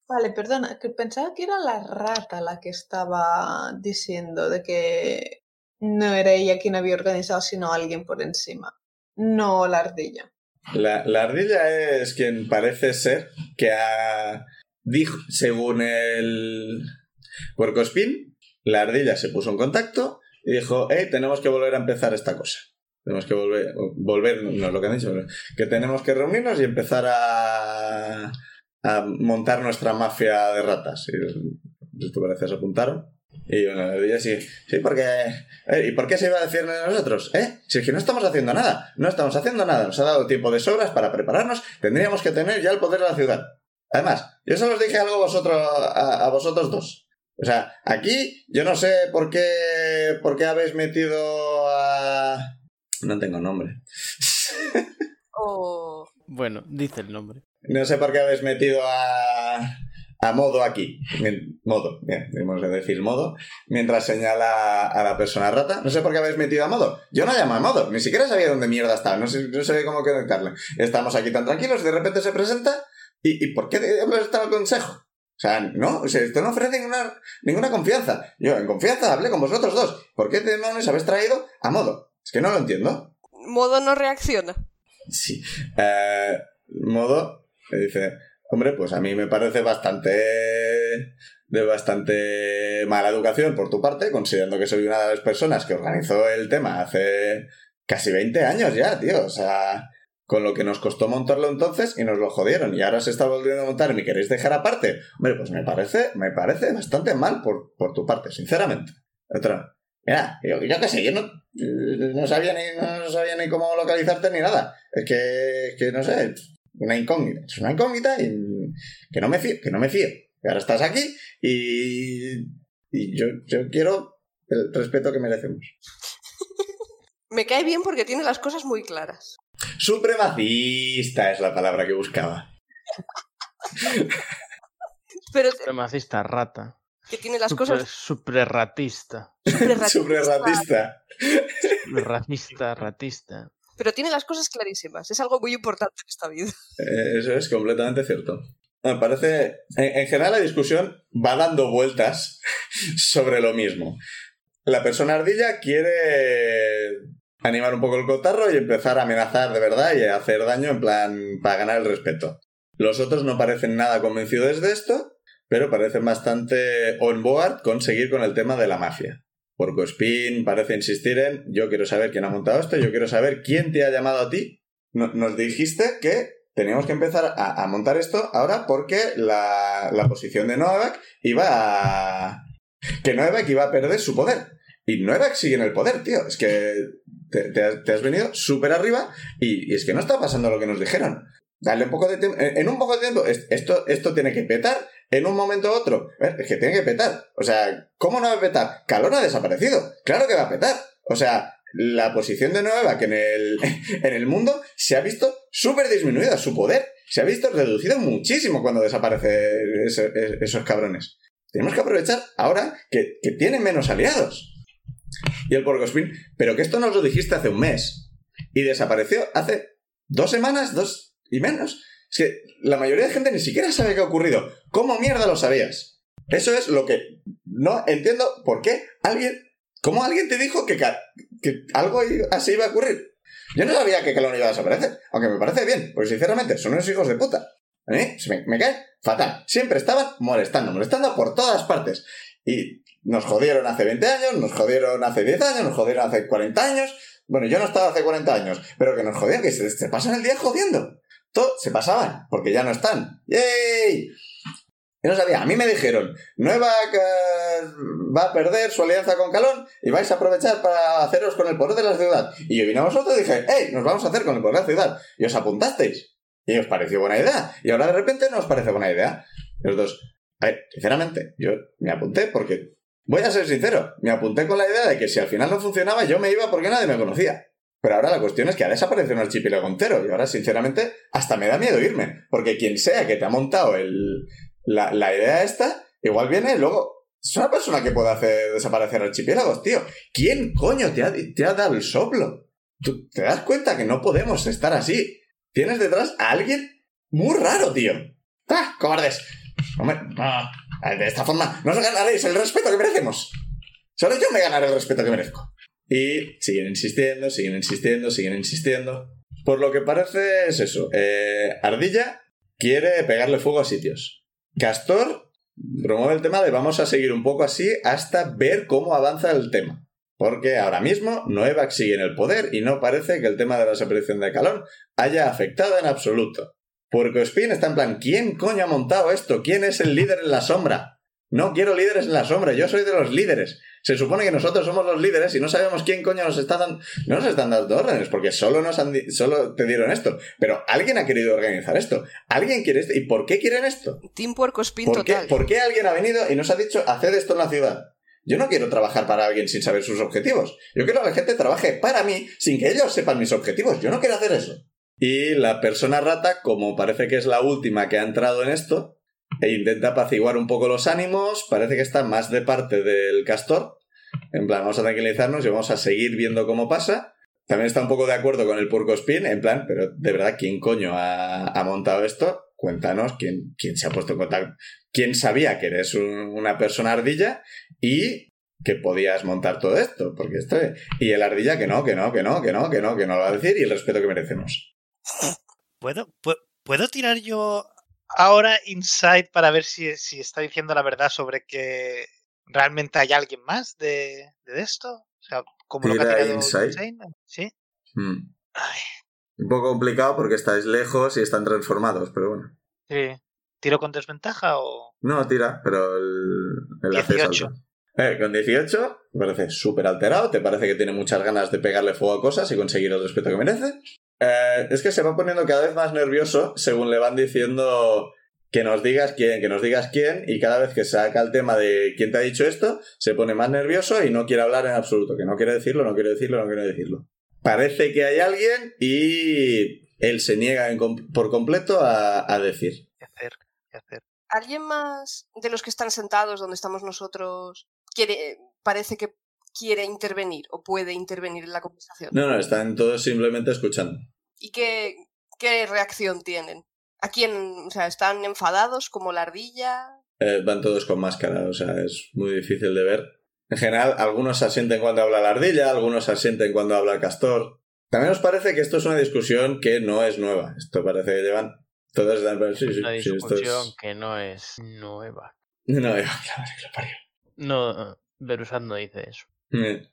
Speaker 2: Vale, perdona, que pensaba que era la rata la que estaba diciendo de que no era ella quien había organizado, sino alguien por encima. No la ardilla.
Speaker 1: La, la ardilla es quien parece ser que ha. Dijo, según el. Puercospin, la ardilla se puso en contacto y dijo: Hey, tenemos que volver a empezar esta cosa. Tenemos que volver. Volver, no es lo que han dicho, pero que tenemos que reunirnos y empezar a. a montar nuestra mafia de ratas. Y, si tú parece, se apuntaron. Y bueno, la ardilla sí. Sí, porque eh, ¿Y por qué se iba a decir de nosotros? ¿Eh? Si es que no estamos haciendo nada, no estamos haciendo nada, nos ha dado tiempo de sobras para prepararnos, tendríamos que tener ya el poder de la ciudad. Además, yo solo os dije algo vosotros, a, a vosotros dos. O sea, aquí yo no sé por qué, por qué habéis metido a... No tengo nombre.
Speaker 4: O
Speaker 7: Bueno, dice el nombre.
Speaker 1: No sé por qué habéis metido a, a Modo aquí. Bien, Modo, bien, debemos de decir Modo. Mientras señala a la persona rata. No sé por qué habéis metido a Modo. Yo no llamo a Modo, ni siquiera sabía dónde mierda estaba. No, sé- no sabía cómo conectarle. Estamos aquí tan tranquilos, de repente se presenta. ¿Y, y por qué diablos está el consejo? O sea, no, o sea, esto no ofrece ninguna, ninguna confianza. Yo, en confianza, hablé con vosotros dos. ¿Por qué demonios habéis traído a Modo? Es que no lo entiendo.
Speaker 4: modo no reacciona.
Speaker 1: Sí. Eh, modo, eh, dice, hombre, pues a mí me parece bastante de bastante mala educación por tu parte, considerando que soy una de las personas que organizó el tema hace casi 20 años ya, tío. O sea, con lo que nos costó montarlo entonces y nos lo jodieron y ahora se está volviendo a montar y me queréis dejar aparte. Hombre, pues me parece, me parece bastante mal por, por tu parte, sinceramente. Otra. Mira, yo, yo qué sé, yo no, no sabía ni, no sabía ni cómo localizarte ni nada. Es que, es que no sé, una incógnita. Es una incógnita y que no me fío, que no me fío. Que ahora estás aquí y, y yo, yo quiero el respeto que merecemos.
Speaker 4: Me cae bien porque tiene las cosas muy claras.
Speaker 1: Supremacista es la palabra que buscaba.
Speaker 4: Pero
Speaker 5: Supremacista, rata.
Speaker 4: que tiene las cosas
Speaker 5: Suprerratista.
Speaker 4: súper raci-
Speaker 1: Supremacista.
Speaker 5: Racista, ratista.
Speaker 4: Pero tiene las cosas clarísimas. Es algo muy importante en esta vida.
Speaker 1: Eh, Eso es completamente cierto. Me parece. En, en general, la discusión va dando vueltas sobre lo mismo. La persona ardilla quiere animar un poco el cotarro y empezar a amenazar de verdad y a hacer daño en plan para ganar el respeto. Los otros no parecen nada convencidos de esto, pero parecen bastante on board con seguir con el tema de la mafia. Porco Spin parece insistir en yo quiero saber quién ha montado esto, yo quiero saber quién te ha llamado a ti no- nos dijiste que teníamos que empezar a, a montar esto ahora porque la, la posición de Novak iba a... Que Novak iba a perder su poder. Y Novak sigue en el poder, tío. Es que te, te has, te has venido súper arriba y, y es que no está pasando lo que nos dijeron. Dale un poco de tiempo. En en un poco de tiempo, es- esto, esto tiene que petar. En un momento u otro. A ver, Es que tiene que petar. O sea, ¿cómo no va a petar? Calor ha desaparecido. Claro que va a petar. O sea, la posición de Nueva que en el, en el mundo se ha visto súper disminuida. Su poder se ha visto reducido muchísimo cuando desaparecen ese- es- esos cabrones. Tenemos que aprovechar ahora que, que tienen menos aliados. Y el Porcospin, pero que esto nos lo dijiste hace un mes. Y desapareció hace dos semanas, dos y menos. Es que la mayoría de gente ni siquiera sabe qué ha ocurrido. ¿Cómo mierda lo sabías? Eso es lo que no entiendo por qué alguien. ¿Cómo alguien te dijo que, ca- que algo i- así iba a ocurrir? Yo no sabía que Calón iba a desaparecer, aunque me parece bien, porque sinceramente son unos hijos de puta. A mí se me, me cae fatal. Siempre estaban molestando, molestando por todas partes. Y nos jodieron hace 20 años, nos jodieron hace 10 años, nos jodieron hace 40 años. Bueno, yo no estaba hace 40 años, pero que nos jodían, que se, se pasan el día jodiendo. Todo, se pasaban, porque ya no están. ¡Yay! Yo no sabía, a mí me dijeron, Nueva ca- va a perder su alianza con Calón y vais a aprovechar para haceros con el poder de la ciudad. Y yo vine a vosotros y dije, hey, nos vamos a hacer con el poder de la ciudad. Y os apuntasteis. Y os pareció buena idea. Y ahora de repente no os parece buena idea. Y Los dos, a ver, sinceramente, yo me apunté porque, voy a ser sincero, me apunté con la idea de que si al final no funcionaba yo me iba porque nadie me conocía. Pero ahora la cuestión es que ha desaparecido un archipiélago entero y ahora, sinceramente, hasta me da miedo irme. Porque quien sea que te ha montado el, la, la idea esta, igual viene luego. Es una persona que puede hacer desaparecer archipiélagos, tío. ¿Quién coño te ha, di- te ha dado el soplo? ¿Tú te das cuenta que no podemos estar así? Tienes detrás a alguien muy raro, tío. ¡Ah, cobardes! Hombre, ah, de esta forma no os ganaréis el respeto que merecemos. Solo yo me ganaré el respeto que merezco. Y siguen insistiendo, siguen insistiendo, siguen insistiendo. Por lo que parece es eso. eh, Ardilla quiere pegarle fuego a sitios. Castor promueve el tema de vamos a seguir un poco así hasta ver cómo avanza el tema. Porque ahora mismo Noevac sigue en el poder y no parece que el tema de la desaparición de Calón haya afectado en absoluto. Porque Spin está en plan, ¿quién coño ha montado esto? ¿Quién es el líder en la sombra? No quiero líderes en la sombra, yo soy de los líderes. Se supone que nosotros somos los líderes y no sabemos quién coño nos está dando... No nos están dando órdenes, porque solo, nos han di- solo te dieron esto. Pero alguien ha querido organizar esto. Alguien quiere esto. ¿Y por qué quieren esto?
Speaker 4: Team Puercospin
Speaker 1: ¿Por qué,
Speaker 4: total.
Speaker 1: por qué alguien ha venido y nos ha dicho hacer esto en la ciudad? Yo no quiero trabajar para alguien sin saber sus objetivos. Yo quiero que la gente trabaje para mí sin que ellos sepan mis objetivos. Yo no quiero hacer eso. Y la persona rata, como parece que es la última que ha entrado en esto, e intenta apaciguar un poco los ánimos, parece que está más de parte del castor. En plan, vamos a tranquilizarnos y vamos a seguir viendo cómo pasa. También está un poco de acuerdo con el Porco Spin, en plan, pero de verdad, ¿quién coño ha, ha montado esto? Cuéntanos quién, quién se ha puesto en contacto quién sabía que eres un- una persona ardilla y que podías montar todo esto, porque esto es- Y el ardilla que no, que no, que no, que no, que no, que no lo va a decir y el respeto que merecemos.
Speaker 3: ¿Puedo, pu- ¿Puedo tirar yo ahora Insight para ver si, si está diciendo la verdad sobre que realmente hay alguien más de, de esto? O sea, como lo que ha
Speaker 1: Tira
Speaker 3: tirado
Speaker 1: Insight.
Speaker 3: Insane, ¿Sí? Ay,
Speaker 1: Hmm. Un poco complicado porque estáis lejos y están transformados, pero bueno.
Speaker 3: sí. eh, ¿Tiro con desventaja o...?
Speaker 1: No, tira, pero el, el hace
Speaker 3: 18.
Speaker 1: salto. Eh, con 18, te parece súper alterado, te parece que tiene muchas ganas de pegarle fuego a cosas y conseguir el respeto que merece. Eh, es que se va poniendo cada vez más nervioso según le van diciendo que nos digas quién, que nos digas quién, y cada vez que saca el tema de quién te ha dicho esto, se pone más nervioso y no quiere hablar en absoluto, que no quiere decirlo, no quiere decirlo, no quiere decirlo. Parece que hay alguien y él se niega en com- por completo a, a decir.
Speaker 3: ¿Qué hacer? ¿Qué hacer?
Speaker 4: ¿Alguien más de los que están sentados donde estamos nosotros quiere, parece que quiere intervenir o puede intervenir en la conversación?
Speaker 1: No, no, están todos simplemente escuchando.
Speaker 4: ¿Y qué, qué reacción tienen? ¿A quién? O sea, ¿están enfadados como la ardilla?
Speaker 1: Eh, van todos con máscara, o sea, es muy difícil de ver. En general, algunos se asienten cuando habla la ardilla, algunos se asienten cuando habla el castor. También os parece que esto es una discusión que no es nueva. Esto parece que llevan. Todos dan. Sí, sí,
Speaker 5: Una
Speaker 1: sí, esto
Speaker 5: discusión
Speaker 1: es.
Speaker 5: que no es nueva.
Speaker 1: No, yo- la madre que lo parió.
Speaker 5: No, Berusat no dice eso.
Speaker 1: Eh.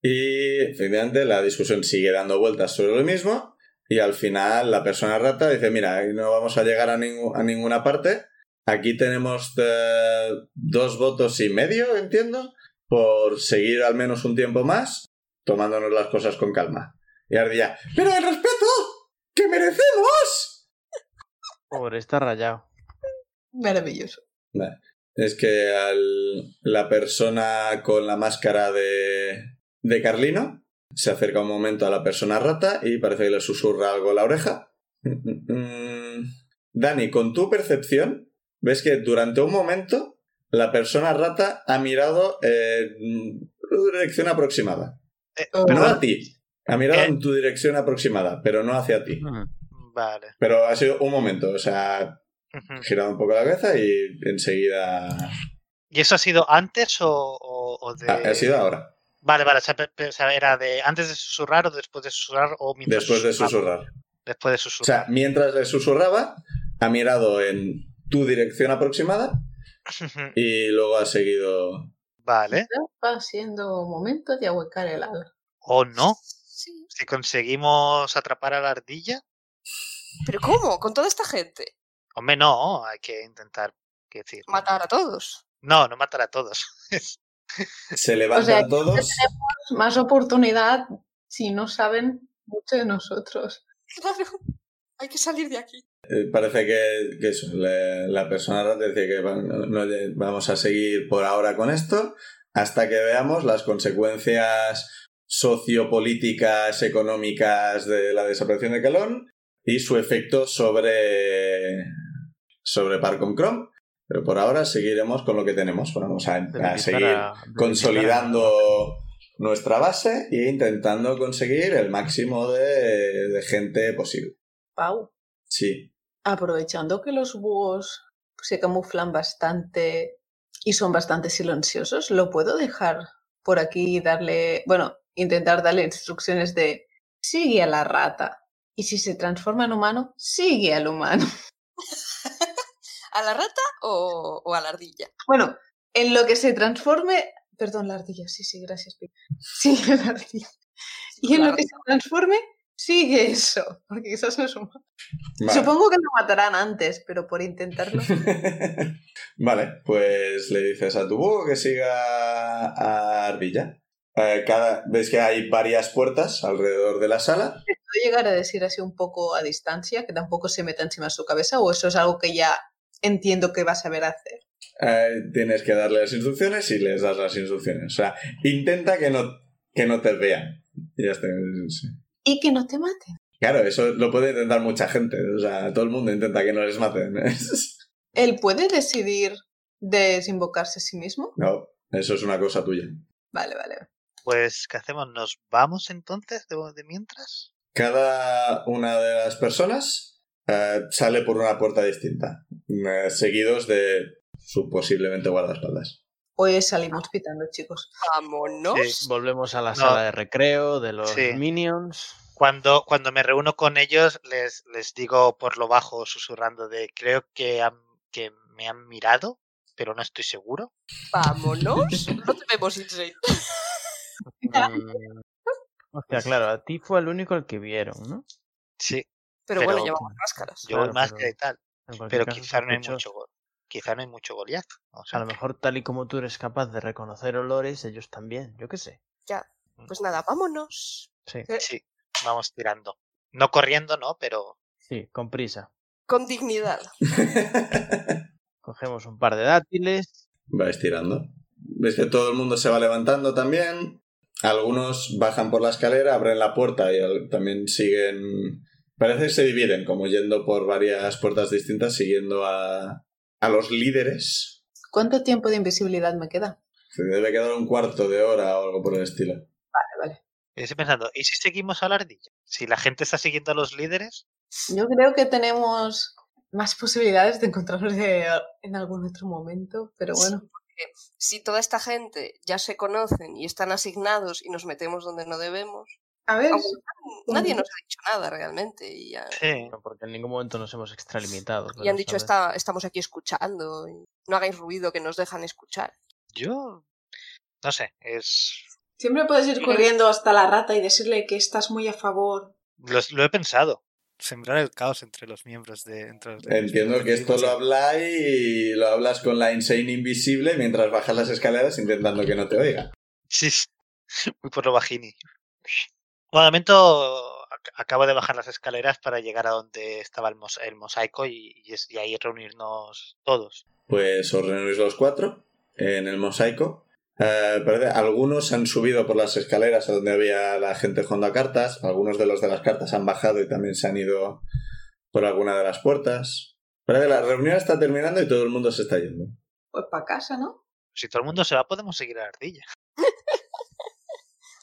Speaker 1: Y efectivamente la discusión sigue dando vueltas sobre lo mismo y al final la persona rata dice, mira, no vamos a llegar a, ningú- a ninguna parte. Aquí tenemos eh, dos votos y medio, entiendo, por seguir al menos un tiempo más tomándonos las cosas con calma. Y Ardilla, pero el respeto que merecemos
Speaker 5: Pobre, está rayado.
Speaker 2: Maravilloso.
Speaker 1: Es que al- la persona con la máscara de, de Carlino se acerca un momento a la persona rata y parece que le susurra algo a la oreja. Mm, mm, mm. Dani, con tu percepción, ves que durante un momento la persona rata ha mirado eh, en tu dirección aproximada.
Speaker 3: Eh,
Speaker 2: Oh.
Speaker 1: No
Speaker 3: perdón.
Speaker 1: a ti. Ha mirado
Speaker 3: Eh.
Speaker 1: en tu dirección aproximada, pero no hacia ti.
Speaker 3: Mm. Vale.
Speaker 1: Pero ha sido un momento, o sea, ha
Speaker 3: Ujú.
Speaker 1: girado un poco la cabeza y enseguida...
Speaker 3: ¿Y eso ha sido antes o, o- o de.?
Speaker 1: Ah, ha sido ahora.
Speaker 3: Vale, vale. O sea, pe- pe- o sea, era de antes de susurrar o después de susurrar o mientras.
Speaker 1: Después de
Speaker 3: susurraba.
Speaker 1: susurrar.
Speaker 3: Después de
Speaker 1: O sea,
Speaker 3: susurrar.
Speaker 1: mientras le susurraba, ha mirado en tu dirección aproximada
Speaker 3: Ujú.
Speaker 1: y luego ha seguido.
Speaker 3: vale.
Speaker 2: Va siendo momento de ahuecar el ala.
Speaker 3: ¿O no?
Speaker 4: Sí.
Speaker 3: Si conseguimos atrapar a la ardilla.
Speaker 4: ¿Pero cómo? ¿Con toda esta gente?
Speaker 3: Hombre, no. Hay que intentar. quiero decir,
Speaker 4: Matar a todos.
Speaker 3: No, no matar a todos.
Speaker 1: Se levantan
Speaker 2: O sea,
Speaker 1: todos.
Speaker 2: Más oportunidad si no saben mucho de nosotros.
Speaker 4: Claro, hay que salir de aquí.
Speaker 1: Eh, Parece que, que eso, le- la persona rata dice que va- no- no le- vamos a seguir por ahora con esto hasta que veamos las consecuencias sociopolíticas, económicas de la desaparición de Calón y su efecto sobre, sobre Parcom Chrome. Pero por ahora seguiremos con lo que tenemos. Vamos a, a seguir consolidando nuestra base e intentando conseguir el máximo de, de gente posible.
Speaker 2: Pau.
Speaker 1: Sí.
Speaker 2: Aprovechando que los búhos se camuflan bastante y son bastante silenciosos, ¿lo puedo dejar por aquí y darle, bueno, intentar darle instrucciones de sigue a la rata? Y si se transforma en humano, sigue al humano.
Speaker 4: ¿A la rata o, o a la ardilla?
Speaker 2: Bueno, en lo que se transforme. Perdón, la ardilla, sí, sí, gracias, Pi. Sigue la ardilla. Y en
Speaker 4: La
Speaker 2: lo que se transforme, sigue eso. Porque quizás no es humano.
Speaker 1: Vale.
Speaker 2: Supongo que lo matarán antes, pero por intentarlo.
Speaker 1: vale, pues le dices a tu búho que siga a Ardilla. Eh, cada, ves que hay varias puertas alrededor de la sala.
Speaker 2: ¿Puedo llegar a decir así un poco a distancia, que tampoco se meta encima de su cabeza? ¿O eso es algo que ya entiendo que va a saber hacer?
Speaker 1: Eh, tienes que darle las instrucciones y les das las instrucciones. O sea, intenta que no, que no te vean. Y ya está. sí.
Speaker 2: Y que no te maten.
Speaker 1: Claro, eso lo puede intentar mucha gente. O sea, todo el mundo intenta que no les maten.
Speaker 2: ¿Él puede decidir desinvocarse a sí mismo?
Speaker 1: no, eso es una cosa tuya.
Speaker 2: Vale, vale.
Speaker 3: Pues, ¿qué hacemos? ¿Nos vamos entonces de, de mientras?
Speaker 1: Cada una de las personas eh, sale por una puerta distinta, eh, seguidos de su posiblemente guardaespaldas.
Speaker 2: Hoy salimos pitando, chicos.
Speaker 4: Vámonos.
Speaker 3: Sí.
Speaker 5: Volvemos a la
Speaker 3: No.
Speaker 5: sala de recreo de los
Speaker 3: Sí.
Speaker 5: minions.
Speaker 3: Cuando, cuando me reúno con ellos, les, les digo por lo bajo, susurrando de creo que, han- que me han mirado, pero no estoy seguro.
Speaker 4: Vámonos. No te vemos, Insane.
Speaker 5: Mm.
Speaker 3: Pues
Speaker 5: Hostia, claro, a ti fue el único al que vieron, ¿no?
Speaker 3: Sí,
Speaker 4: Pero,
Speaker 3: Pero-
Speaker 4: bueno, llevamos máscaras.
Speaker 3: yo
Speaker 5: Claro,
Speaker 3: voy más que
Speaker 5: pero-
Speaker 3: tal.
Speaker 5: En cualquier
Speaker 3: Pero
Speaker 5: caso,
Speaker 3: quizá no hay
Speaker 5: sospechoso.
Speaker 3: mucho go- quizá no hay mucho Goliath. O sea,
Speaker 5: A lo mejor tal y como tú eres capaz de reconocer olores, ellos también, yo qué sé.
Speaker 4: Pues nada, vámonos.
Speaker 5: Sí,
Speaker 3: sí, vamos tirando. No corriendo, no, pero
Speaker 5: sí, con prisa.
Speaker 4: Con dignidad.
Speaker 5: Cogemos un par de dátiles.
Speaker 1: Vais tirando. Ves que todo el mundo se va levantando también. Algunos bajan por la escalera, abren la puerta y al- también siguen. Parece que se dividen, como yendo por varias puertas distintas, siguiendo a, a los líderes.
Speaker 2: ¿Cuánto tiempo de invisibilidad me queda?
Speaker 1: Se debe quedar un cuarto de hora o algo por el estilo.
Speaker 3: yo estoy pensando, ¿y si seguimos a la ardilla? Si la gente está siguiendo a los líderes,
Speaker 2: Yo creo que tenemos más posibilidades de encontrarnos de- en algún otro momento, pero bueno.
Speaker 4: Si toda esta gente ya se conocen y están asignados y nos metemos donde no debemos,
Speaker 2: A ver,
Speaker 4: aunque nadie nos ha dicho nada realmente y, ha-
Speaker 3: sí.
Speaker 5: No, porque en ningún momento nos hemos extralimitado.
Speaker 4: y
Speaker 5: pero
Speaker 4: han dicho
Speaker 5: sabes.
Speaker 4: "Está- estamos aquí escuchando, y no hagáis ruido que nos dejan escuchar.
Speaker 3: yo no sé, es
Speaker 2: siempre puedes ir corriendo hasta la rata y decirle que estás muy a favor.
Speaker 3: Los- lo he pensado. Sembrar el caos entre los miembros de. entre los-
Speaker 1: Entiendo que esto lo habláis y lo hablas con la insane invisible mientras bajas las escaleras intentando que no te oiga.
Speaker 3: Sí, sí. Muy por lo bajini. Bueno, de momento acabo de bajar las escaleras para llegar a donde estaba el, mos- el mosaico y, y es- y ahí reunirnos todos.
Speaker 1: Pues os reunís los cuatro en el mosaico. Eh, parece- algunos han subido por las escaleras a donde había la gente jugando a cartas. Algunos de los de las cartas han bajado y también se han ido por alguna de las puertas. Parece que la reunión está terminando y todo el mundo se está yendo.
Speaker 2: Pues para casa, ¿no?
Speaker 3: Si todo el mundo se va, podemos seguir a la ardilla.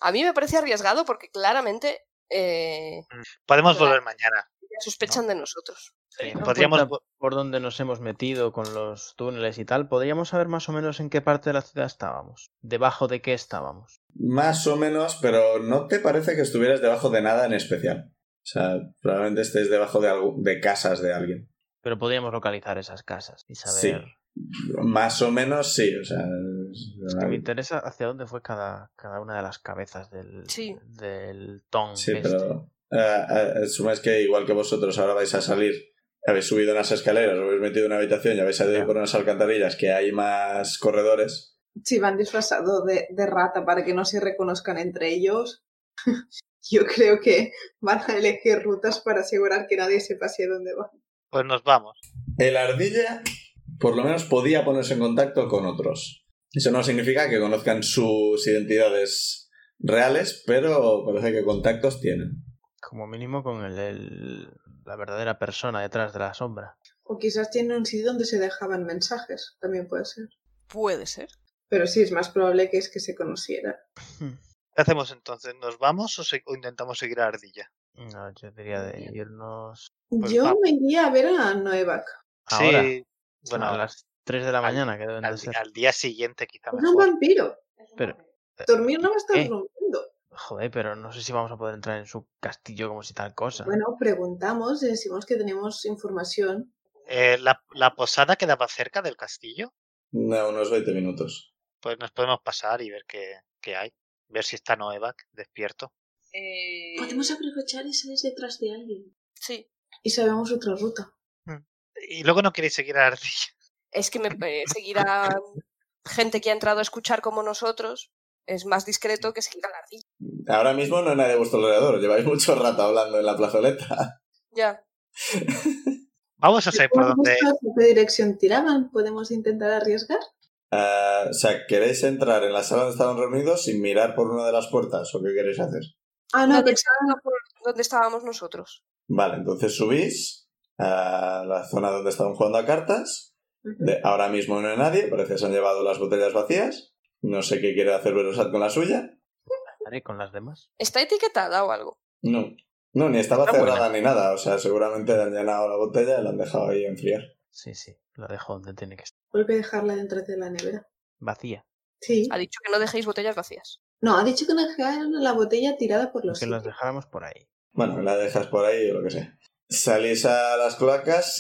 Speaker 4: A mí me parece arriesgado porque claramente eh,
Speaker 3: Podemos
Speaker 4: Claro.
Speaker 3: volver mañana.
Speaker 4: sospechan de nosotros.
Speaker 5: Teniendo en
Speaker 3: Podríamos
Speaker 5: cuenta
Speaker 3: vo-
Speaker 5: por dónde nos hemos metido con los túneles y tal, podríamos saber más o menos en qué parte de la ciudad estábamos, debajo de qué estábamos.
Speaker 1: Más o menos, pero no te parece que estuvieras debajo de nada en especial. O sea, probablemente estés debajo de, algu- de casas de alguien.
Speaker 5: Pero podríamos localizar esas casas y saber.
Speaker 1: Sí. Más o menos sí, o sea.
Speaker 5: Es que me interesa hacia dónde fue cada, cada una de las cabezas del,
Speaker 4: Sí.
Speaker 5: del ton.
Speaker 1: Sí,
Speaker 5: este.
Speaker 1: pero eh, eh, asumáis que igual que vosotros ahora vais a salir, habéis subido unas escaleras, os habéis metido en una habitación y habéis salido
Speaker 5: Ya.
Speaker 1: por unas alcantarillas que hay más corredores.
Speaker 2: Si van disfrazados de, de rata para que no se reconozcan entre ellos, yo creo que van a elegir rutas para asegurar que nadie sepa hacia dónde va.
Speaker 3: Pues nos vamos.
Speaker 1: El ardilla por lo menos podía ponerse en contacto con otros. Eso no significa que conozcan sus identidades reales, pero parece que contactos tienen.
Speaker 5: Como mínimo con el, el- la verdadera persona detrás de la sombra.
Speaker 2: O quizás tienen un sitio donde se dejaban mensajes, también puede ser.
Speaker 4: Puede ser.
Speaker 2: Pero sí, es más probable que es que se conocieran.
Speaker 3: ¿Qué hacemos entonces? ¿Nos vamos o, se- o intentamos seguir a la ardilla?
Speaker 5: No, yo diría de irnos
Speaker 3: Pues
Speaker 2: yo
Speaker 3: va.
Speaker 2: me iría a ver a Noevac.
Speaker 5: ahora. Pues
Speaker 3: Sí. Bueno,
Speaker 5: a las 3 de la
Speaker 3: al-
Speaker 5: mañana que deben de
Speaker 3: al,
Speaker 5: ser.
Speaker 3: al día siguiente quizá
Speaker 2: Es un
Speaker 3: mejor. eh,
Speaker 2: vampiro.
Speaker 5: Pero-
Speaker 2: Dormir no va a estar
Speaker 5: ¿Qué?
Speaker 2: durmiendo.
Speaker 5: Joder, pero no sé si vamos a poder entrar en su castillo como si tal cosa.
Speaker 2: Bueno, preguntamos y decimos que tenemos información.
Speaker 3: Eh, la, la posada quedaba cerca del castillo.
Speaker 1: No, unos 20 minutos.
Speaker 3: Pues nos podemos pasar y ver qué, qué hay. Ver si está Noevac despierto.
Speaker 8: Podemos aprovechar y salir detrás de alguien.
Speaker 4: Eh, Sí.
Speaker 2: Y sabemos otra ruta.
Speaker 3: Y luego no queréis seguir a la ardilla.
Speaker 4: Es que me, eh, seguir a gente que ha entrado a escuchar como nosotros es más discreto que seguir a la ardilla.
Speaker 1: Ahora mismo no hay nadie a vuestro alrededor, lleváis mucho rato hablando en la plazoleta.
Speaker 4: Ya.
Speaker 3: Vamos a saber por
Speaker 2: Podemos
Speaker 3: dónde.
Speaker 2: buscar ¿Qué dirección tiraban? ¿Podemos intentar arriesgar?
Speaker 1: Ah, o sea, ¿queréis entrar en la sala donde estaban reunidos sin mirar por una de las puertas o qué querééis hacer?
Speaker 2: Ah, no,
Speaker 4: Nadie
Speaker 2: pensaba-
Speaker 4: sabe por dónde estábamos nosotros.
Speaker 1: Vale, entonces subís a la zona donde estaban jugando a cartas. De- ahora mismo no hay nadie, parece que se han llevado las botellas vacías. No sé qué quiere hacer Verosat con la suya.
Speaker 5: Haré con las demás.
Speaker 4: ¿Está etiquetada o algo?
Speaker 1: No. No, ni estaba
Speaker 5: Está buena.
Speaker 1: cerrada ni nada. O sea, seguramente le han llenado la botella y la han dejado ahí enfriar.
Speaker 5: Sí, sí, la dejo donde tiene que estar.
Speaker 2: vuelve a dejarla dentro de la nevera.
Speaker 5: Vacía.
Speaker 2: Sí.
Speaker 4: Ha dicho que no dejéis botellas vacías.
Speaker 2: No, ha dicho que no dejaran la botella tirada por los
Speaker 5: que las
Speaker 2: sitios.
Speaker 5: dejáramos por ahí.
Speaker 1: Bueno, la dejas por ahí o lo que sea. Salís a las cloacas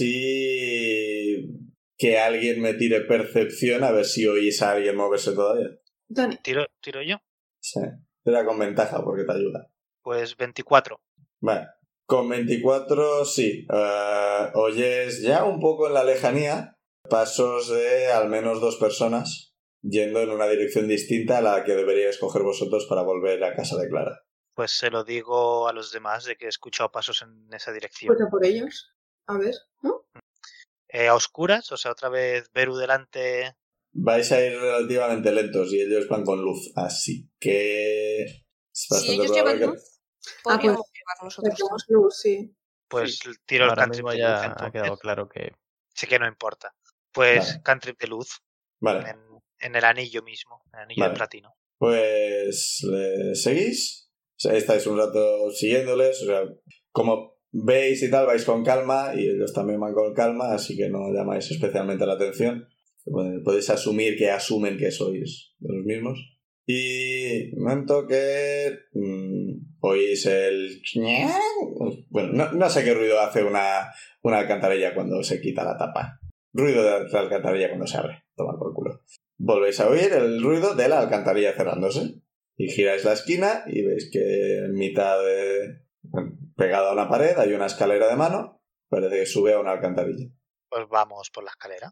Speaker 1: y... Que alguien me tire percepción a ver si oís a alguien moverse todavía.
Speaker 2: Dani,
Speaker 3: Tiro, tiro yo.
Speaker 1: Sí. Era con ventaja porque te ayuda.
Speaker 3: Pues 24.
Speaker 1: Vale. Con 24, sí. Eh, oyes ya un poco en la lejanía pasos de al menos dos personas yendo en una dirección distinta a la que deberíais coger vosotros para volver a casa de Clara.
Speaker 3: Pues se lo digo a los demás de que he escuchado pasos en esa dirección.
Speaker 2: pues a por ellos. A ver, ¿no?
Speaker 3: Eh, a oscuras, o sea, otra vez Beru delante.
Speaker 1: Vais a ir relativamente lentos y ellos van con luz, así que... es
Speaker 4: Si
Speaker 1: bastante
Speaker 4: ellos
Speaker 1: probable
Speaker 4: llevan
Speaker 1: que-
Speaker 4: luz, podríamos llevar nosotros.
Speaker 2: Sacamos luz, sí.
Speaker 3: Pues tiro
Speaker 5: Ahora
Speaker 3: el cantrip
Speaker 5: mismo
Speaker 3: de
Speaker 5: ya
Speaker 3: luz.
Speaker 5: ha
Speaker 3: entonces.
Speaker 5: quedado claro que
Speaker 3: Sí que no importa. Pues
Speaker 1: Vale.
Speaker 3: cantrip de luz
Speaker 1: Vale,
Speaker 3: en, en el anillo mismo, en el anillo
Speaker 1: Vale.
Speaker 3: de platino.
Speaker 1: pues le seguís. O sea, estáis un rato siguiéndoles, o sea, como veis y tal, vais con calma y ellos también van con calma, así que no llamáis especialmente la atención. Pod- Podéis asumir que asumen que sois de los mismos. Y momento que mm, oís el... Bueno, no, no sé qué ruido hace una, una alcantarilla cuando se quita la tapa. Ruido de la alcantarilla cuando se abre. Tomar por culo. Volvéis a oír el ruido de la alcantarilla cerrándose. Y giráis la esquina y veis que en mitad de... Pegado a una pared hay una escalera de mano. Parece que sube a una alcantarilla.
Speaker 3: Pues vamos por la escalera.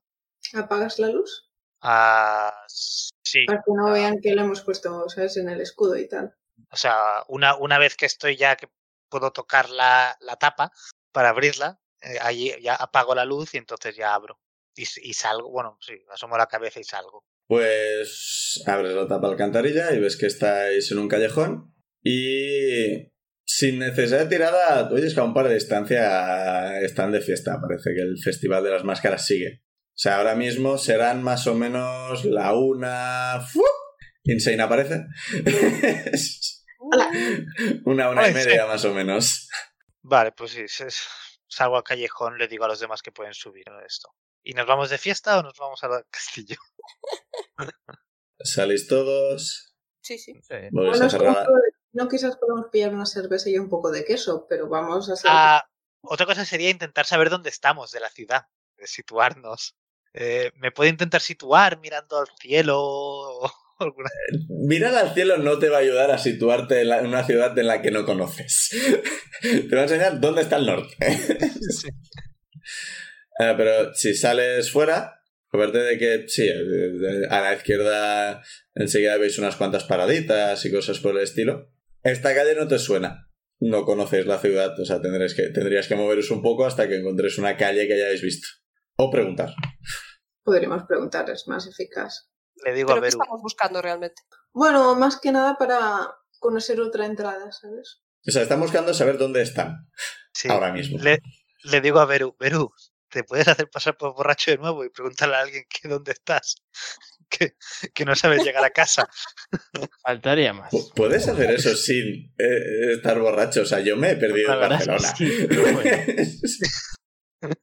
Speaker 2: ¿Apagas la luz?
Speaker 3: Ah, sí.
Speaker 2: Para que no vean que lo hemos puesto, ¿sabes? En el escudo y tal.
Speaker 3: O sea, una, una vez que estoy ya que puedo tocar la, la tapa para abrirla. eh, allí ya apago la luz y entonces ya abro. Y, s- y salgo, bueno, sí, asomo la cabeza y salgo.
Speaker 1: Pues abres la tapa de alcantarilla y ves que estáis en un callejón y sin necesidad de tirada, oye, es que a un par de distancia están de fiesta, parece que el Festival de las Máscaras sigue. O sea, ahora mismo serán más o menos la una... ¡Fu! Insane aparece.
Speaker 8: Hola.
Speaker 1: una una y
Speaker 3: Ay, sí.
Speaker 1: media más o menos.
Speaker 3: Vale, pues sí, se- salgo al callejón, le digo a los demás que pueden subir a esto. ¿Y nos vamos de fiesta o nos vamos al castillo?
Speaker 1: Salís todos.
Speaker 4: Sí,
Speaker 5: eh,
Speaker 4: sí.
Speaker 1: Volvéis
Speaker 2: Bueno,
Speaker 1: a
Speaker 2: es
Speaker 1: cerrar la-
Speaker 2: como- no quizás podemos pillar una cerveza y un poco de queso, pero vamos a hacer...
Speaker 3: Ah, otra cosa sería intentar saber dónde estamos de la ciudad, de situarnos. Eh, ¿Me puedo intentar situar mirando al cielo? o alguna-
Speaker 1: Mirar al cielo no te va a ayudar a situarte en, la- en una ciudad en la que no conoces. te va a enseñar dónde está el norte. Ah, pero si sales fuera, aparte de que, sí, eh, a la izquierda enseguida veis unas cuantas paraditas y cosas por el estilo. Esta calle no te suena. No conocéis la ciudad, o sea, tendréis que, tendrías que moveros un poco hasta que encontréis una calle que hayáis visto. O preguntar.
Speaker 2: Podríamos preguntar, es más eficaz.
Speaker 3: Le digo a
Speaker 4: ¿Pero qué
Speaker 3: Beru.
Speaker 4: estamos buscando realmente?
Speaker 2: Bueno, más que nada para conocer otra entrada, ¿sabes?
Speaker 1: O sea, están buscando saber dónde están
Speaker 3: Sí.
Speaker 1: ahora mismo.
Speaker 3: Le, le digo a Beru, Beru, ¿te puedes hacer pasar por borracho de nuevo y preguntarle a alguien que dónde estás? Que, que no sabes llegar a casa.
Speaker 5: Faltaría más.
Speaker 1: Pu- ¿Puedes hacer eso sin eh, estar borracho? O sea, yo me he perdido
Speaker 5: La
Speaker 1: en
Speaker 5: verdad es que
Speaker 1: Barcelona.
Speaker 5: sí, pero bueno.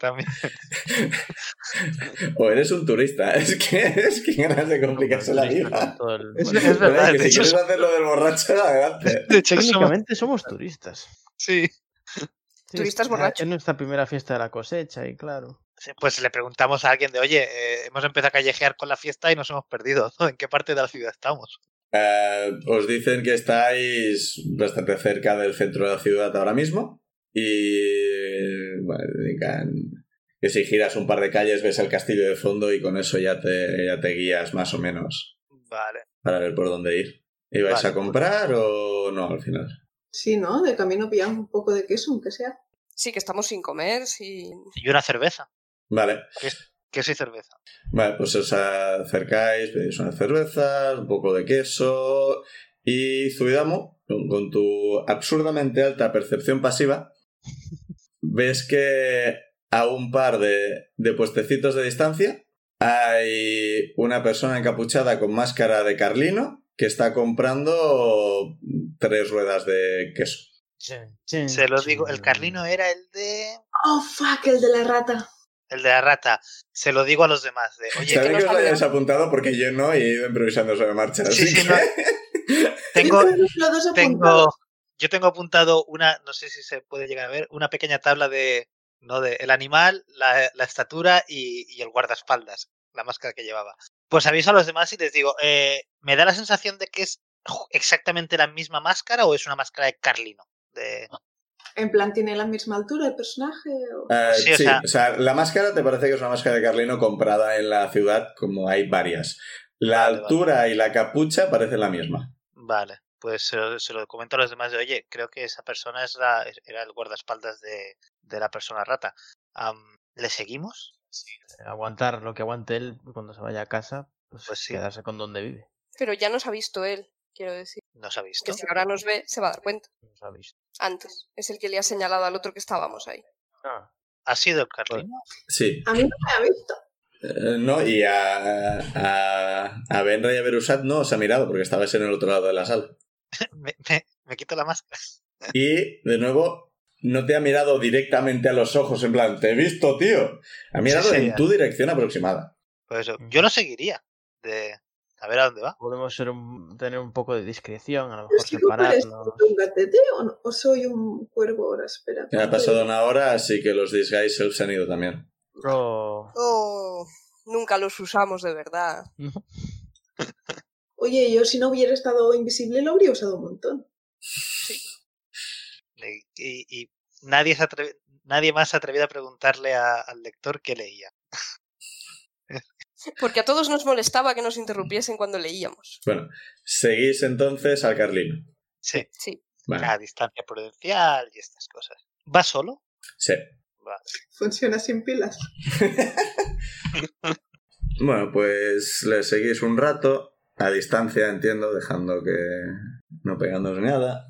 Speaker 3: También.
Speaker 1: o eres un turista. Es que, es que ganas de complicarse la vida.
Speaker 5: Todo el-
Speaker 3: Es-
Speaker 5: bueno,
Speaker 3: es verdad.
Speaker 1: Oye, que si
Speaker 3: de hecho,
Speaker 1: quieres hacer lo del borracho, adelante.
Speaker 3: De hecho, somos-
Speaker 5: Técnicamente somos turistas.
Speaker 3: sí.
Speaker 5: Sí,
Speaker 4: Turistas
Speaker 5: es-
Speaker 4: borrachos.
Speaker 5: Es nuestra primera fiesta de la cosecha, y claro.
Speaker 3: Sí, Pues le preguntamos a alguien de, oye, eh, hemos empezado a callejear con la fiesta y nos hemos perdido. ¿no? ¿En qué parte de la ciudad estamos?
Speaker 1: Eh, os dicen que estáis bastante cerca del centro de la ciudad ahora mismo. Y. Bueno, indican que si giras un par de calles ves el castillo de fondo y con eso ya te, ya te guías más o menos
Speaker 3: Vale.
Speaker 1: para ver por dónde ir. ¿Y vais
Speaker 3: Vale.
Speaker 1: a comprar o no al final?
Speaker 2: Sí, ¿no? De camino pillamos un poco de queso, aunque sea.
Speaker 4: Sí, que estamos sin comer, sin...
Speaker 3: Y una cerveza.
Speaker 1: Vale.
Speaker 3: Queso y cerveza.
Speaker 1: Vale, pues os acercáis, pedís unas cervezas, un poco de queso y Zuidamo, con, con tu absurdamente alta percepción pasiva, ves que a un par de, de puestecitos de distancia hay una persona encapuchada con máscara de carlino que está comprando tres ruedas de queso. Mm,
Speaker 3: Se lo digo, el Carlino
Speaker 5: eh,
Speaker 3: era el de...
Speaker 2: ¡Oh, fuck! El de la rata.
Speaker 3: El de la rata. Se lo digo a los demás. De, oye,
Speaker 1: Está
Speaker 3: que
Speaker 1: bien
Speaker 4: no
Speaker 1: que os lo
Speaker 4: sabe-
Speaker 1: hayáis apuntado porque yo no y he ido improvisando sobre marcha.
Speaker 3: Sí,
Speaker 1: así
Speaker 3: sí,
Speaker 1: que-
Speaker 3: no. tengo,
Speaker 2: los dos apuntados.
Speaker 3: tengo, yo tengo apuntado una, no sé si se puede llegar a ver, una pequeña tabla de, no, de el animal, la, la estatura y, y el guardaespaldas, la máscara que llevaba. Pues aviso a los demás y les digo, eh, me da la sensación de que es ju- exactamente la misma máscara o es una máscara de Carlino. De,
Speaker 2: En plan, ¿tiene la misma altura el personaje? o-
Speaker 1: Eh, sí,
Speaker 3: Sí, o sea-
Speaker 1: o sea, la máscara te parece que es una máscara de Carlino comprada en la ciudad, como hay varias. La
Speaker 3: Vale, vale.
Speaker 1: altura y la capucha parecen la misma.
Speaker 3: vale, pues se lo, se lo comento a los demás de, oye, creo que esa persona es la, era el guardaespaldas de, de la persona rata. Am, ¿Le seguimos?
Speaker 5: Aguantar lo que aguante él cuando se vaya a casa, pues,
Speaker 3: Pues sí.
Speaker 5: quedarse con donde vive.
Speaker 4: Pero ya nos ha visto él, quiero decir.
Speaker 3: Nos ha visto.
Speaker 4: Que si ahora nos ve, se va a dar cuenta.
Speaker 5: Nos ha visto.
Speaker 4: Antes. Es el que le ha señalado al otro que estábamos ahí.
Speaker 3: Ah. ¿Ha sido el Carlino?
Speaker 1: Sí.
Speaker 2: A mí no me ha visto.
Speaker 1: Eh, no, y a, a, a Benra y a Berusat no os ha mirado porque estabais en el otro lado de la sala.
Speaker 3: Me, me- me quito la máscara.
Speaker 1: Y, de nuevo, no te ha mirado directamente a los ojos, en plan, te he visto, tío. Ha mirado
Speaker 3: sí,
Speaker 1: en
Speaker 3: ya.
Speaker 1: tu dirección aproximada.
Speaker 3: Por eso,
Speaker 5: Ujú.
Speaker 3: yo lo seguiría. De a ver a dónde va.
Speaker 5: Podemos ser un- tener un poco de discreción, a lo
Speaker 2: Yo
Speaker 5: mejor
Speaker 2: sigo pareciendo
Speaker 5: separarnos.
Speaker 2: un gatete o, no? ¿O soy un cuervo ahora? Espera.
Speaker 1: Ya ha pasado una hora, así que los disguise elves han ido también.
Speaker 5: Pero-
Speaker 4: Oh, nunca los usamos de verdad.
Speaker 2: Oye, yo si no hubiera estado invisible lo habría usado un montón.
Speaker 3: Y, y- y nadie, se atreve- nadie más se atrevió a preguntarle a- al lector qué leía.
Speaker 4: Porque a todos nos molestaba que nos interrumpiesen cuando leíamos.
Speaker 1: Bueno, seguís entonces al Carlino.
Speaker 3: Sí.
Speaker 4: Sí.
Speaker 1: Vale.
Speaker 3: a "Ah, distancia prudencial y estas cosas. ¿Va solo?
Speaker 1: Sí.
Speaker 3: Va.
Speaker 2: Funciona sin pilas.
Speaker 1: Bueno, pues le seguís un rato, a distancia entiendo, dejando que no pegándose nada.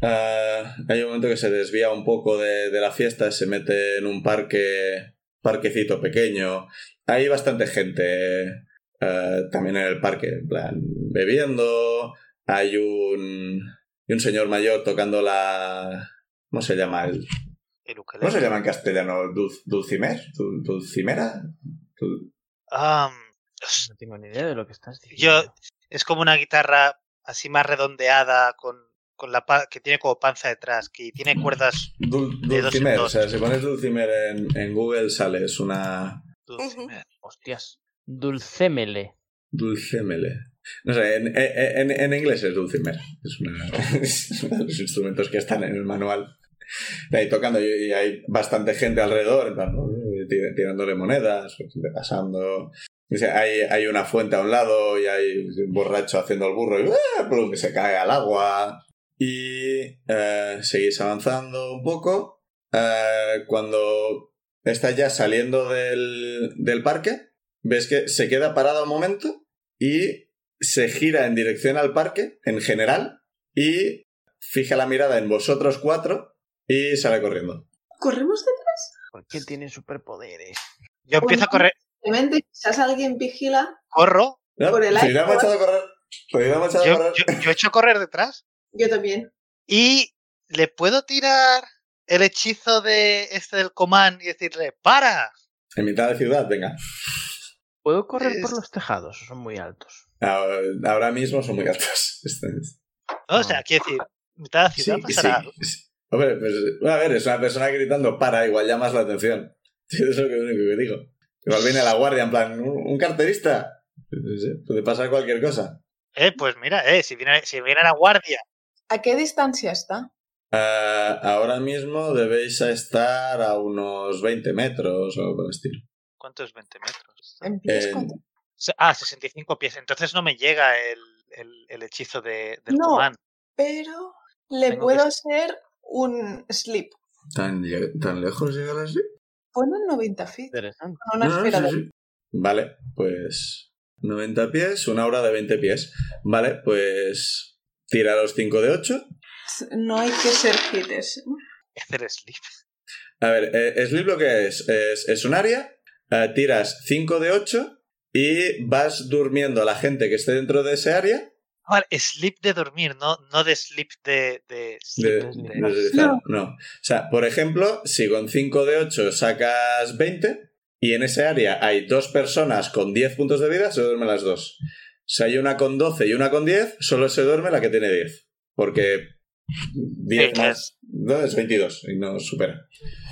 Speaker 1: Ah, hay un momento que se desvía un poco de, de la fiesta, se mete en un parque, parquecito pequeño. Hay bastante gente eh, también en el parque, en plan, bebiendo. Hay un, y un señor mayor tocando la... ¿Cómo se llama? El,
Speaker 3: El ukelele.
Speaker 1: ¿Cómo se llama en castellano? Dul- ¿Dulcimer? Dul- ¿Dulcimera? Dul-
Speaker 3: Am, os-
Speaker 5: No tengo ni idea de lo que estás
Speaker 3: yo,
Speaker 5: diciendo.
Speaker 3: Ah, es como una guitarra así más redondeada, con, con la pa- que tiene como panza detrás, que tiene cuerdas.
Speaker 1: Dul-
Speaker 3: De dos en
Speaker 1: Dulcimer, o
Speaker 3: dos.
Speaker 1: sea, si pones Dulcimer en, en Google sale, es una
Speaker 3: dulcimer.
Speaker 5: Hostias. Dulcémele.
Speaker 1: Dulcemele. No sé, en, en- en- en inglés es Dulcimer, es, una, es uno de los instrumentos que están en el manual. De Ahí tocando y y hay bastante gente alrededor, en plan, ¿no? Tir- tirándole monedas, gente pasando. O sea, hay, hay una fuente a un lado y hay un borracho haciendo el burro y ¡ah! plum, que se cae al agua. Y eh, seguís avanzando un poco. Eh, cuando estás ya saliendo del, del parque, ves que se queda parada un momento y se gira en dirección al parque en general y fija la mirada en vosotros cuatro y sale corriendo.
Speaker 8: ¿Corremos detrás?
Speaker 7: ¿Por qué tiene superpoderes?
Speaker 3: Yo empiezo a correr,
Speaker 2: Obviamente, quizás alguien vigila.
Speaker 3: corro.
Speaker 1: ¿No?
Speaker 2: Por el
Speaker 1: Si hubiéramos
Speaker 2: iPhone.
Speaker 1: echado a correr. Si hubiéramos echado a
Speaker 3: Yo,
Speaker 1: correr.
Speaker 3: yo, yo echo a correr detrás
Speaker 2: Yo también.
Speaker 3: y le puedo tirar el hechizo de este del comán y decirle: ¡Para!
Speaker 1: En mitad de ciudad, venga.
Speaker 5: ¿Puedo correr por
Speaker 3: Es-
Speaker 5: los tejados? Son muy altos.
Speaker 1: Ahora ahora mismo son muy altos. Este Están-
Speaker 3: ¿No? O sea, quiero decir, mitad de la ciudad
Speaker 1: Ah. Sí,
Speaker 3: pasará.
Speaker 1: sí, sí. Hombre, pues, a ver, es una persona gritando para, igual llamas la atención. Eso es lo que- único que digo. Igual viene la guardia en plan, un, un carterista. No sé, Puede pasar cualquier cosa.
Speaker 3: Eh, pues mira, eh, si viene, si viene la guardia,
Speaker 2: ¿A qué distancia está?
Speaker 1: Ah, ahora mismo debéis a estar a unos 20 metros o algo por el estilo.
Speaker 3: ¿cuánto es 20 metros?
Speaker 2: ¿En pies
Speaker 1: En-
Speaker 2: cuánto?
Speaker 3: Se- Ah, 65 pies. Entonces no me llega el, el- el hechizo de, del
Speaker 2: No.
Speaker 3: comán.
Speaker 2: Pero le
Speaker 5: Tengo que-
Speaker 2: puedo hacer un slip.
Speaker 1: ¿Tan, lle- tan lejos llegar así?
Speaker 2: Ponen 90 feet.
Speaker 5: Interesante.
Speaker 2: Con una
Speaker 1: No, no,
Speaker 2: esfera
Speaker 1: sí, sí. Vale, pues 90 pies, una hora de 20 pies. Vale, pues tira los 5 de 8.
Speaker 2: de- No hay que ser hitters.
Speaker 3: Hacer slip.
Speaker 1: A ver, eh, Slip lo que es, es, es un área, eh, tiras 5 de 8 y vas durmiendo a la gente que esté dentro de ese área.
Speaker 3: Vale, sleep de dormir, no, no de sleep de. de,
Speaker 1: De-
Speaker 3: sleep de-
Speaker 1: no, deslizar, no. O sea, por ejemplo, si con 5 de 8 sacas 20 y en ese área hay dos personas con 10 puntos de vida, se duermen las dos. Si hay una con 12 y una con 10, solo se duerme la que tiene 10. Porque 10
Speaker 3: Sí,
Speaker 1: más 2 es 22 y no supera.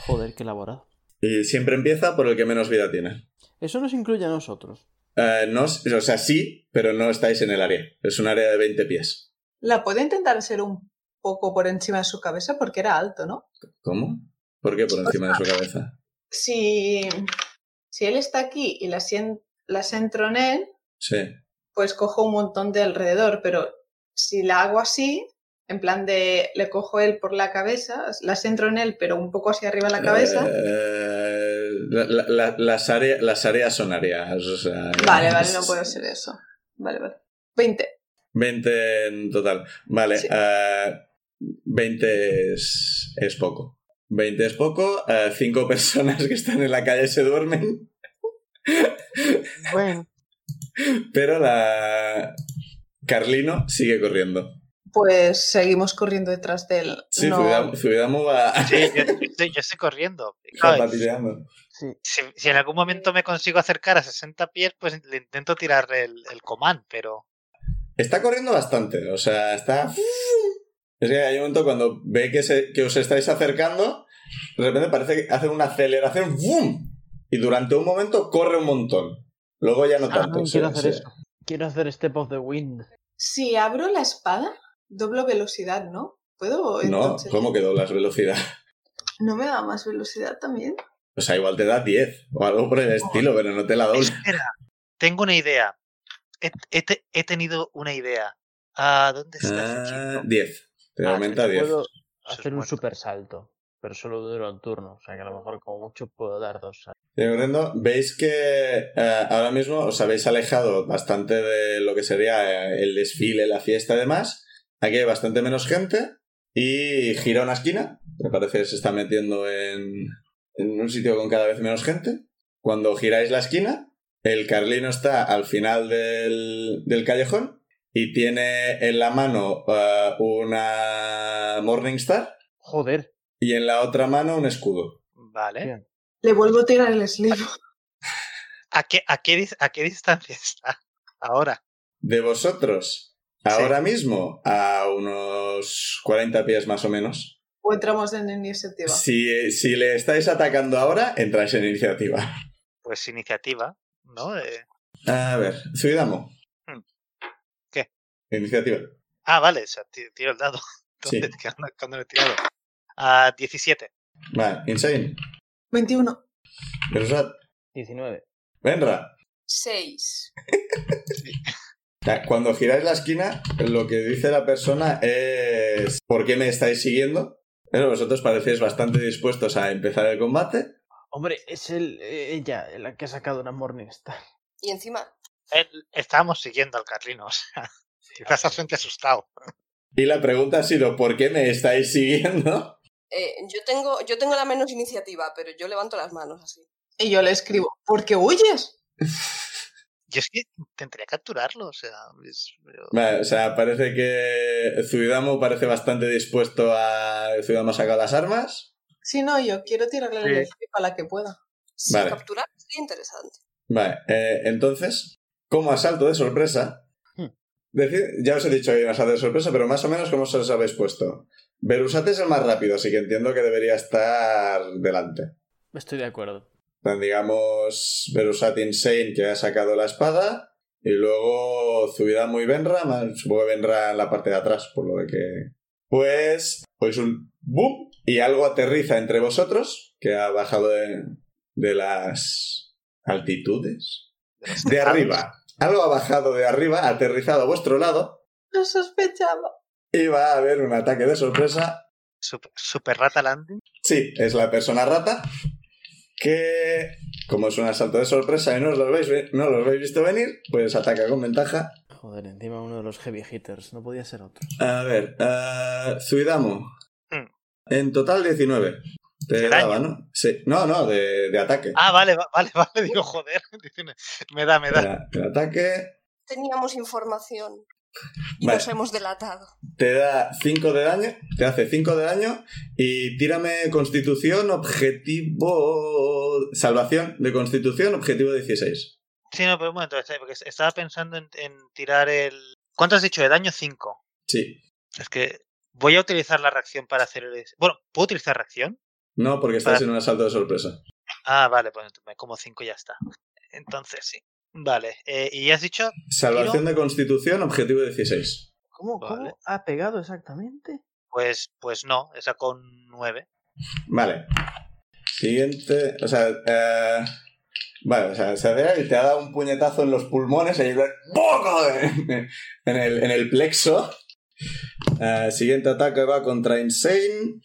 Speaker 7: Joder, qué elaborado.
Speaker 1: Y siempre empieza por el que menos vida tiene.
Speaker 7: Eso nos incluye a nosotros.
Speaker 1: Eh, no, s- o sea, sí, pero no estáis en el área. Es un área de 20 pies.
Speaker 2: La puedo intentar hacer un poco por encima de su cabeza porque era alto, ¿no?
Speaker 1: ¿Cómo? ¿Por qué por encima de su cabeza?
Speaker 2: Si, si él está aquí y la, sien- la centro en él,
Speaker 1: Sí.
Speaker 2: pues cojo un montón de alrededor, pero si la hago así, en plan de le cojo él por la cabeza, la centro en él, pero un poco hacia arriba la cabeza.
Speaker 1: Eh, la- la- la- las, área- las áreas son áreas. o sea,
Speaker 2: Vale,
Speaker 1: es-
Speaker 2: vale, no puedo hacer eso. Vale, vale. 20.
Speaker 1: 20 en total. Vale.
Speaker 2: Sí.
Speaker 1: eh, 20 es, es poco. 20 es poco. 5 personas que están en la calle se duermen.
Speaker 7: Bueno.
Speaker 1: Pero la. Carlino sigue corriendo.
Speaker 2: Pues seguimos corriendo detrás de él.
Speaker 1: Sí,
Speaker 2: No,
Speaker 1: Zuidamu- Zuidamu va
Speaker 3: Sí, yo, yo estoy, yo estoy corriendo.
Speaker 1: va
Speaker 3: Claro,
Speaker 1: patilleando.
Speaker 7: Sí.
Speaker 3: si, si en algún momento me consigo acercar a 60 pies, pues le intento tirar el, el comán, pero.
Speaker 1: Está corriendo bastante, o sea, está... Es que hay un momento cuando ve que, se- que os estáis acercando, de repente parece que hace una aceleración, ¡vum! Y durante un momento corre un montón. Luego ya no tanto.
Speaker 5: Ay,
Speaker 1: se-
Speaker 5: Ah, quiero hacer
Speaker 1: se-
Speaker 5: esto. Quiero hacer Step of the Wind.
Speaker 2: Si abro la espada, doblo velocidad, ¿no?
Speaker 1: No,
Speaker 2: ¿Puedo? entonces?
Speaker 1: ¿cómo que doblas velocidad?
Speaker 2: ¿No me da más velocidad también?
Speaker 1: O sea, igual te da 10 o algo por el estilo, pero no te la dobla.
Speaker 3: Espera, tengo una idea. He, he te- he tenido una idea. Ah, ¿Dónde está el
Speaker 1: Ah,
Speaker 3: hechizo?
Speaker 1: 10. Te
Speaker 5: Ah,
Speaker 1: aumenta a
Speaker 5: yo
Speaker 1: 10.
Speaker 5: Puedo
Speaker 3: es
Speaker 5: hacer un
Speaker 3: muerto.
Speaker 5: super salto, pero solo dura un turno. O sea que a lo mejor como mucho puedo dar dos saltos.
Speaker 1: Señor Rendo, veis que eh, ahora mismo os habéis alejado bastante de lo que sería eh, el desfile, la fiesta y demás. Aquí hay bastante menos gente y gira una esquina. Me parece que se está metiendo en, en un sitio con cada vez menos gente. Cuando giráis la esquina, el Carlino está al final del, del callejón y tiene en la mano eh, una Morningstar
Speaker 5: Joder.
Speaker 1: y en la otra mano un escudo.
Speaker 3: Vale.
Speaker 5: Bien.
Speaker 2: Le vuelvo a tirar el sleeve.
Speaker 3: ¿A qué, a, qué, dis- ¿A qué distancia está ahora?
Speaker 1: de vosotros ahora mismo a unos 40 pies más o menos.
Speaker 2: O entramos en iniciativa.
Speaker 1: Si, si le estáis atacando ahora, entráis en iniciativa.
Speaker 3: Pues iniciativa, ¿no? Eh,
Speaker 1: A ver, Zuidamo.
Speaker 3: Hmm. ¿Qué?
Speaker 1: Iniciativa.
Speaker 3: ah, vale, o sea, ti- tiro el dado.
Speaker 1: Sí.
Speaker 3: ¿Dónde, cuándo- cuándo lo he tirado? A 17.
Speaker 1: Vale, Insane.
Speaker 2: 21.
Speaker 1: Berusat.
Speaker 5: 19.
Speaker 1: Venra.
Speaker 4: 6.
Speaker 1: Ya, Cuando giráis la esquina, lo que dice la persona es ¿por qué me estáis siguiendo? Pero vosotros parecéis bastante dispuestos a empezar el combate.
Speaker 7: Hombre, es el, eh, ella la que ha sacado una Morningstar.
Speaker 4: Y encima,
Speaker 3: Él- estábamos siguiendo al Carlino, o sea, quizás al frente asustado.
Speaker 1: Y la pregunta ha sido ¿por qué me estáis siguiendo?
Speaker 4: eh, yo, tengo, yo tengo la menos iniciativa, pero yo levanto las manos así.
Speaker 2: Y yo le escribo, ¿por qué huyes?
Speaker 3: Yo es que intentaría capturarlo, o sea, es- pero-
Speaker 1: Vale, o sea, parece que Zuidamo parece bastante dispuesto a... Zuidamo ha sacado las armas.
Speaker 2: Si no, yo quiero tirarle el
Speaker 3: Sí.
Speaker 2: sleeve a la que pueda.
Speaker 4: Si
Speaker 1: Vale.
Speaker 4: capturar sería interesante.
Speaker 1: Vale, eh, entonces, como asalto de sorpresa... decid- ya os he dicho que hay un asalto de sorpresa, pero más o menos cómo se os habéis puesto. Berusate es el más rápido, así que entiendo que debería estar delante.
Speaker 7: Estoy de acuerdo.
Speaker 1: Plan, digamos, Berusat Insane que ha sacado la espada y luego Zuidamo y Benra, más- supongo que Benra en la parte de atrás, por lo de que... Pues, pues un boom y algo aterriza entre vosotros que ha bajado de, de las altitudes. De arriba. Algo ha bajado de arriba, ha aterrizado a vuestro lado
Speaker 2: Lo sospechaba.
Speaker 1: y va a haber un ataque de sorpresa
Speaker 3: Super, super Rata Landing.
Speaker 1: Sí, es la persona rata que, como es un asalto de sorpresa y no os lo habéis, vi- no lo habéis visto venir, pues ataca con ventaja.
Speaker 7: Joder, encima uno de los heavy hitters. No podía ser otro.
Speaker 1: A ver, eh, Zuidamo.
Speaker 3: Hmm.
Speaker 1: En total 19. Te
Speaker 3: ¿De
Speaker 1: daba,
Speaker 3: daño?
Speaker 1: ¿no? Sí. No, no, de, de ataque.
Speaker 3: Ah, vale, va- vale, vale, digo, joder. Me da, me da.
Speaker 1: Era El ataque
Speaker 4: Teníamos información y
Speaker 1: Vale.
Speaker 4: nos hemos delatado.
Speaker 1: te da 5 de daño, te hace 5 de daño y tírame constitución, objetivo... Salvación de constitución, objetivo 16.
Speaker 3: Sí, no, pero un momento, este, porque estaba pensando en, en tirar el. ¿Cuánto has dicho de daño? 5.
Speaker 1: Sí.
Speaker 3: Es que voy a utilizar la reacción para hacer el. Bueno, ¿puedo utilizar reacción?
Speaker 1: No, porque estás
Speaker 3: Para-
Speaker 1: en un asalto de sorpresa.
Speaker 3: Ah, vale, pues me como 5 y ya está. Entonces sí. Vale, eh, y has dicho.
Speaker 1: Salvación de constitución, objetivo 16.
Speaker 7: ¿Cómo,
Speaker 3: Vale.
Speaker 7: ¿Cómo ha pegado exactamente?
Speaker 3: Pues, pues no, esa con 9.
Speaker 1: Vale. Siguiente. O sea, eh, vale, o sea, se acerca y te ha dado un puñetazo en los pulmones y en, en, el, en el plexo. Eh, siguiente ataque va contra Insane.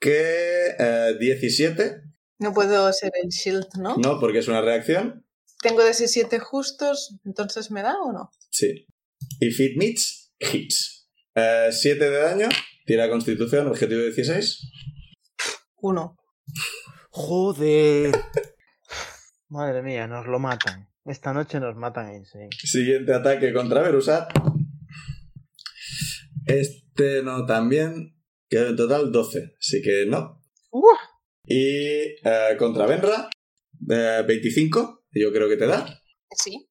Speaker 1: Que eh, 17.
Speaker 2: No puedo ser el shield, ¿no?
Speaker 1: No, porque es una reacción.
Speaker 2: Tengo 17 justos, entonces me da o no?
Speaker 1: Sí. Y Fit Meets, hits. Eh, 7 de daño. Tira constitución, objetivo 16.
Speaker 2: Uno.
Speaker 7: Joder. Madre mía, nos lo matan. Esta noche nos matan a Insane.
Speaker 1: Siguiente ataque contra Berusat. Este no también. Queda en total 12. Así que no. Y eh, contra Benra. eh, 25. Yo creo que te da.
Speaker 4: Sí.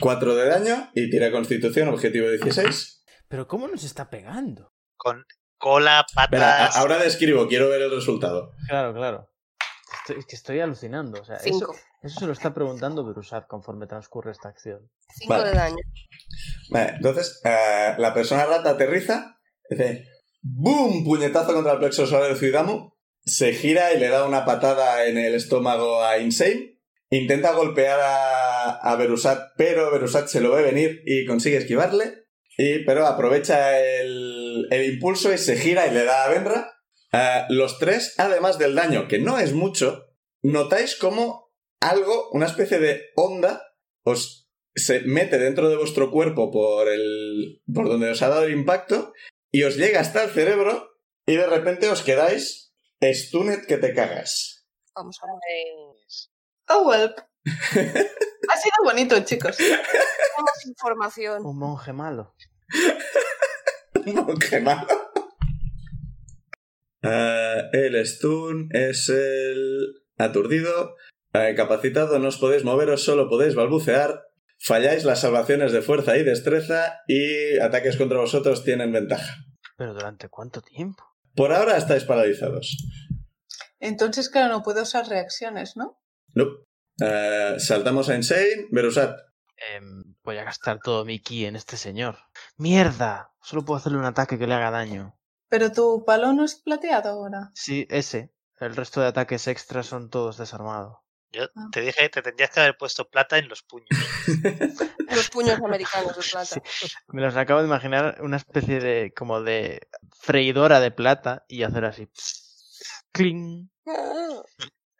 Speaker 1: 4 de daño. Y tira constitución, objetivo 16.
Speaker 7: Pero ¿cómo nos está pegando?
Speaker 3: Con cola,
Speaker 1: Espera, a-
Speaker 3: patas.
Speaker 1: ahora describo. Quiero ver el resultado.
Speaker 5: Claro, claro. Estoy, es que estoy alucinando. O sea, eso,
Speaker 4: Cinco.
Speaker 5: eso se lo está preguntando Berusat conforme transcurre esta acción.
Speaker 4: Cinco
Speaker 1: Vale.
Speaker 4: de daño.
Speaker 1: Vale, entonces eh, la persona rata aterriza. Dice: ¡Boom! Puñetazo contra el plexo solar de Zuidamu. Se gira y le da una patada en el estómago a Insane. Intenta golpear a, a Berusat, pero Berusat se lo ve venir y consigue esquivarle. Y, pero aprovecha el, el, el impulso es se gira y le da a Benra. Ah, los tres, además del daño, que no es mucho, notáis como algo, una especie de onda, os se mete dentro de vuestro cuerpo por el. por donde os ha dado el impacto, y os llega hasta el cerebro, y de repente os quedáis stunned que te cagas.
Speaker 4: Vamos a ver.
Speaker 2: Oh, well. Ha sido bonito, chicos.
Speaker 4: Más información.
Speaker 7: Un monje malo.
Speaker 1: Qué malo. Ah, el stun es el aturdido, ah, incapacitado, no os podéis moveros, solo podéis balbucear, falláis las salvaciones de fuerza y destreza y ataques contra vosotros tienen ventaja.
Speaker 7: ¿Pero durante cuánto tiempo?
Speaker 1: Por ahora estáis paralizados.
Speaker 2: Entonces, claro, no puedo usar reacciones, ¿no?
Speaker 1: Nope. Ah, saltamos a Insane, Verusat.
Speaker 5: Em, voy a gastar todo mi ki en este señor. ¡Mierda! Solo puedo hacerle un ataque que le haga daño.
Speaker 2: Pero tu palo no es plateado ahora.
Speaker 5: Sí, ese. El resto de ataques extras son todos desarmados.
Speaker 3: Yo
Speaker 2: Ah.
Speaker 3: te dije que te tendrías que haber puesto plata en los puños.
Speaker 4: Los puños americanos de plata.
Speaker 5: Me los acabo de imaginar una especie de como de freidora de plata y hacer así. Cling.
Speaker 4: Ah,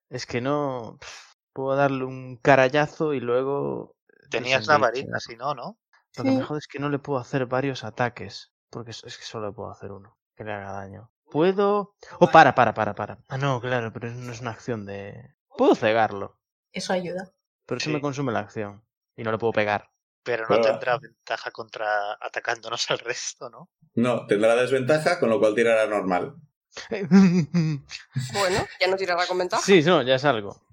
Speaker 5: Es que no pf, puedo darle un carallazo y luego
Speaker 3: Tenías la
Speaker 5: Disengage.
Speaker 3: varita, si no, ¿no?
Speaker 5: Lo que
Speaker 2: Sí.
Speaker 5: me jode es que no le puedo hacer varios ataques, porque es es que solo le puedo hacer uno que le haga daño. Puedo. Oh, para, para, para, para. Ah, no, claro, pero eso no es una acción de. Puedo cegarlo,
Speaker 2: Eso ayuda.
Speaker 5: pero eso
Speaker 3: Sí.
Speaker 5: me consume la acción y no le puedo pegar.
Speaker 3: Pero no
Speaker 1: Pero-
Speaker 3: tendrá ventaja contra atacándonos al resto, ¿no?
Speaker 1: No, tendrá desventaja, con lo cual tirará normal.
Speaker 4: Bueno, ya no tirará con ventaja.
Speaker 5: Sí, no, ya es algo.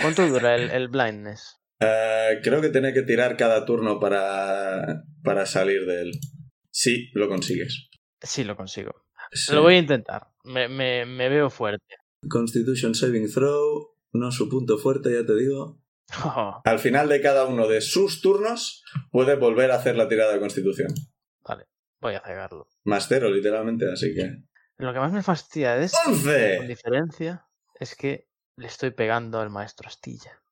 Speaker 5: ¿Cuánto dura el, el blindness?
Speaker 1: Eh, creo que tiene que tirar cada turno para, para salir de él. Sí, lo consigues.
Speaker 5: Sí, lo consigo.
Speaker 1: Sí.
Speaker 5: Lo voy a intentar. Me, me- me veo fuerte.
Speaker 1: Constitution Saving Throw, no su punto fuerte, ya te digo.
Speaker 5: Oh,
Speaker 1: Al final de cada uno de sus turnos, puede volver a hacer la tirada de Constitución.
Speaker 5: voy a cegarlo.
Speaker 1: Más cero, literalmente, así que.
Speaker 5: Lo que más me fastidia de esto, con
Speaker 1: ¡Once!
Speaker 5: diferencia, es que le estoy pegando al maestro Astilla.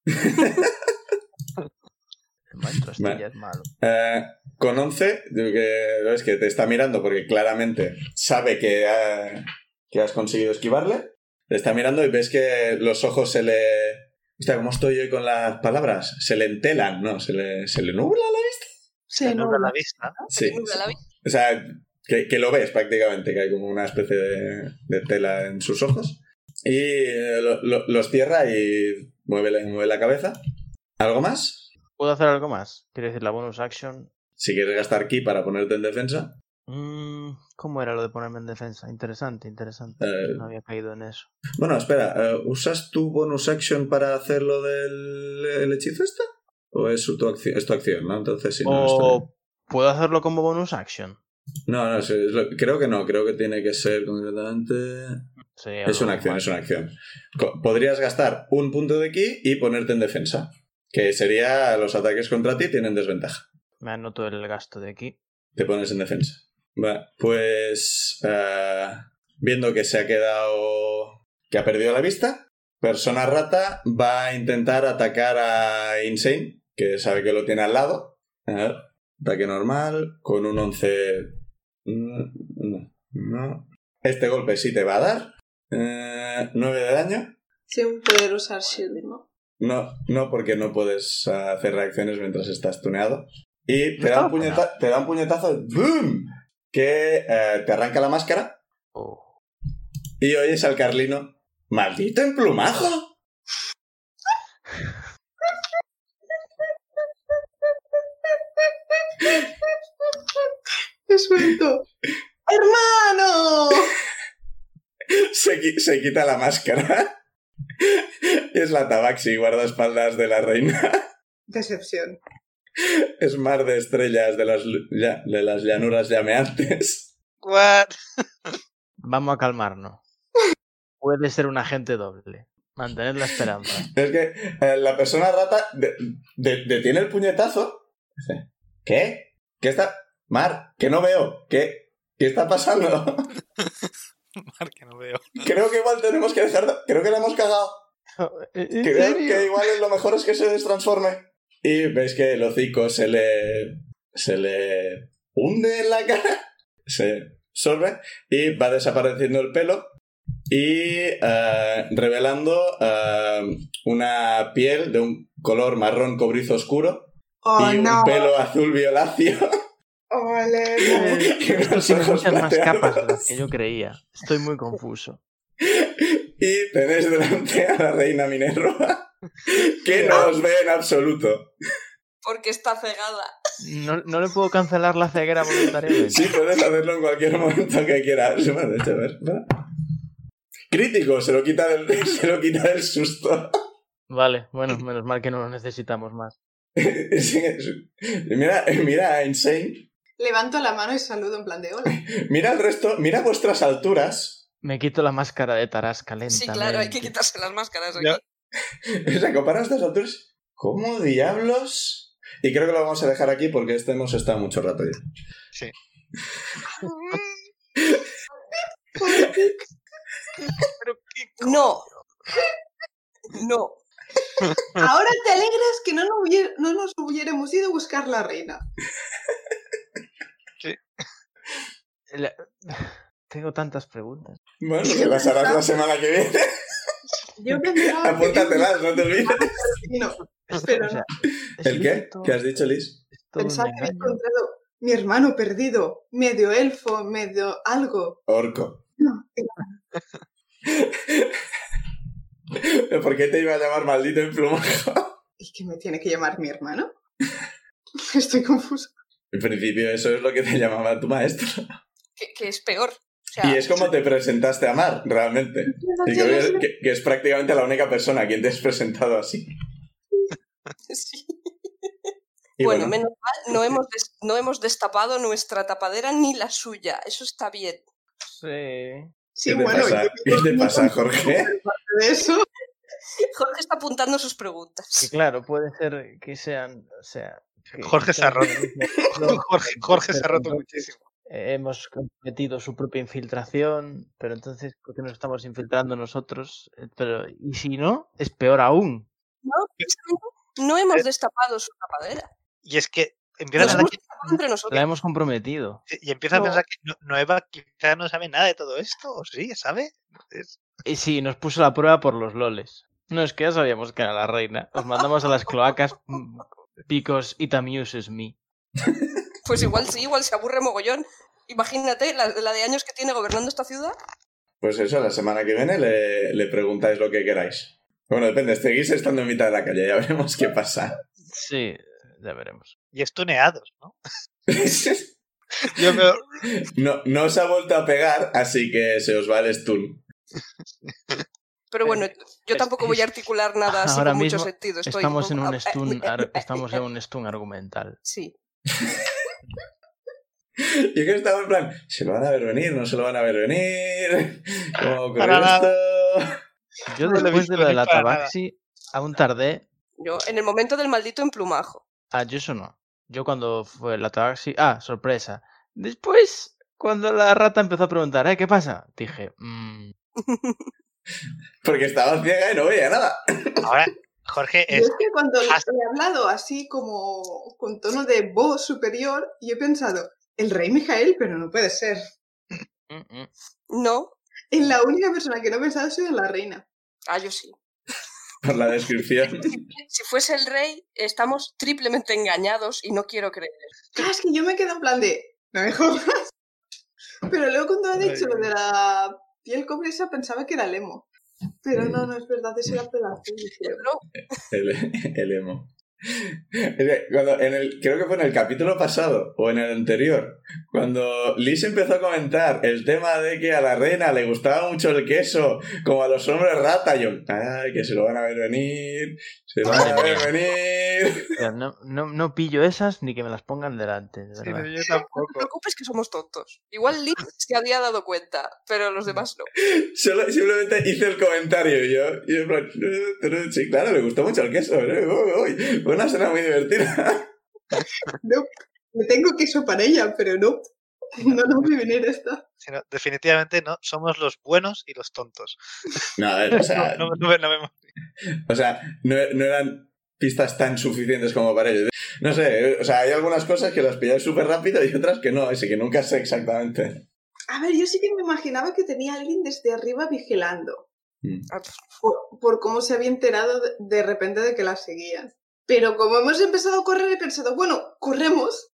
Speaker 5: El maestro Astilla
Speaker 1: Vale.
Speaker 5: es malo.
Speaker 1: Eh, con 11, digo que, es que te está mirando porque claramente sabe que, eh, que has conseguido esquivarle. Te está mirando y ves que los ojos se le. Hostia, ¿cómo estoy hoy con las palabras? Se le entelan, ¿no? Se le, se le nubla la vista.
Speaker 2: Sí, no,
Speaker 3: Nubla la vista.
Speaker 1: Sí.
Speaker 4: Nubla la vista.
Speaker 1: O sea, que, que lo ves prácticamente, que hay como una especie de, de tela en sus ojos. Y eh, lo- lo- los cierra y mueve, la- mueve la cabeza. ¿Algo más?
Speaker 5: ¿Puedo hacer algo más? Quiero decir, la bonus action.
Speaker 1: Si quieres gastar ki para ponerte en defensa.
Speaker 5: Mm, ¿Cómo era lo de ponerme en defensa? Interesante, interesante.
Speaker 1: Eh.
Speaker 5: No había caído en eso.
Speaker 1: Bueno, espera, eh, ¿usas tu bonus action para hacer lo del el hechizo este? ¿O es, su- tu acci- es tu acción, no? Entonces, si no, está bien.
Speaker 5: o puedo hacerlo como bonus action.
Speaker 1: no, no, es- es lo- creo que no, creo que tiene que ser concretamente...
Speaker 5: Sí,
Speaker 1: Es
Speaker 5: algo
Speaker 1: una acción,
Speaker 5: normal.
Speaker 1: es una acción. Co- Podrías gastar un punto de ki y ponerte en defensa, que sería los ataques contra ti tienen desventaja.
Speaker 5: Me anoto el gasto de aquí.
Speaker 1: Te pones en defensa. Va, pues eh, viendo que se ha quedado, que ha perdido la vista, persona rata va a intentar atacar a Insane, que sabe que lo tiene al lado. A ver, ataque normal, con un 11... Mm, No, no. Este golpe sí te va a dar. Eh, 9 de daño.
Speaker 8: Sin poder usar Shield, ¿no?
Speaker 1: No, no, porque no puedes ah, hacer reacciones mientras estás tuneado. Y te
Speaker 5: No
Speaker 1: da un,
Speaker 5: estaba tuneado.
Speaker 1: puñeta- te da un puñetazo ¡boom! que eh, te arranca la máscara
Speaker 5: Oh.
Speaker 1: y oyes al Carlino ¡Maldito emplumajo!
Speaker 2: Te suelto. ¡Hermano!
Speaker 1: Se, qui- se quita la máscara. es la tabaxi, guardaespaldas de la reina.
Speaker 2: Decepción.
Speaker 1: Es mar de estrellas de las, lu- lla- de las llanuras llameantes.
Speaker 3: What?
Speaker 5: Vamos a calmarnos. Puede ser un agente doble. Mantener la esperanza.
Speaker 1: Es que eh, la persona rata de- de- detiene el puñetazo. Dice, ¿Qué? ¿Qué está? Mar, que no veo. ¿Qué, ¿Qué está pasando?
Speaker 3: Mar, que no veo.
Speaker 1: Creo que igual tenemos que dejar. de- Creo que la hemos cagado.
Speaker 5: ¿En
Speaker 1: Creo
Speaker 5: serio?
Speaker 1: que igual lo mejor es que se destransforme. Y veis que el hocico se le. se le. hunde en la cara. Se, sorbe y va desapareciendo el pelo y eh, revelando eh, una piel de un color marrón cobrizo oscuro
Speaker 2: Oh,
Speaker 1: y un
Speaker 2: no.
Speaker 1: pelo azul violáceo.
Speaker 2: Ole, no.
Speaker 1: y unos
Speaker 5: Eh, Esto tiene
Speaker 1: ojos
Speaker 5: muchas más
Speaker 1: plateados.
Speaker 5: capas de las que yo creía. Estoy muy confuso.
Speaker 1: Y tenéis delante a la reina Minerva, que no os ve en absoluto.
Speaker 4: Porque está cegada.
Speaker 5: No, no le puedo cancelar la ceguera voluntariamente.
Speaker 1: Sí, puedes hacerlo en cualquier momento que quieras. Bueno, de hecho, a ver, va. Crítico, se lo quita del, se lo quita del susto.
Speaker 5: Vale, bueno, menos mal que no lo necesitamos más.
Speaker 1: Sí, sí. mira, mira a Insane,
Speaker 2: Levanto la mano y saludo en plan de hola.
Speaker 1: mira el resto, mira vuestras alturas.
Speaker 5: Me quito la máscara de Tarasca lentamente.
Speaker 4: Sí, claro, hay que quitarse las máscaras aquí.
Speaker 3: Ya.
Speaker 1: O sea, compara vuestras alturas. ¿Cómo diablos? Y creo que lo vamos a dejar aquí porque este hemos estado mucho rato ya.
Speaker 3: Pero qué
Speaker 4: No. No.
Speaker 2: Ahora te alegras que no, nos hubier- no nos hubiéramos ido a buscar la reina.
Speaker 5: La- Tengo tantas preguntas.
Speaker 1: Bueno, te las harás la semana que viene.
Speaker 2: Yo me miraba-
Speaker 1: Apúntatelas, no te olvides.
Speaker 2: No, espera.
Speaker 5: O sea, es
Speaker 1: ¿El qué?
Speaker 5: esto-
Speaker 1: ¿Qué has dicho, Liz?
Speaker 5: es todo un
Speaker 2: Pensaba que había
Speaker 5: engaño.
Speaker 2: encontrado mi hermano perdido, medio elfo, medio algo.
Speaker 1: Orco.
Speaker 2: No,
Speaker 1: ¿Por qué te iba a llamar maldito emplumajo?
Speaker 2: ¿Y qué me tiene que llamar mi hermano? Estoy confusa.
Speaker 1: En principio, eso es lo que te llamaba tu maestro.
Speaker 4: Que, que es peor. O sea,
Speaker 1: Y es como te presentaste a Mar, realmente.
Speaker 4: Ah,
Speaker 1: Y creo que, que- que es prácticamente la única persona a quien te has presentado así.
Speaker 4: sí.
Speaker 1: Y
Speaker 4: bueno, menos mal, no hemos, des- no hemos destapado nuestra tapadera ni la suya. Eso está bien.
Speaker 5: Sí.
Speaker 2: Sí,
Speaker 1: ¿Qué te,
Speaker 2: bueno,
Speaker 1: pasa?
Speaker 2: yo
Speaker 1: ¿Qué te
Speaker 2: no
Speaker 1: pasa, Jorge?
Speaker 2: de eso.
Speaker 4: Jorge está apuntando sus preguntas.
Speaker 5: Que claro, puede ser que sean. O sea, que-
Speaker 3: Jorge se ha roto.
Speaker 5: No,
Speaker 3: Jorge, Jorge se ha
Speaker 5: pero
Speaker 3: roto
Speaker 5: entonces,
Speaker 3: muchísimo.
Speaker 5: eh, Hemos cometido su propia infiltración, pero entonces, ¿por qué nos estamos infiltrando nosotros? Eh, Pero, y si no, es peor aún.
Speaker 4: No, precisamente, no hemos destapado su tapadera.
Speaker 3: Y es que empieza
Speaker 4: Nos
Speaker 3: a pensar
Speaker 4: hemos
Speaker 3: que,
Speaker 4: destapado entre nosotros.
Speaker 5: La hemos comprometido.
Speaker 3: y empieza a
Speaker 4: No.
Speaker 3: pensar que no- Nueva quizá no sabe nada de todo esto, o sí, ¿sabe? Es-
Speaker 5: Y sí, nos puso la prueba por los loles. No, es que ya sabíamos que era la reina. Os mandamos a las cloacas mm, because it amuses me.
Speaker 4: Pues igual sí, igual se aburre mogollón. Imagínate la, la de años que tiene gobernando esta ciudad.
Speaker 1: Pues eso, la semana que viene le, le preguntáis lo que queráis. Bueno, depende, seguís estando en mitad de la calle, ya veremos qué pasa.
Speaker 5: Sí, ya veremos.
Speaker 3: y estuneados, ¿no? Yo me-
Speaker 1: No, no os ha vuelto a pegar, así que se os va el stun.
Speaker 4: Pero bueno, yo
Speaker 5: es-
Speaker 4: tampoco voy a articular nada así
Speaker 5: ahora
Speaker 4: con mucho
Speaker 5: mismo
Speaker 4: sentido. Estoy
Speaker 5: Estamos en
Speaker 4: como-
Speaker 5: un
Speaker 3: eh,
Speaker 5: stun, ar- estamos en un stun argumental.
Speaker 4: Sí.
Speaker 1: Yo que estaba en plan, ¿se lo van a ver venir? ¿No se lo van a ver venir? ¿Cómo ocurrió
Speaker 3: Para
Speaker 1: esto?
Speaker 5: Yo
Speaker 3: No lo he
Speaker 5: después
Speaker 3: visto
Speaker 5: de lo de
Speaker 3: ni
Speaker 5: la
Speaker 3: para nada.
Speaker 5: tabaxi, aún tardé.
Speaker 4: Yo, en el momento del maldito emplumajo.
Speaker 5: Ah, yo eso no. Yo cuando fue la tabaxi... Ah, sorpresa. Después, cuando la rata empezó a preguntar, ¿eh? ¿Qué pasa? Dije, mm,
Speaker 1: Porque estaba ciega y no veía nada.
Speaker 3: Ahora, Jorge
Speaker 2: Yo
Speaker 3: es
Speaker 2: es que cuando le
Speaker 3: Eh, has-
Speaker 2: he hablado así como con tono de voz superior, yo he pensado, el rey Mijael, pero no puede ser.
Speaker 5: mm, mm.
Speaker 4: No.
Speaker 2: En la única persona que no he pensado ha sido la reina.
Speaker 4: Ah, yo sí.
Speaker 1: Por la descripción.
Speaker 4: Si fuese el rey, estamos triplemente engañados y no quiero creer.
Speaker 2: Claro, es que yo me quedo en plan de, no me jodas. Pero luego cuando ha dicho lo de la piel cobriza pensaba que era lemo. Pero no, no es verdad, es la pelazo.
Speaker 4: No,
Speaker 1: El, el emo. Es que cuando- en el, creo que fue en el capítulo pasado o en el anterior, cuando Liz empezó a comentar el tema de que a la reina le gustaba mucho el queso, como a los hombres rata, yo, ay, que se lo van a ver venir, se lo van a ver venir.
Speaker 5: Mira, no, no, no pillo esas ni que me las pongan delante, de
Speaker 3: Sí, no,
Speaker 5: verdad.
Speaker 3: yo
Speaker 4: no te
Speaker 3: tampoco.
Speaker 4: preocupes que somos tontos. Igual Link se había dado cuenta, pero
Speaker 5: Mm.
Speaker 4: los demás no.
Speaker 1: Solo- simplemente hice el comentario y yo, y yo en plan, "Eh, sí, claro, le gustó mucho el queso, ¿eh? Uy, uy, una escena muy divertida.
Speaker 2: No, me tengo queso para ella, pero no. No, no me venir esto.
Speaker 3: Si no, definitivamente no, somos los buenos y los tontos.
Speaker 1: No, a ver, o sea,
Speaker 3: No, no, no, no vemos-
Speaker 1: O sea, no, no eran pistas tan suficientes como para ello. No sé, o sea, hay algunas cosas que las pilláis súper rápido y otras que no, así que nunca sé exactamente.
Speaker 2: A ver, yo sí que me imaginaba que tenía alguien desde arriba vigilando.
Speaker 1: Mm.
Speaker 2: Por, por cómo se había enterado de, de repente de que la seguían. Pero como hemos empezado a correr, he pensado, bueno, corremos.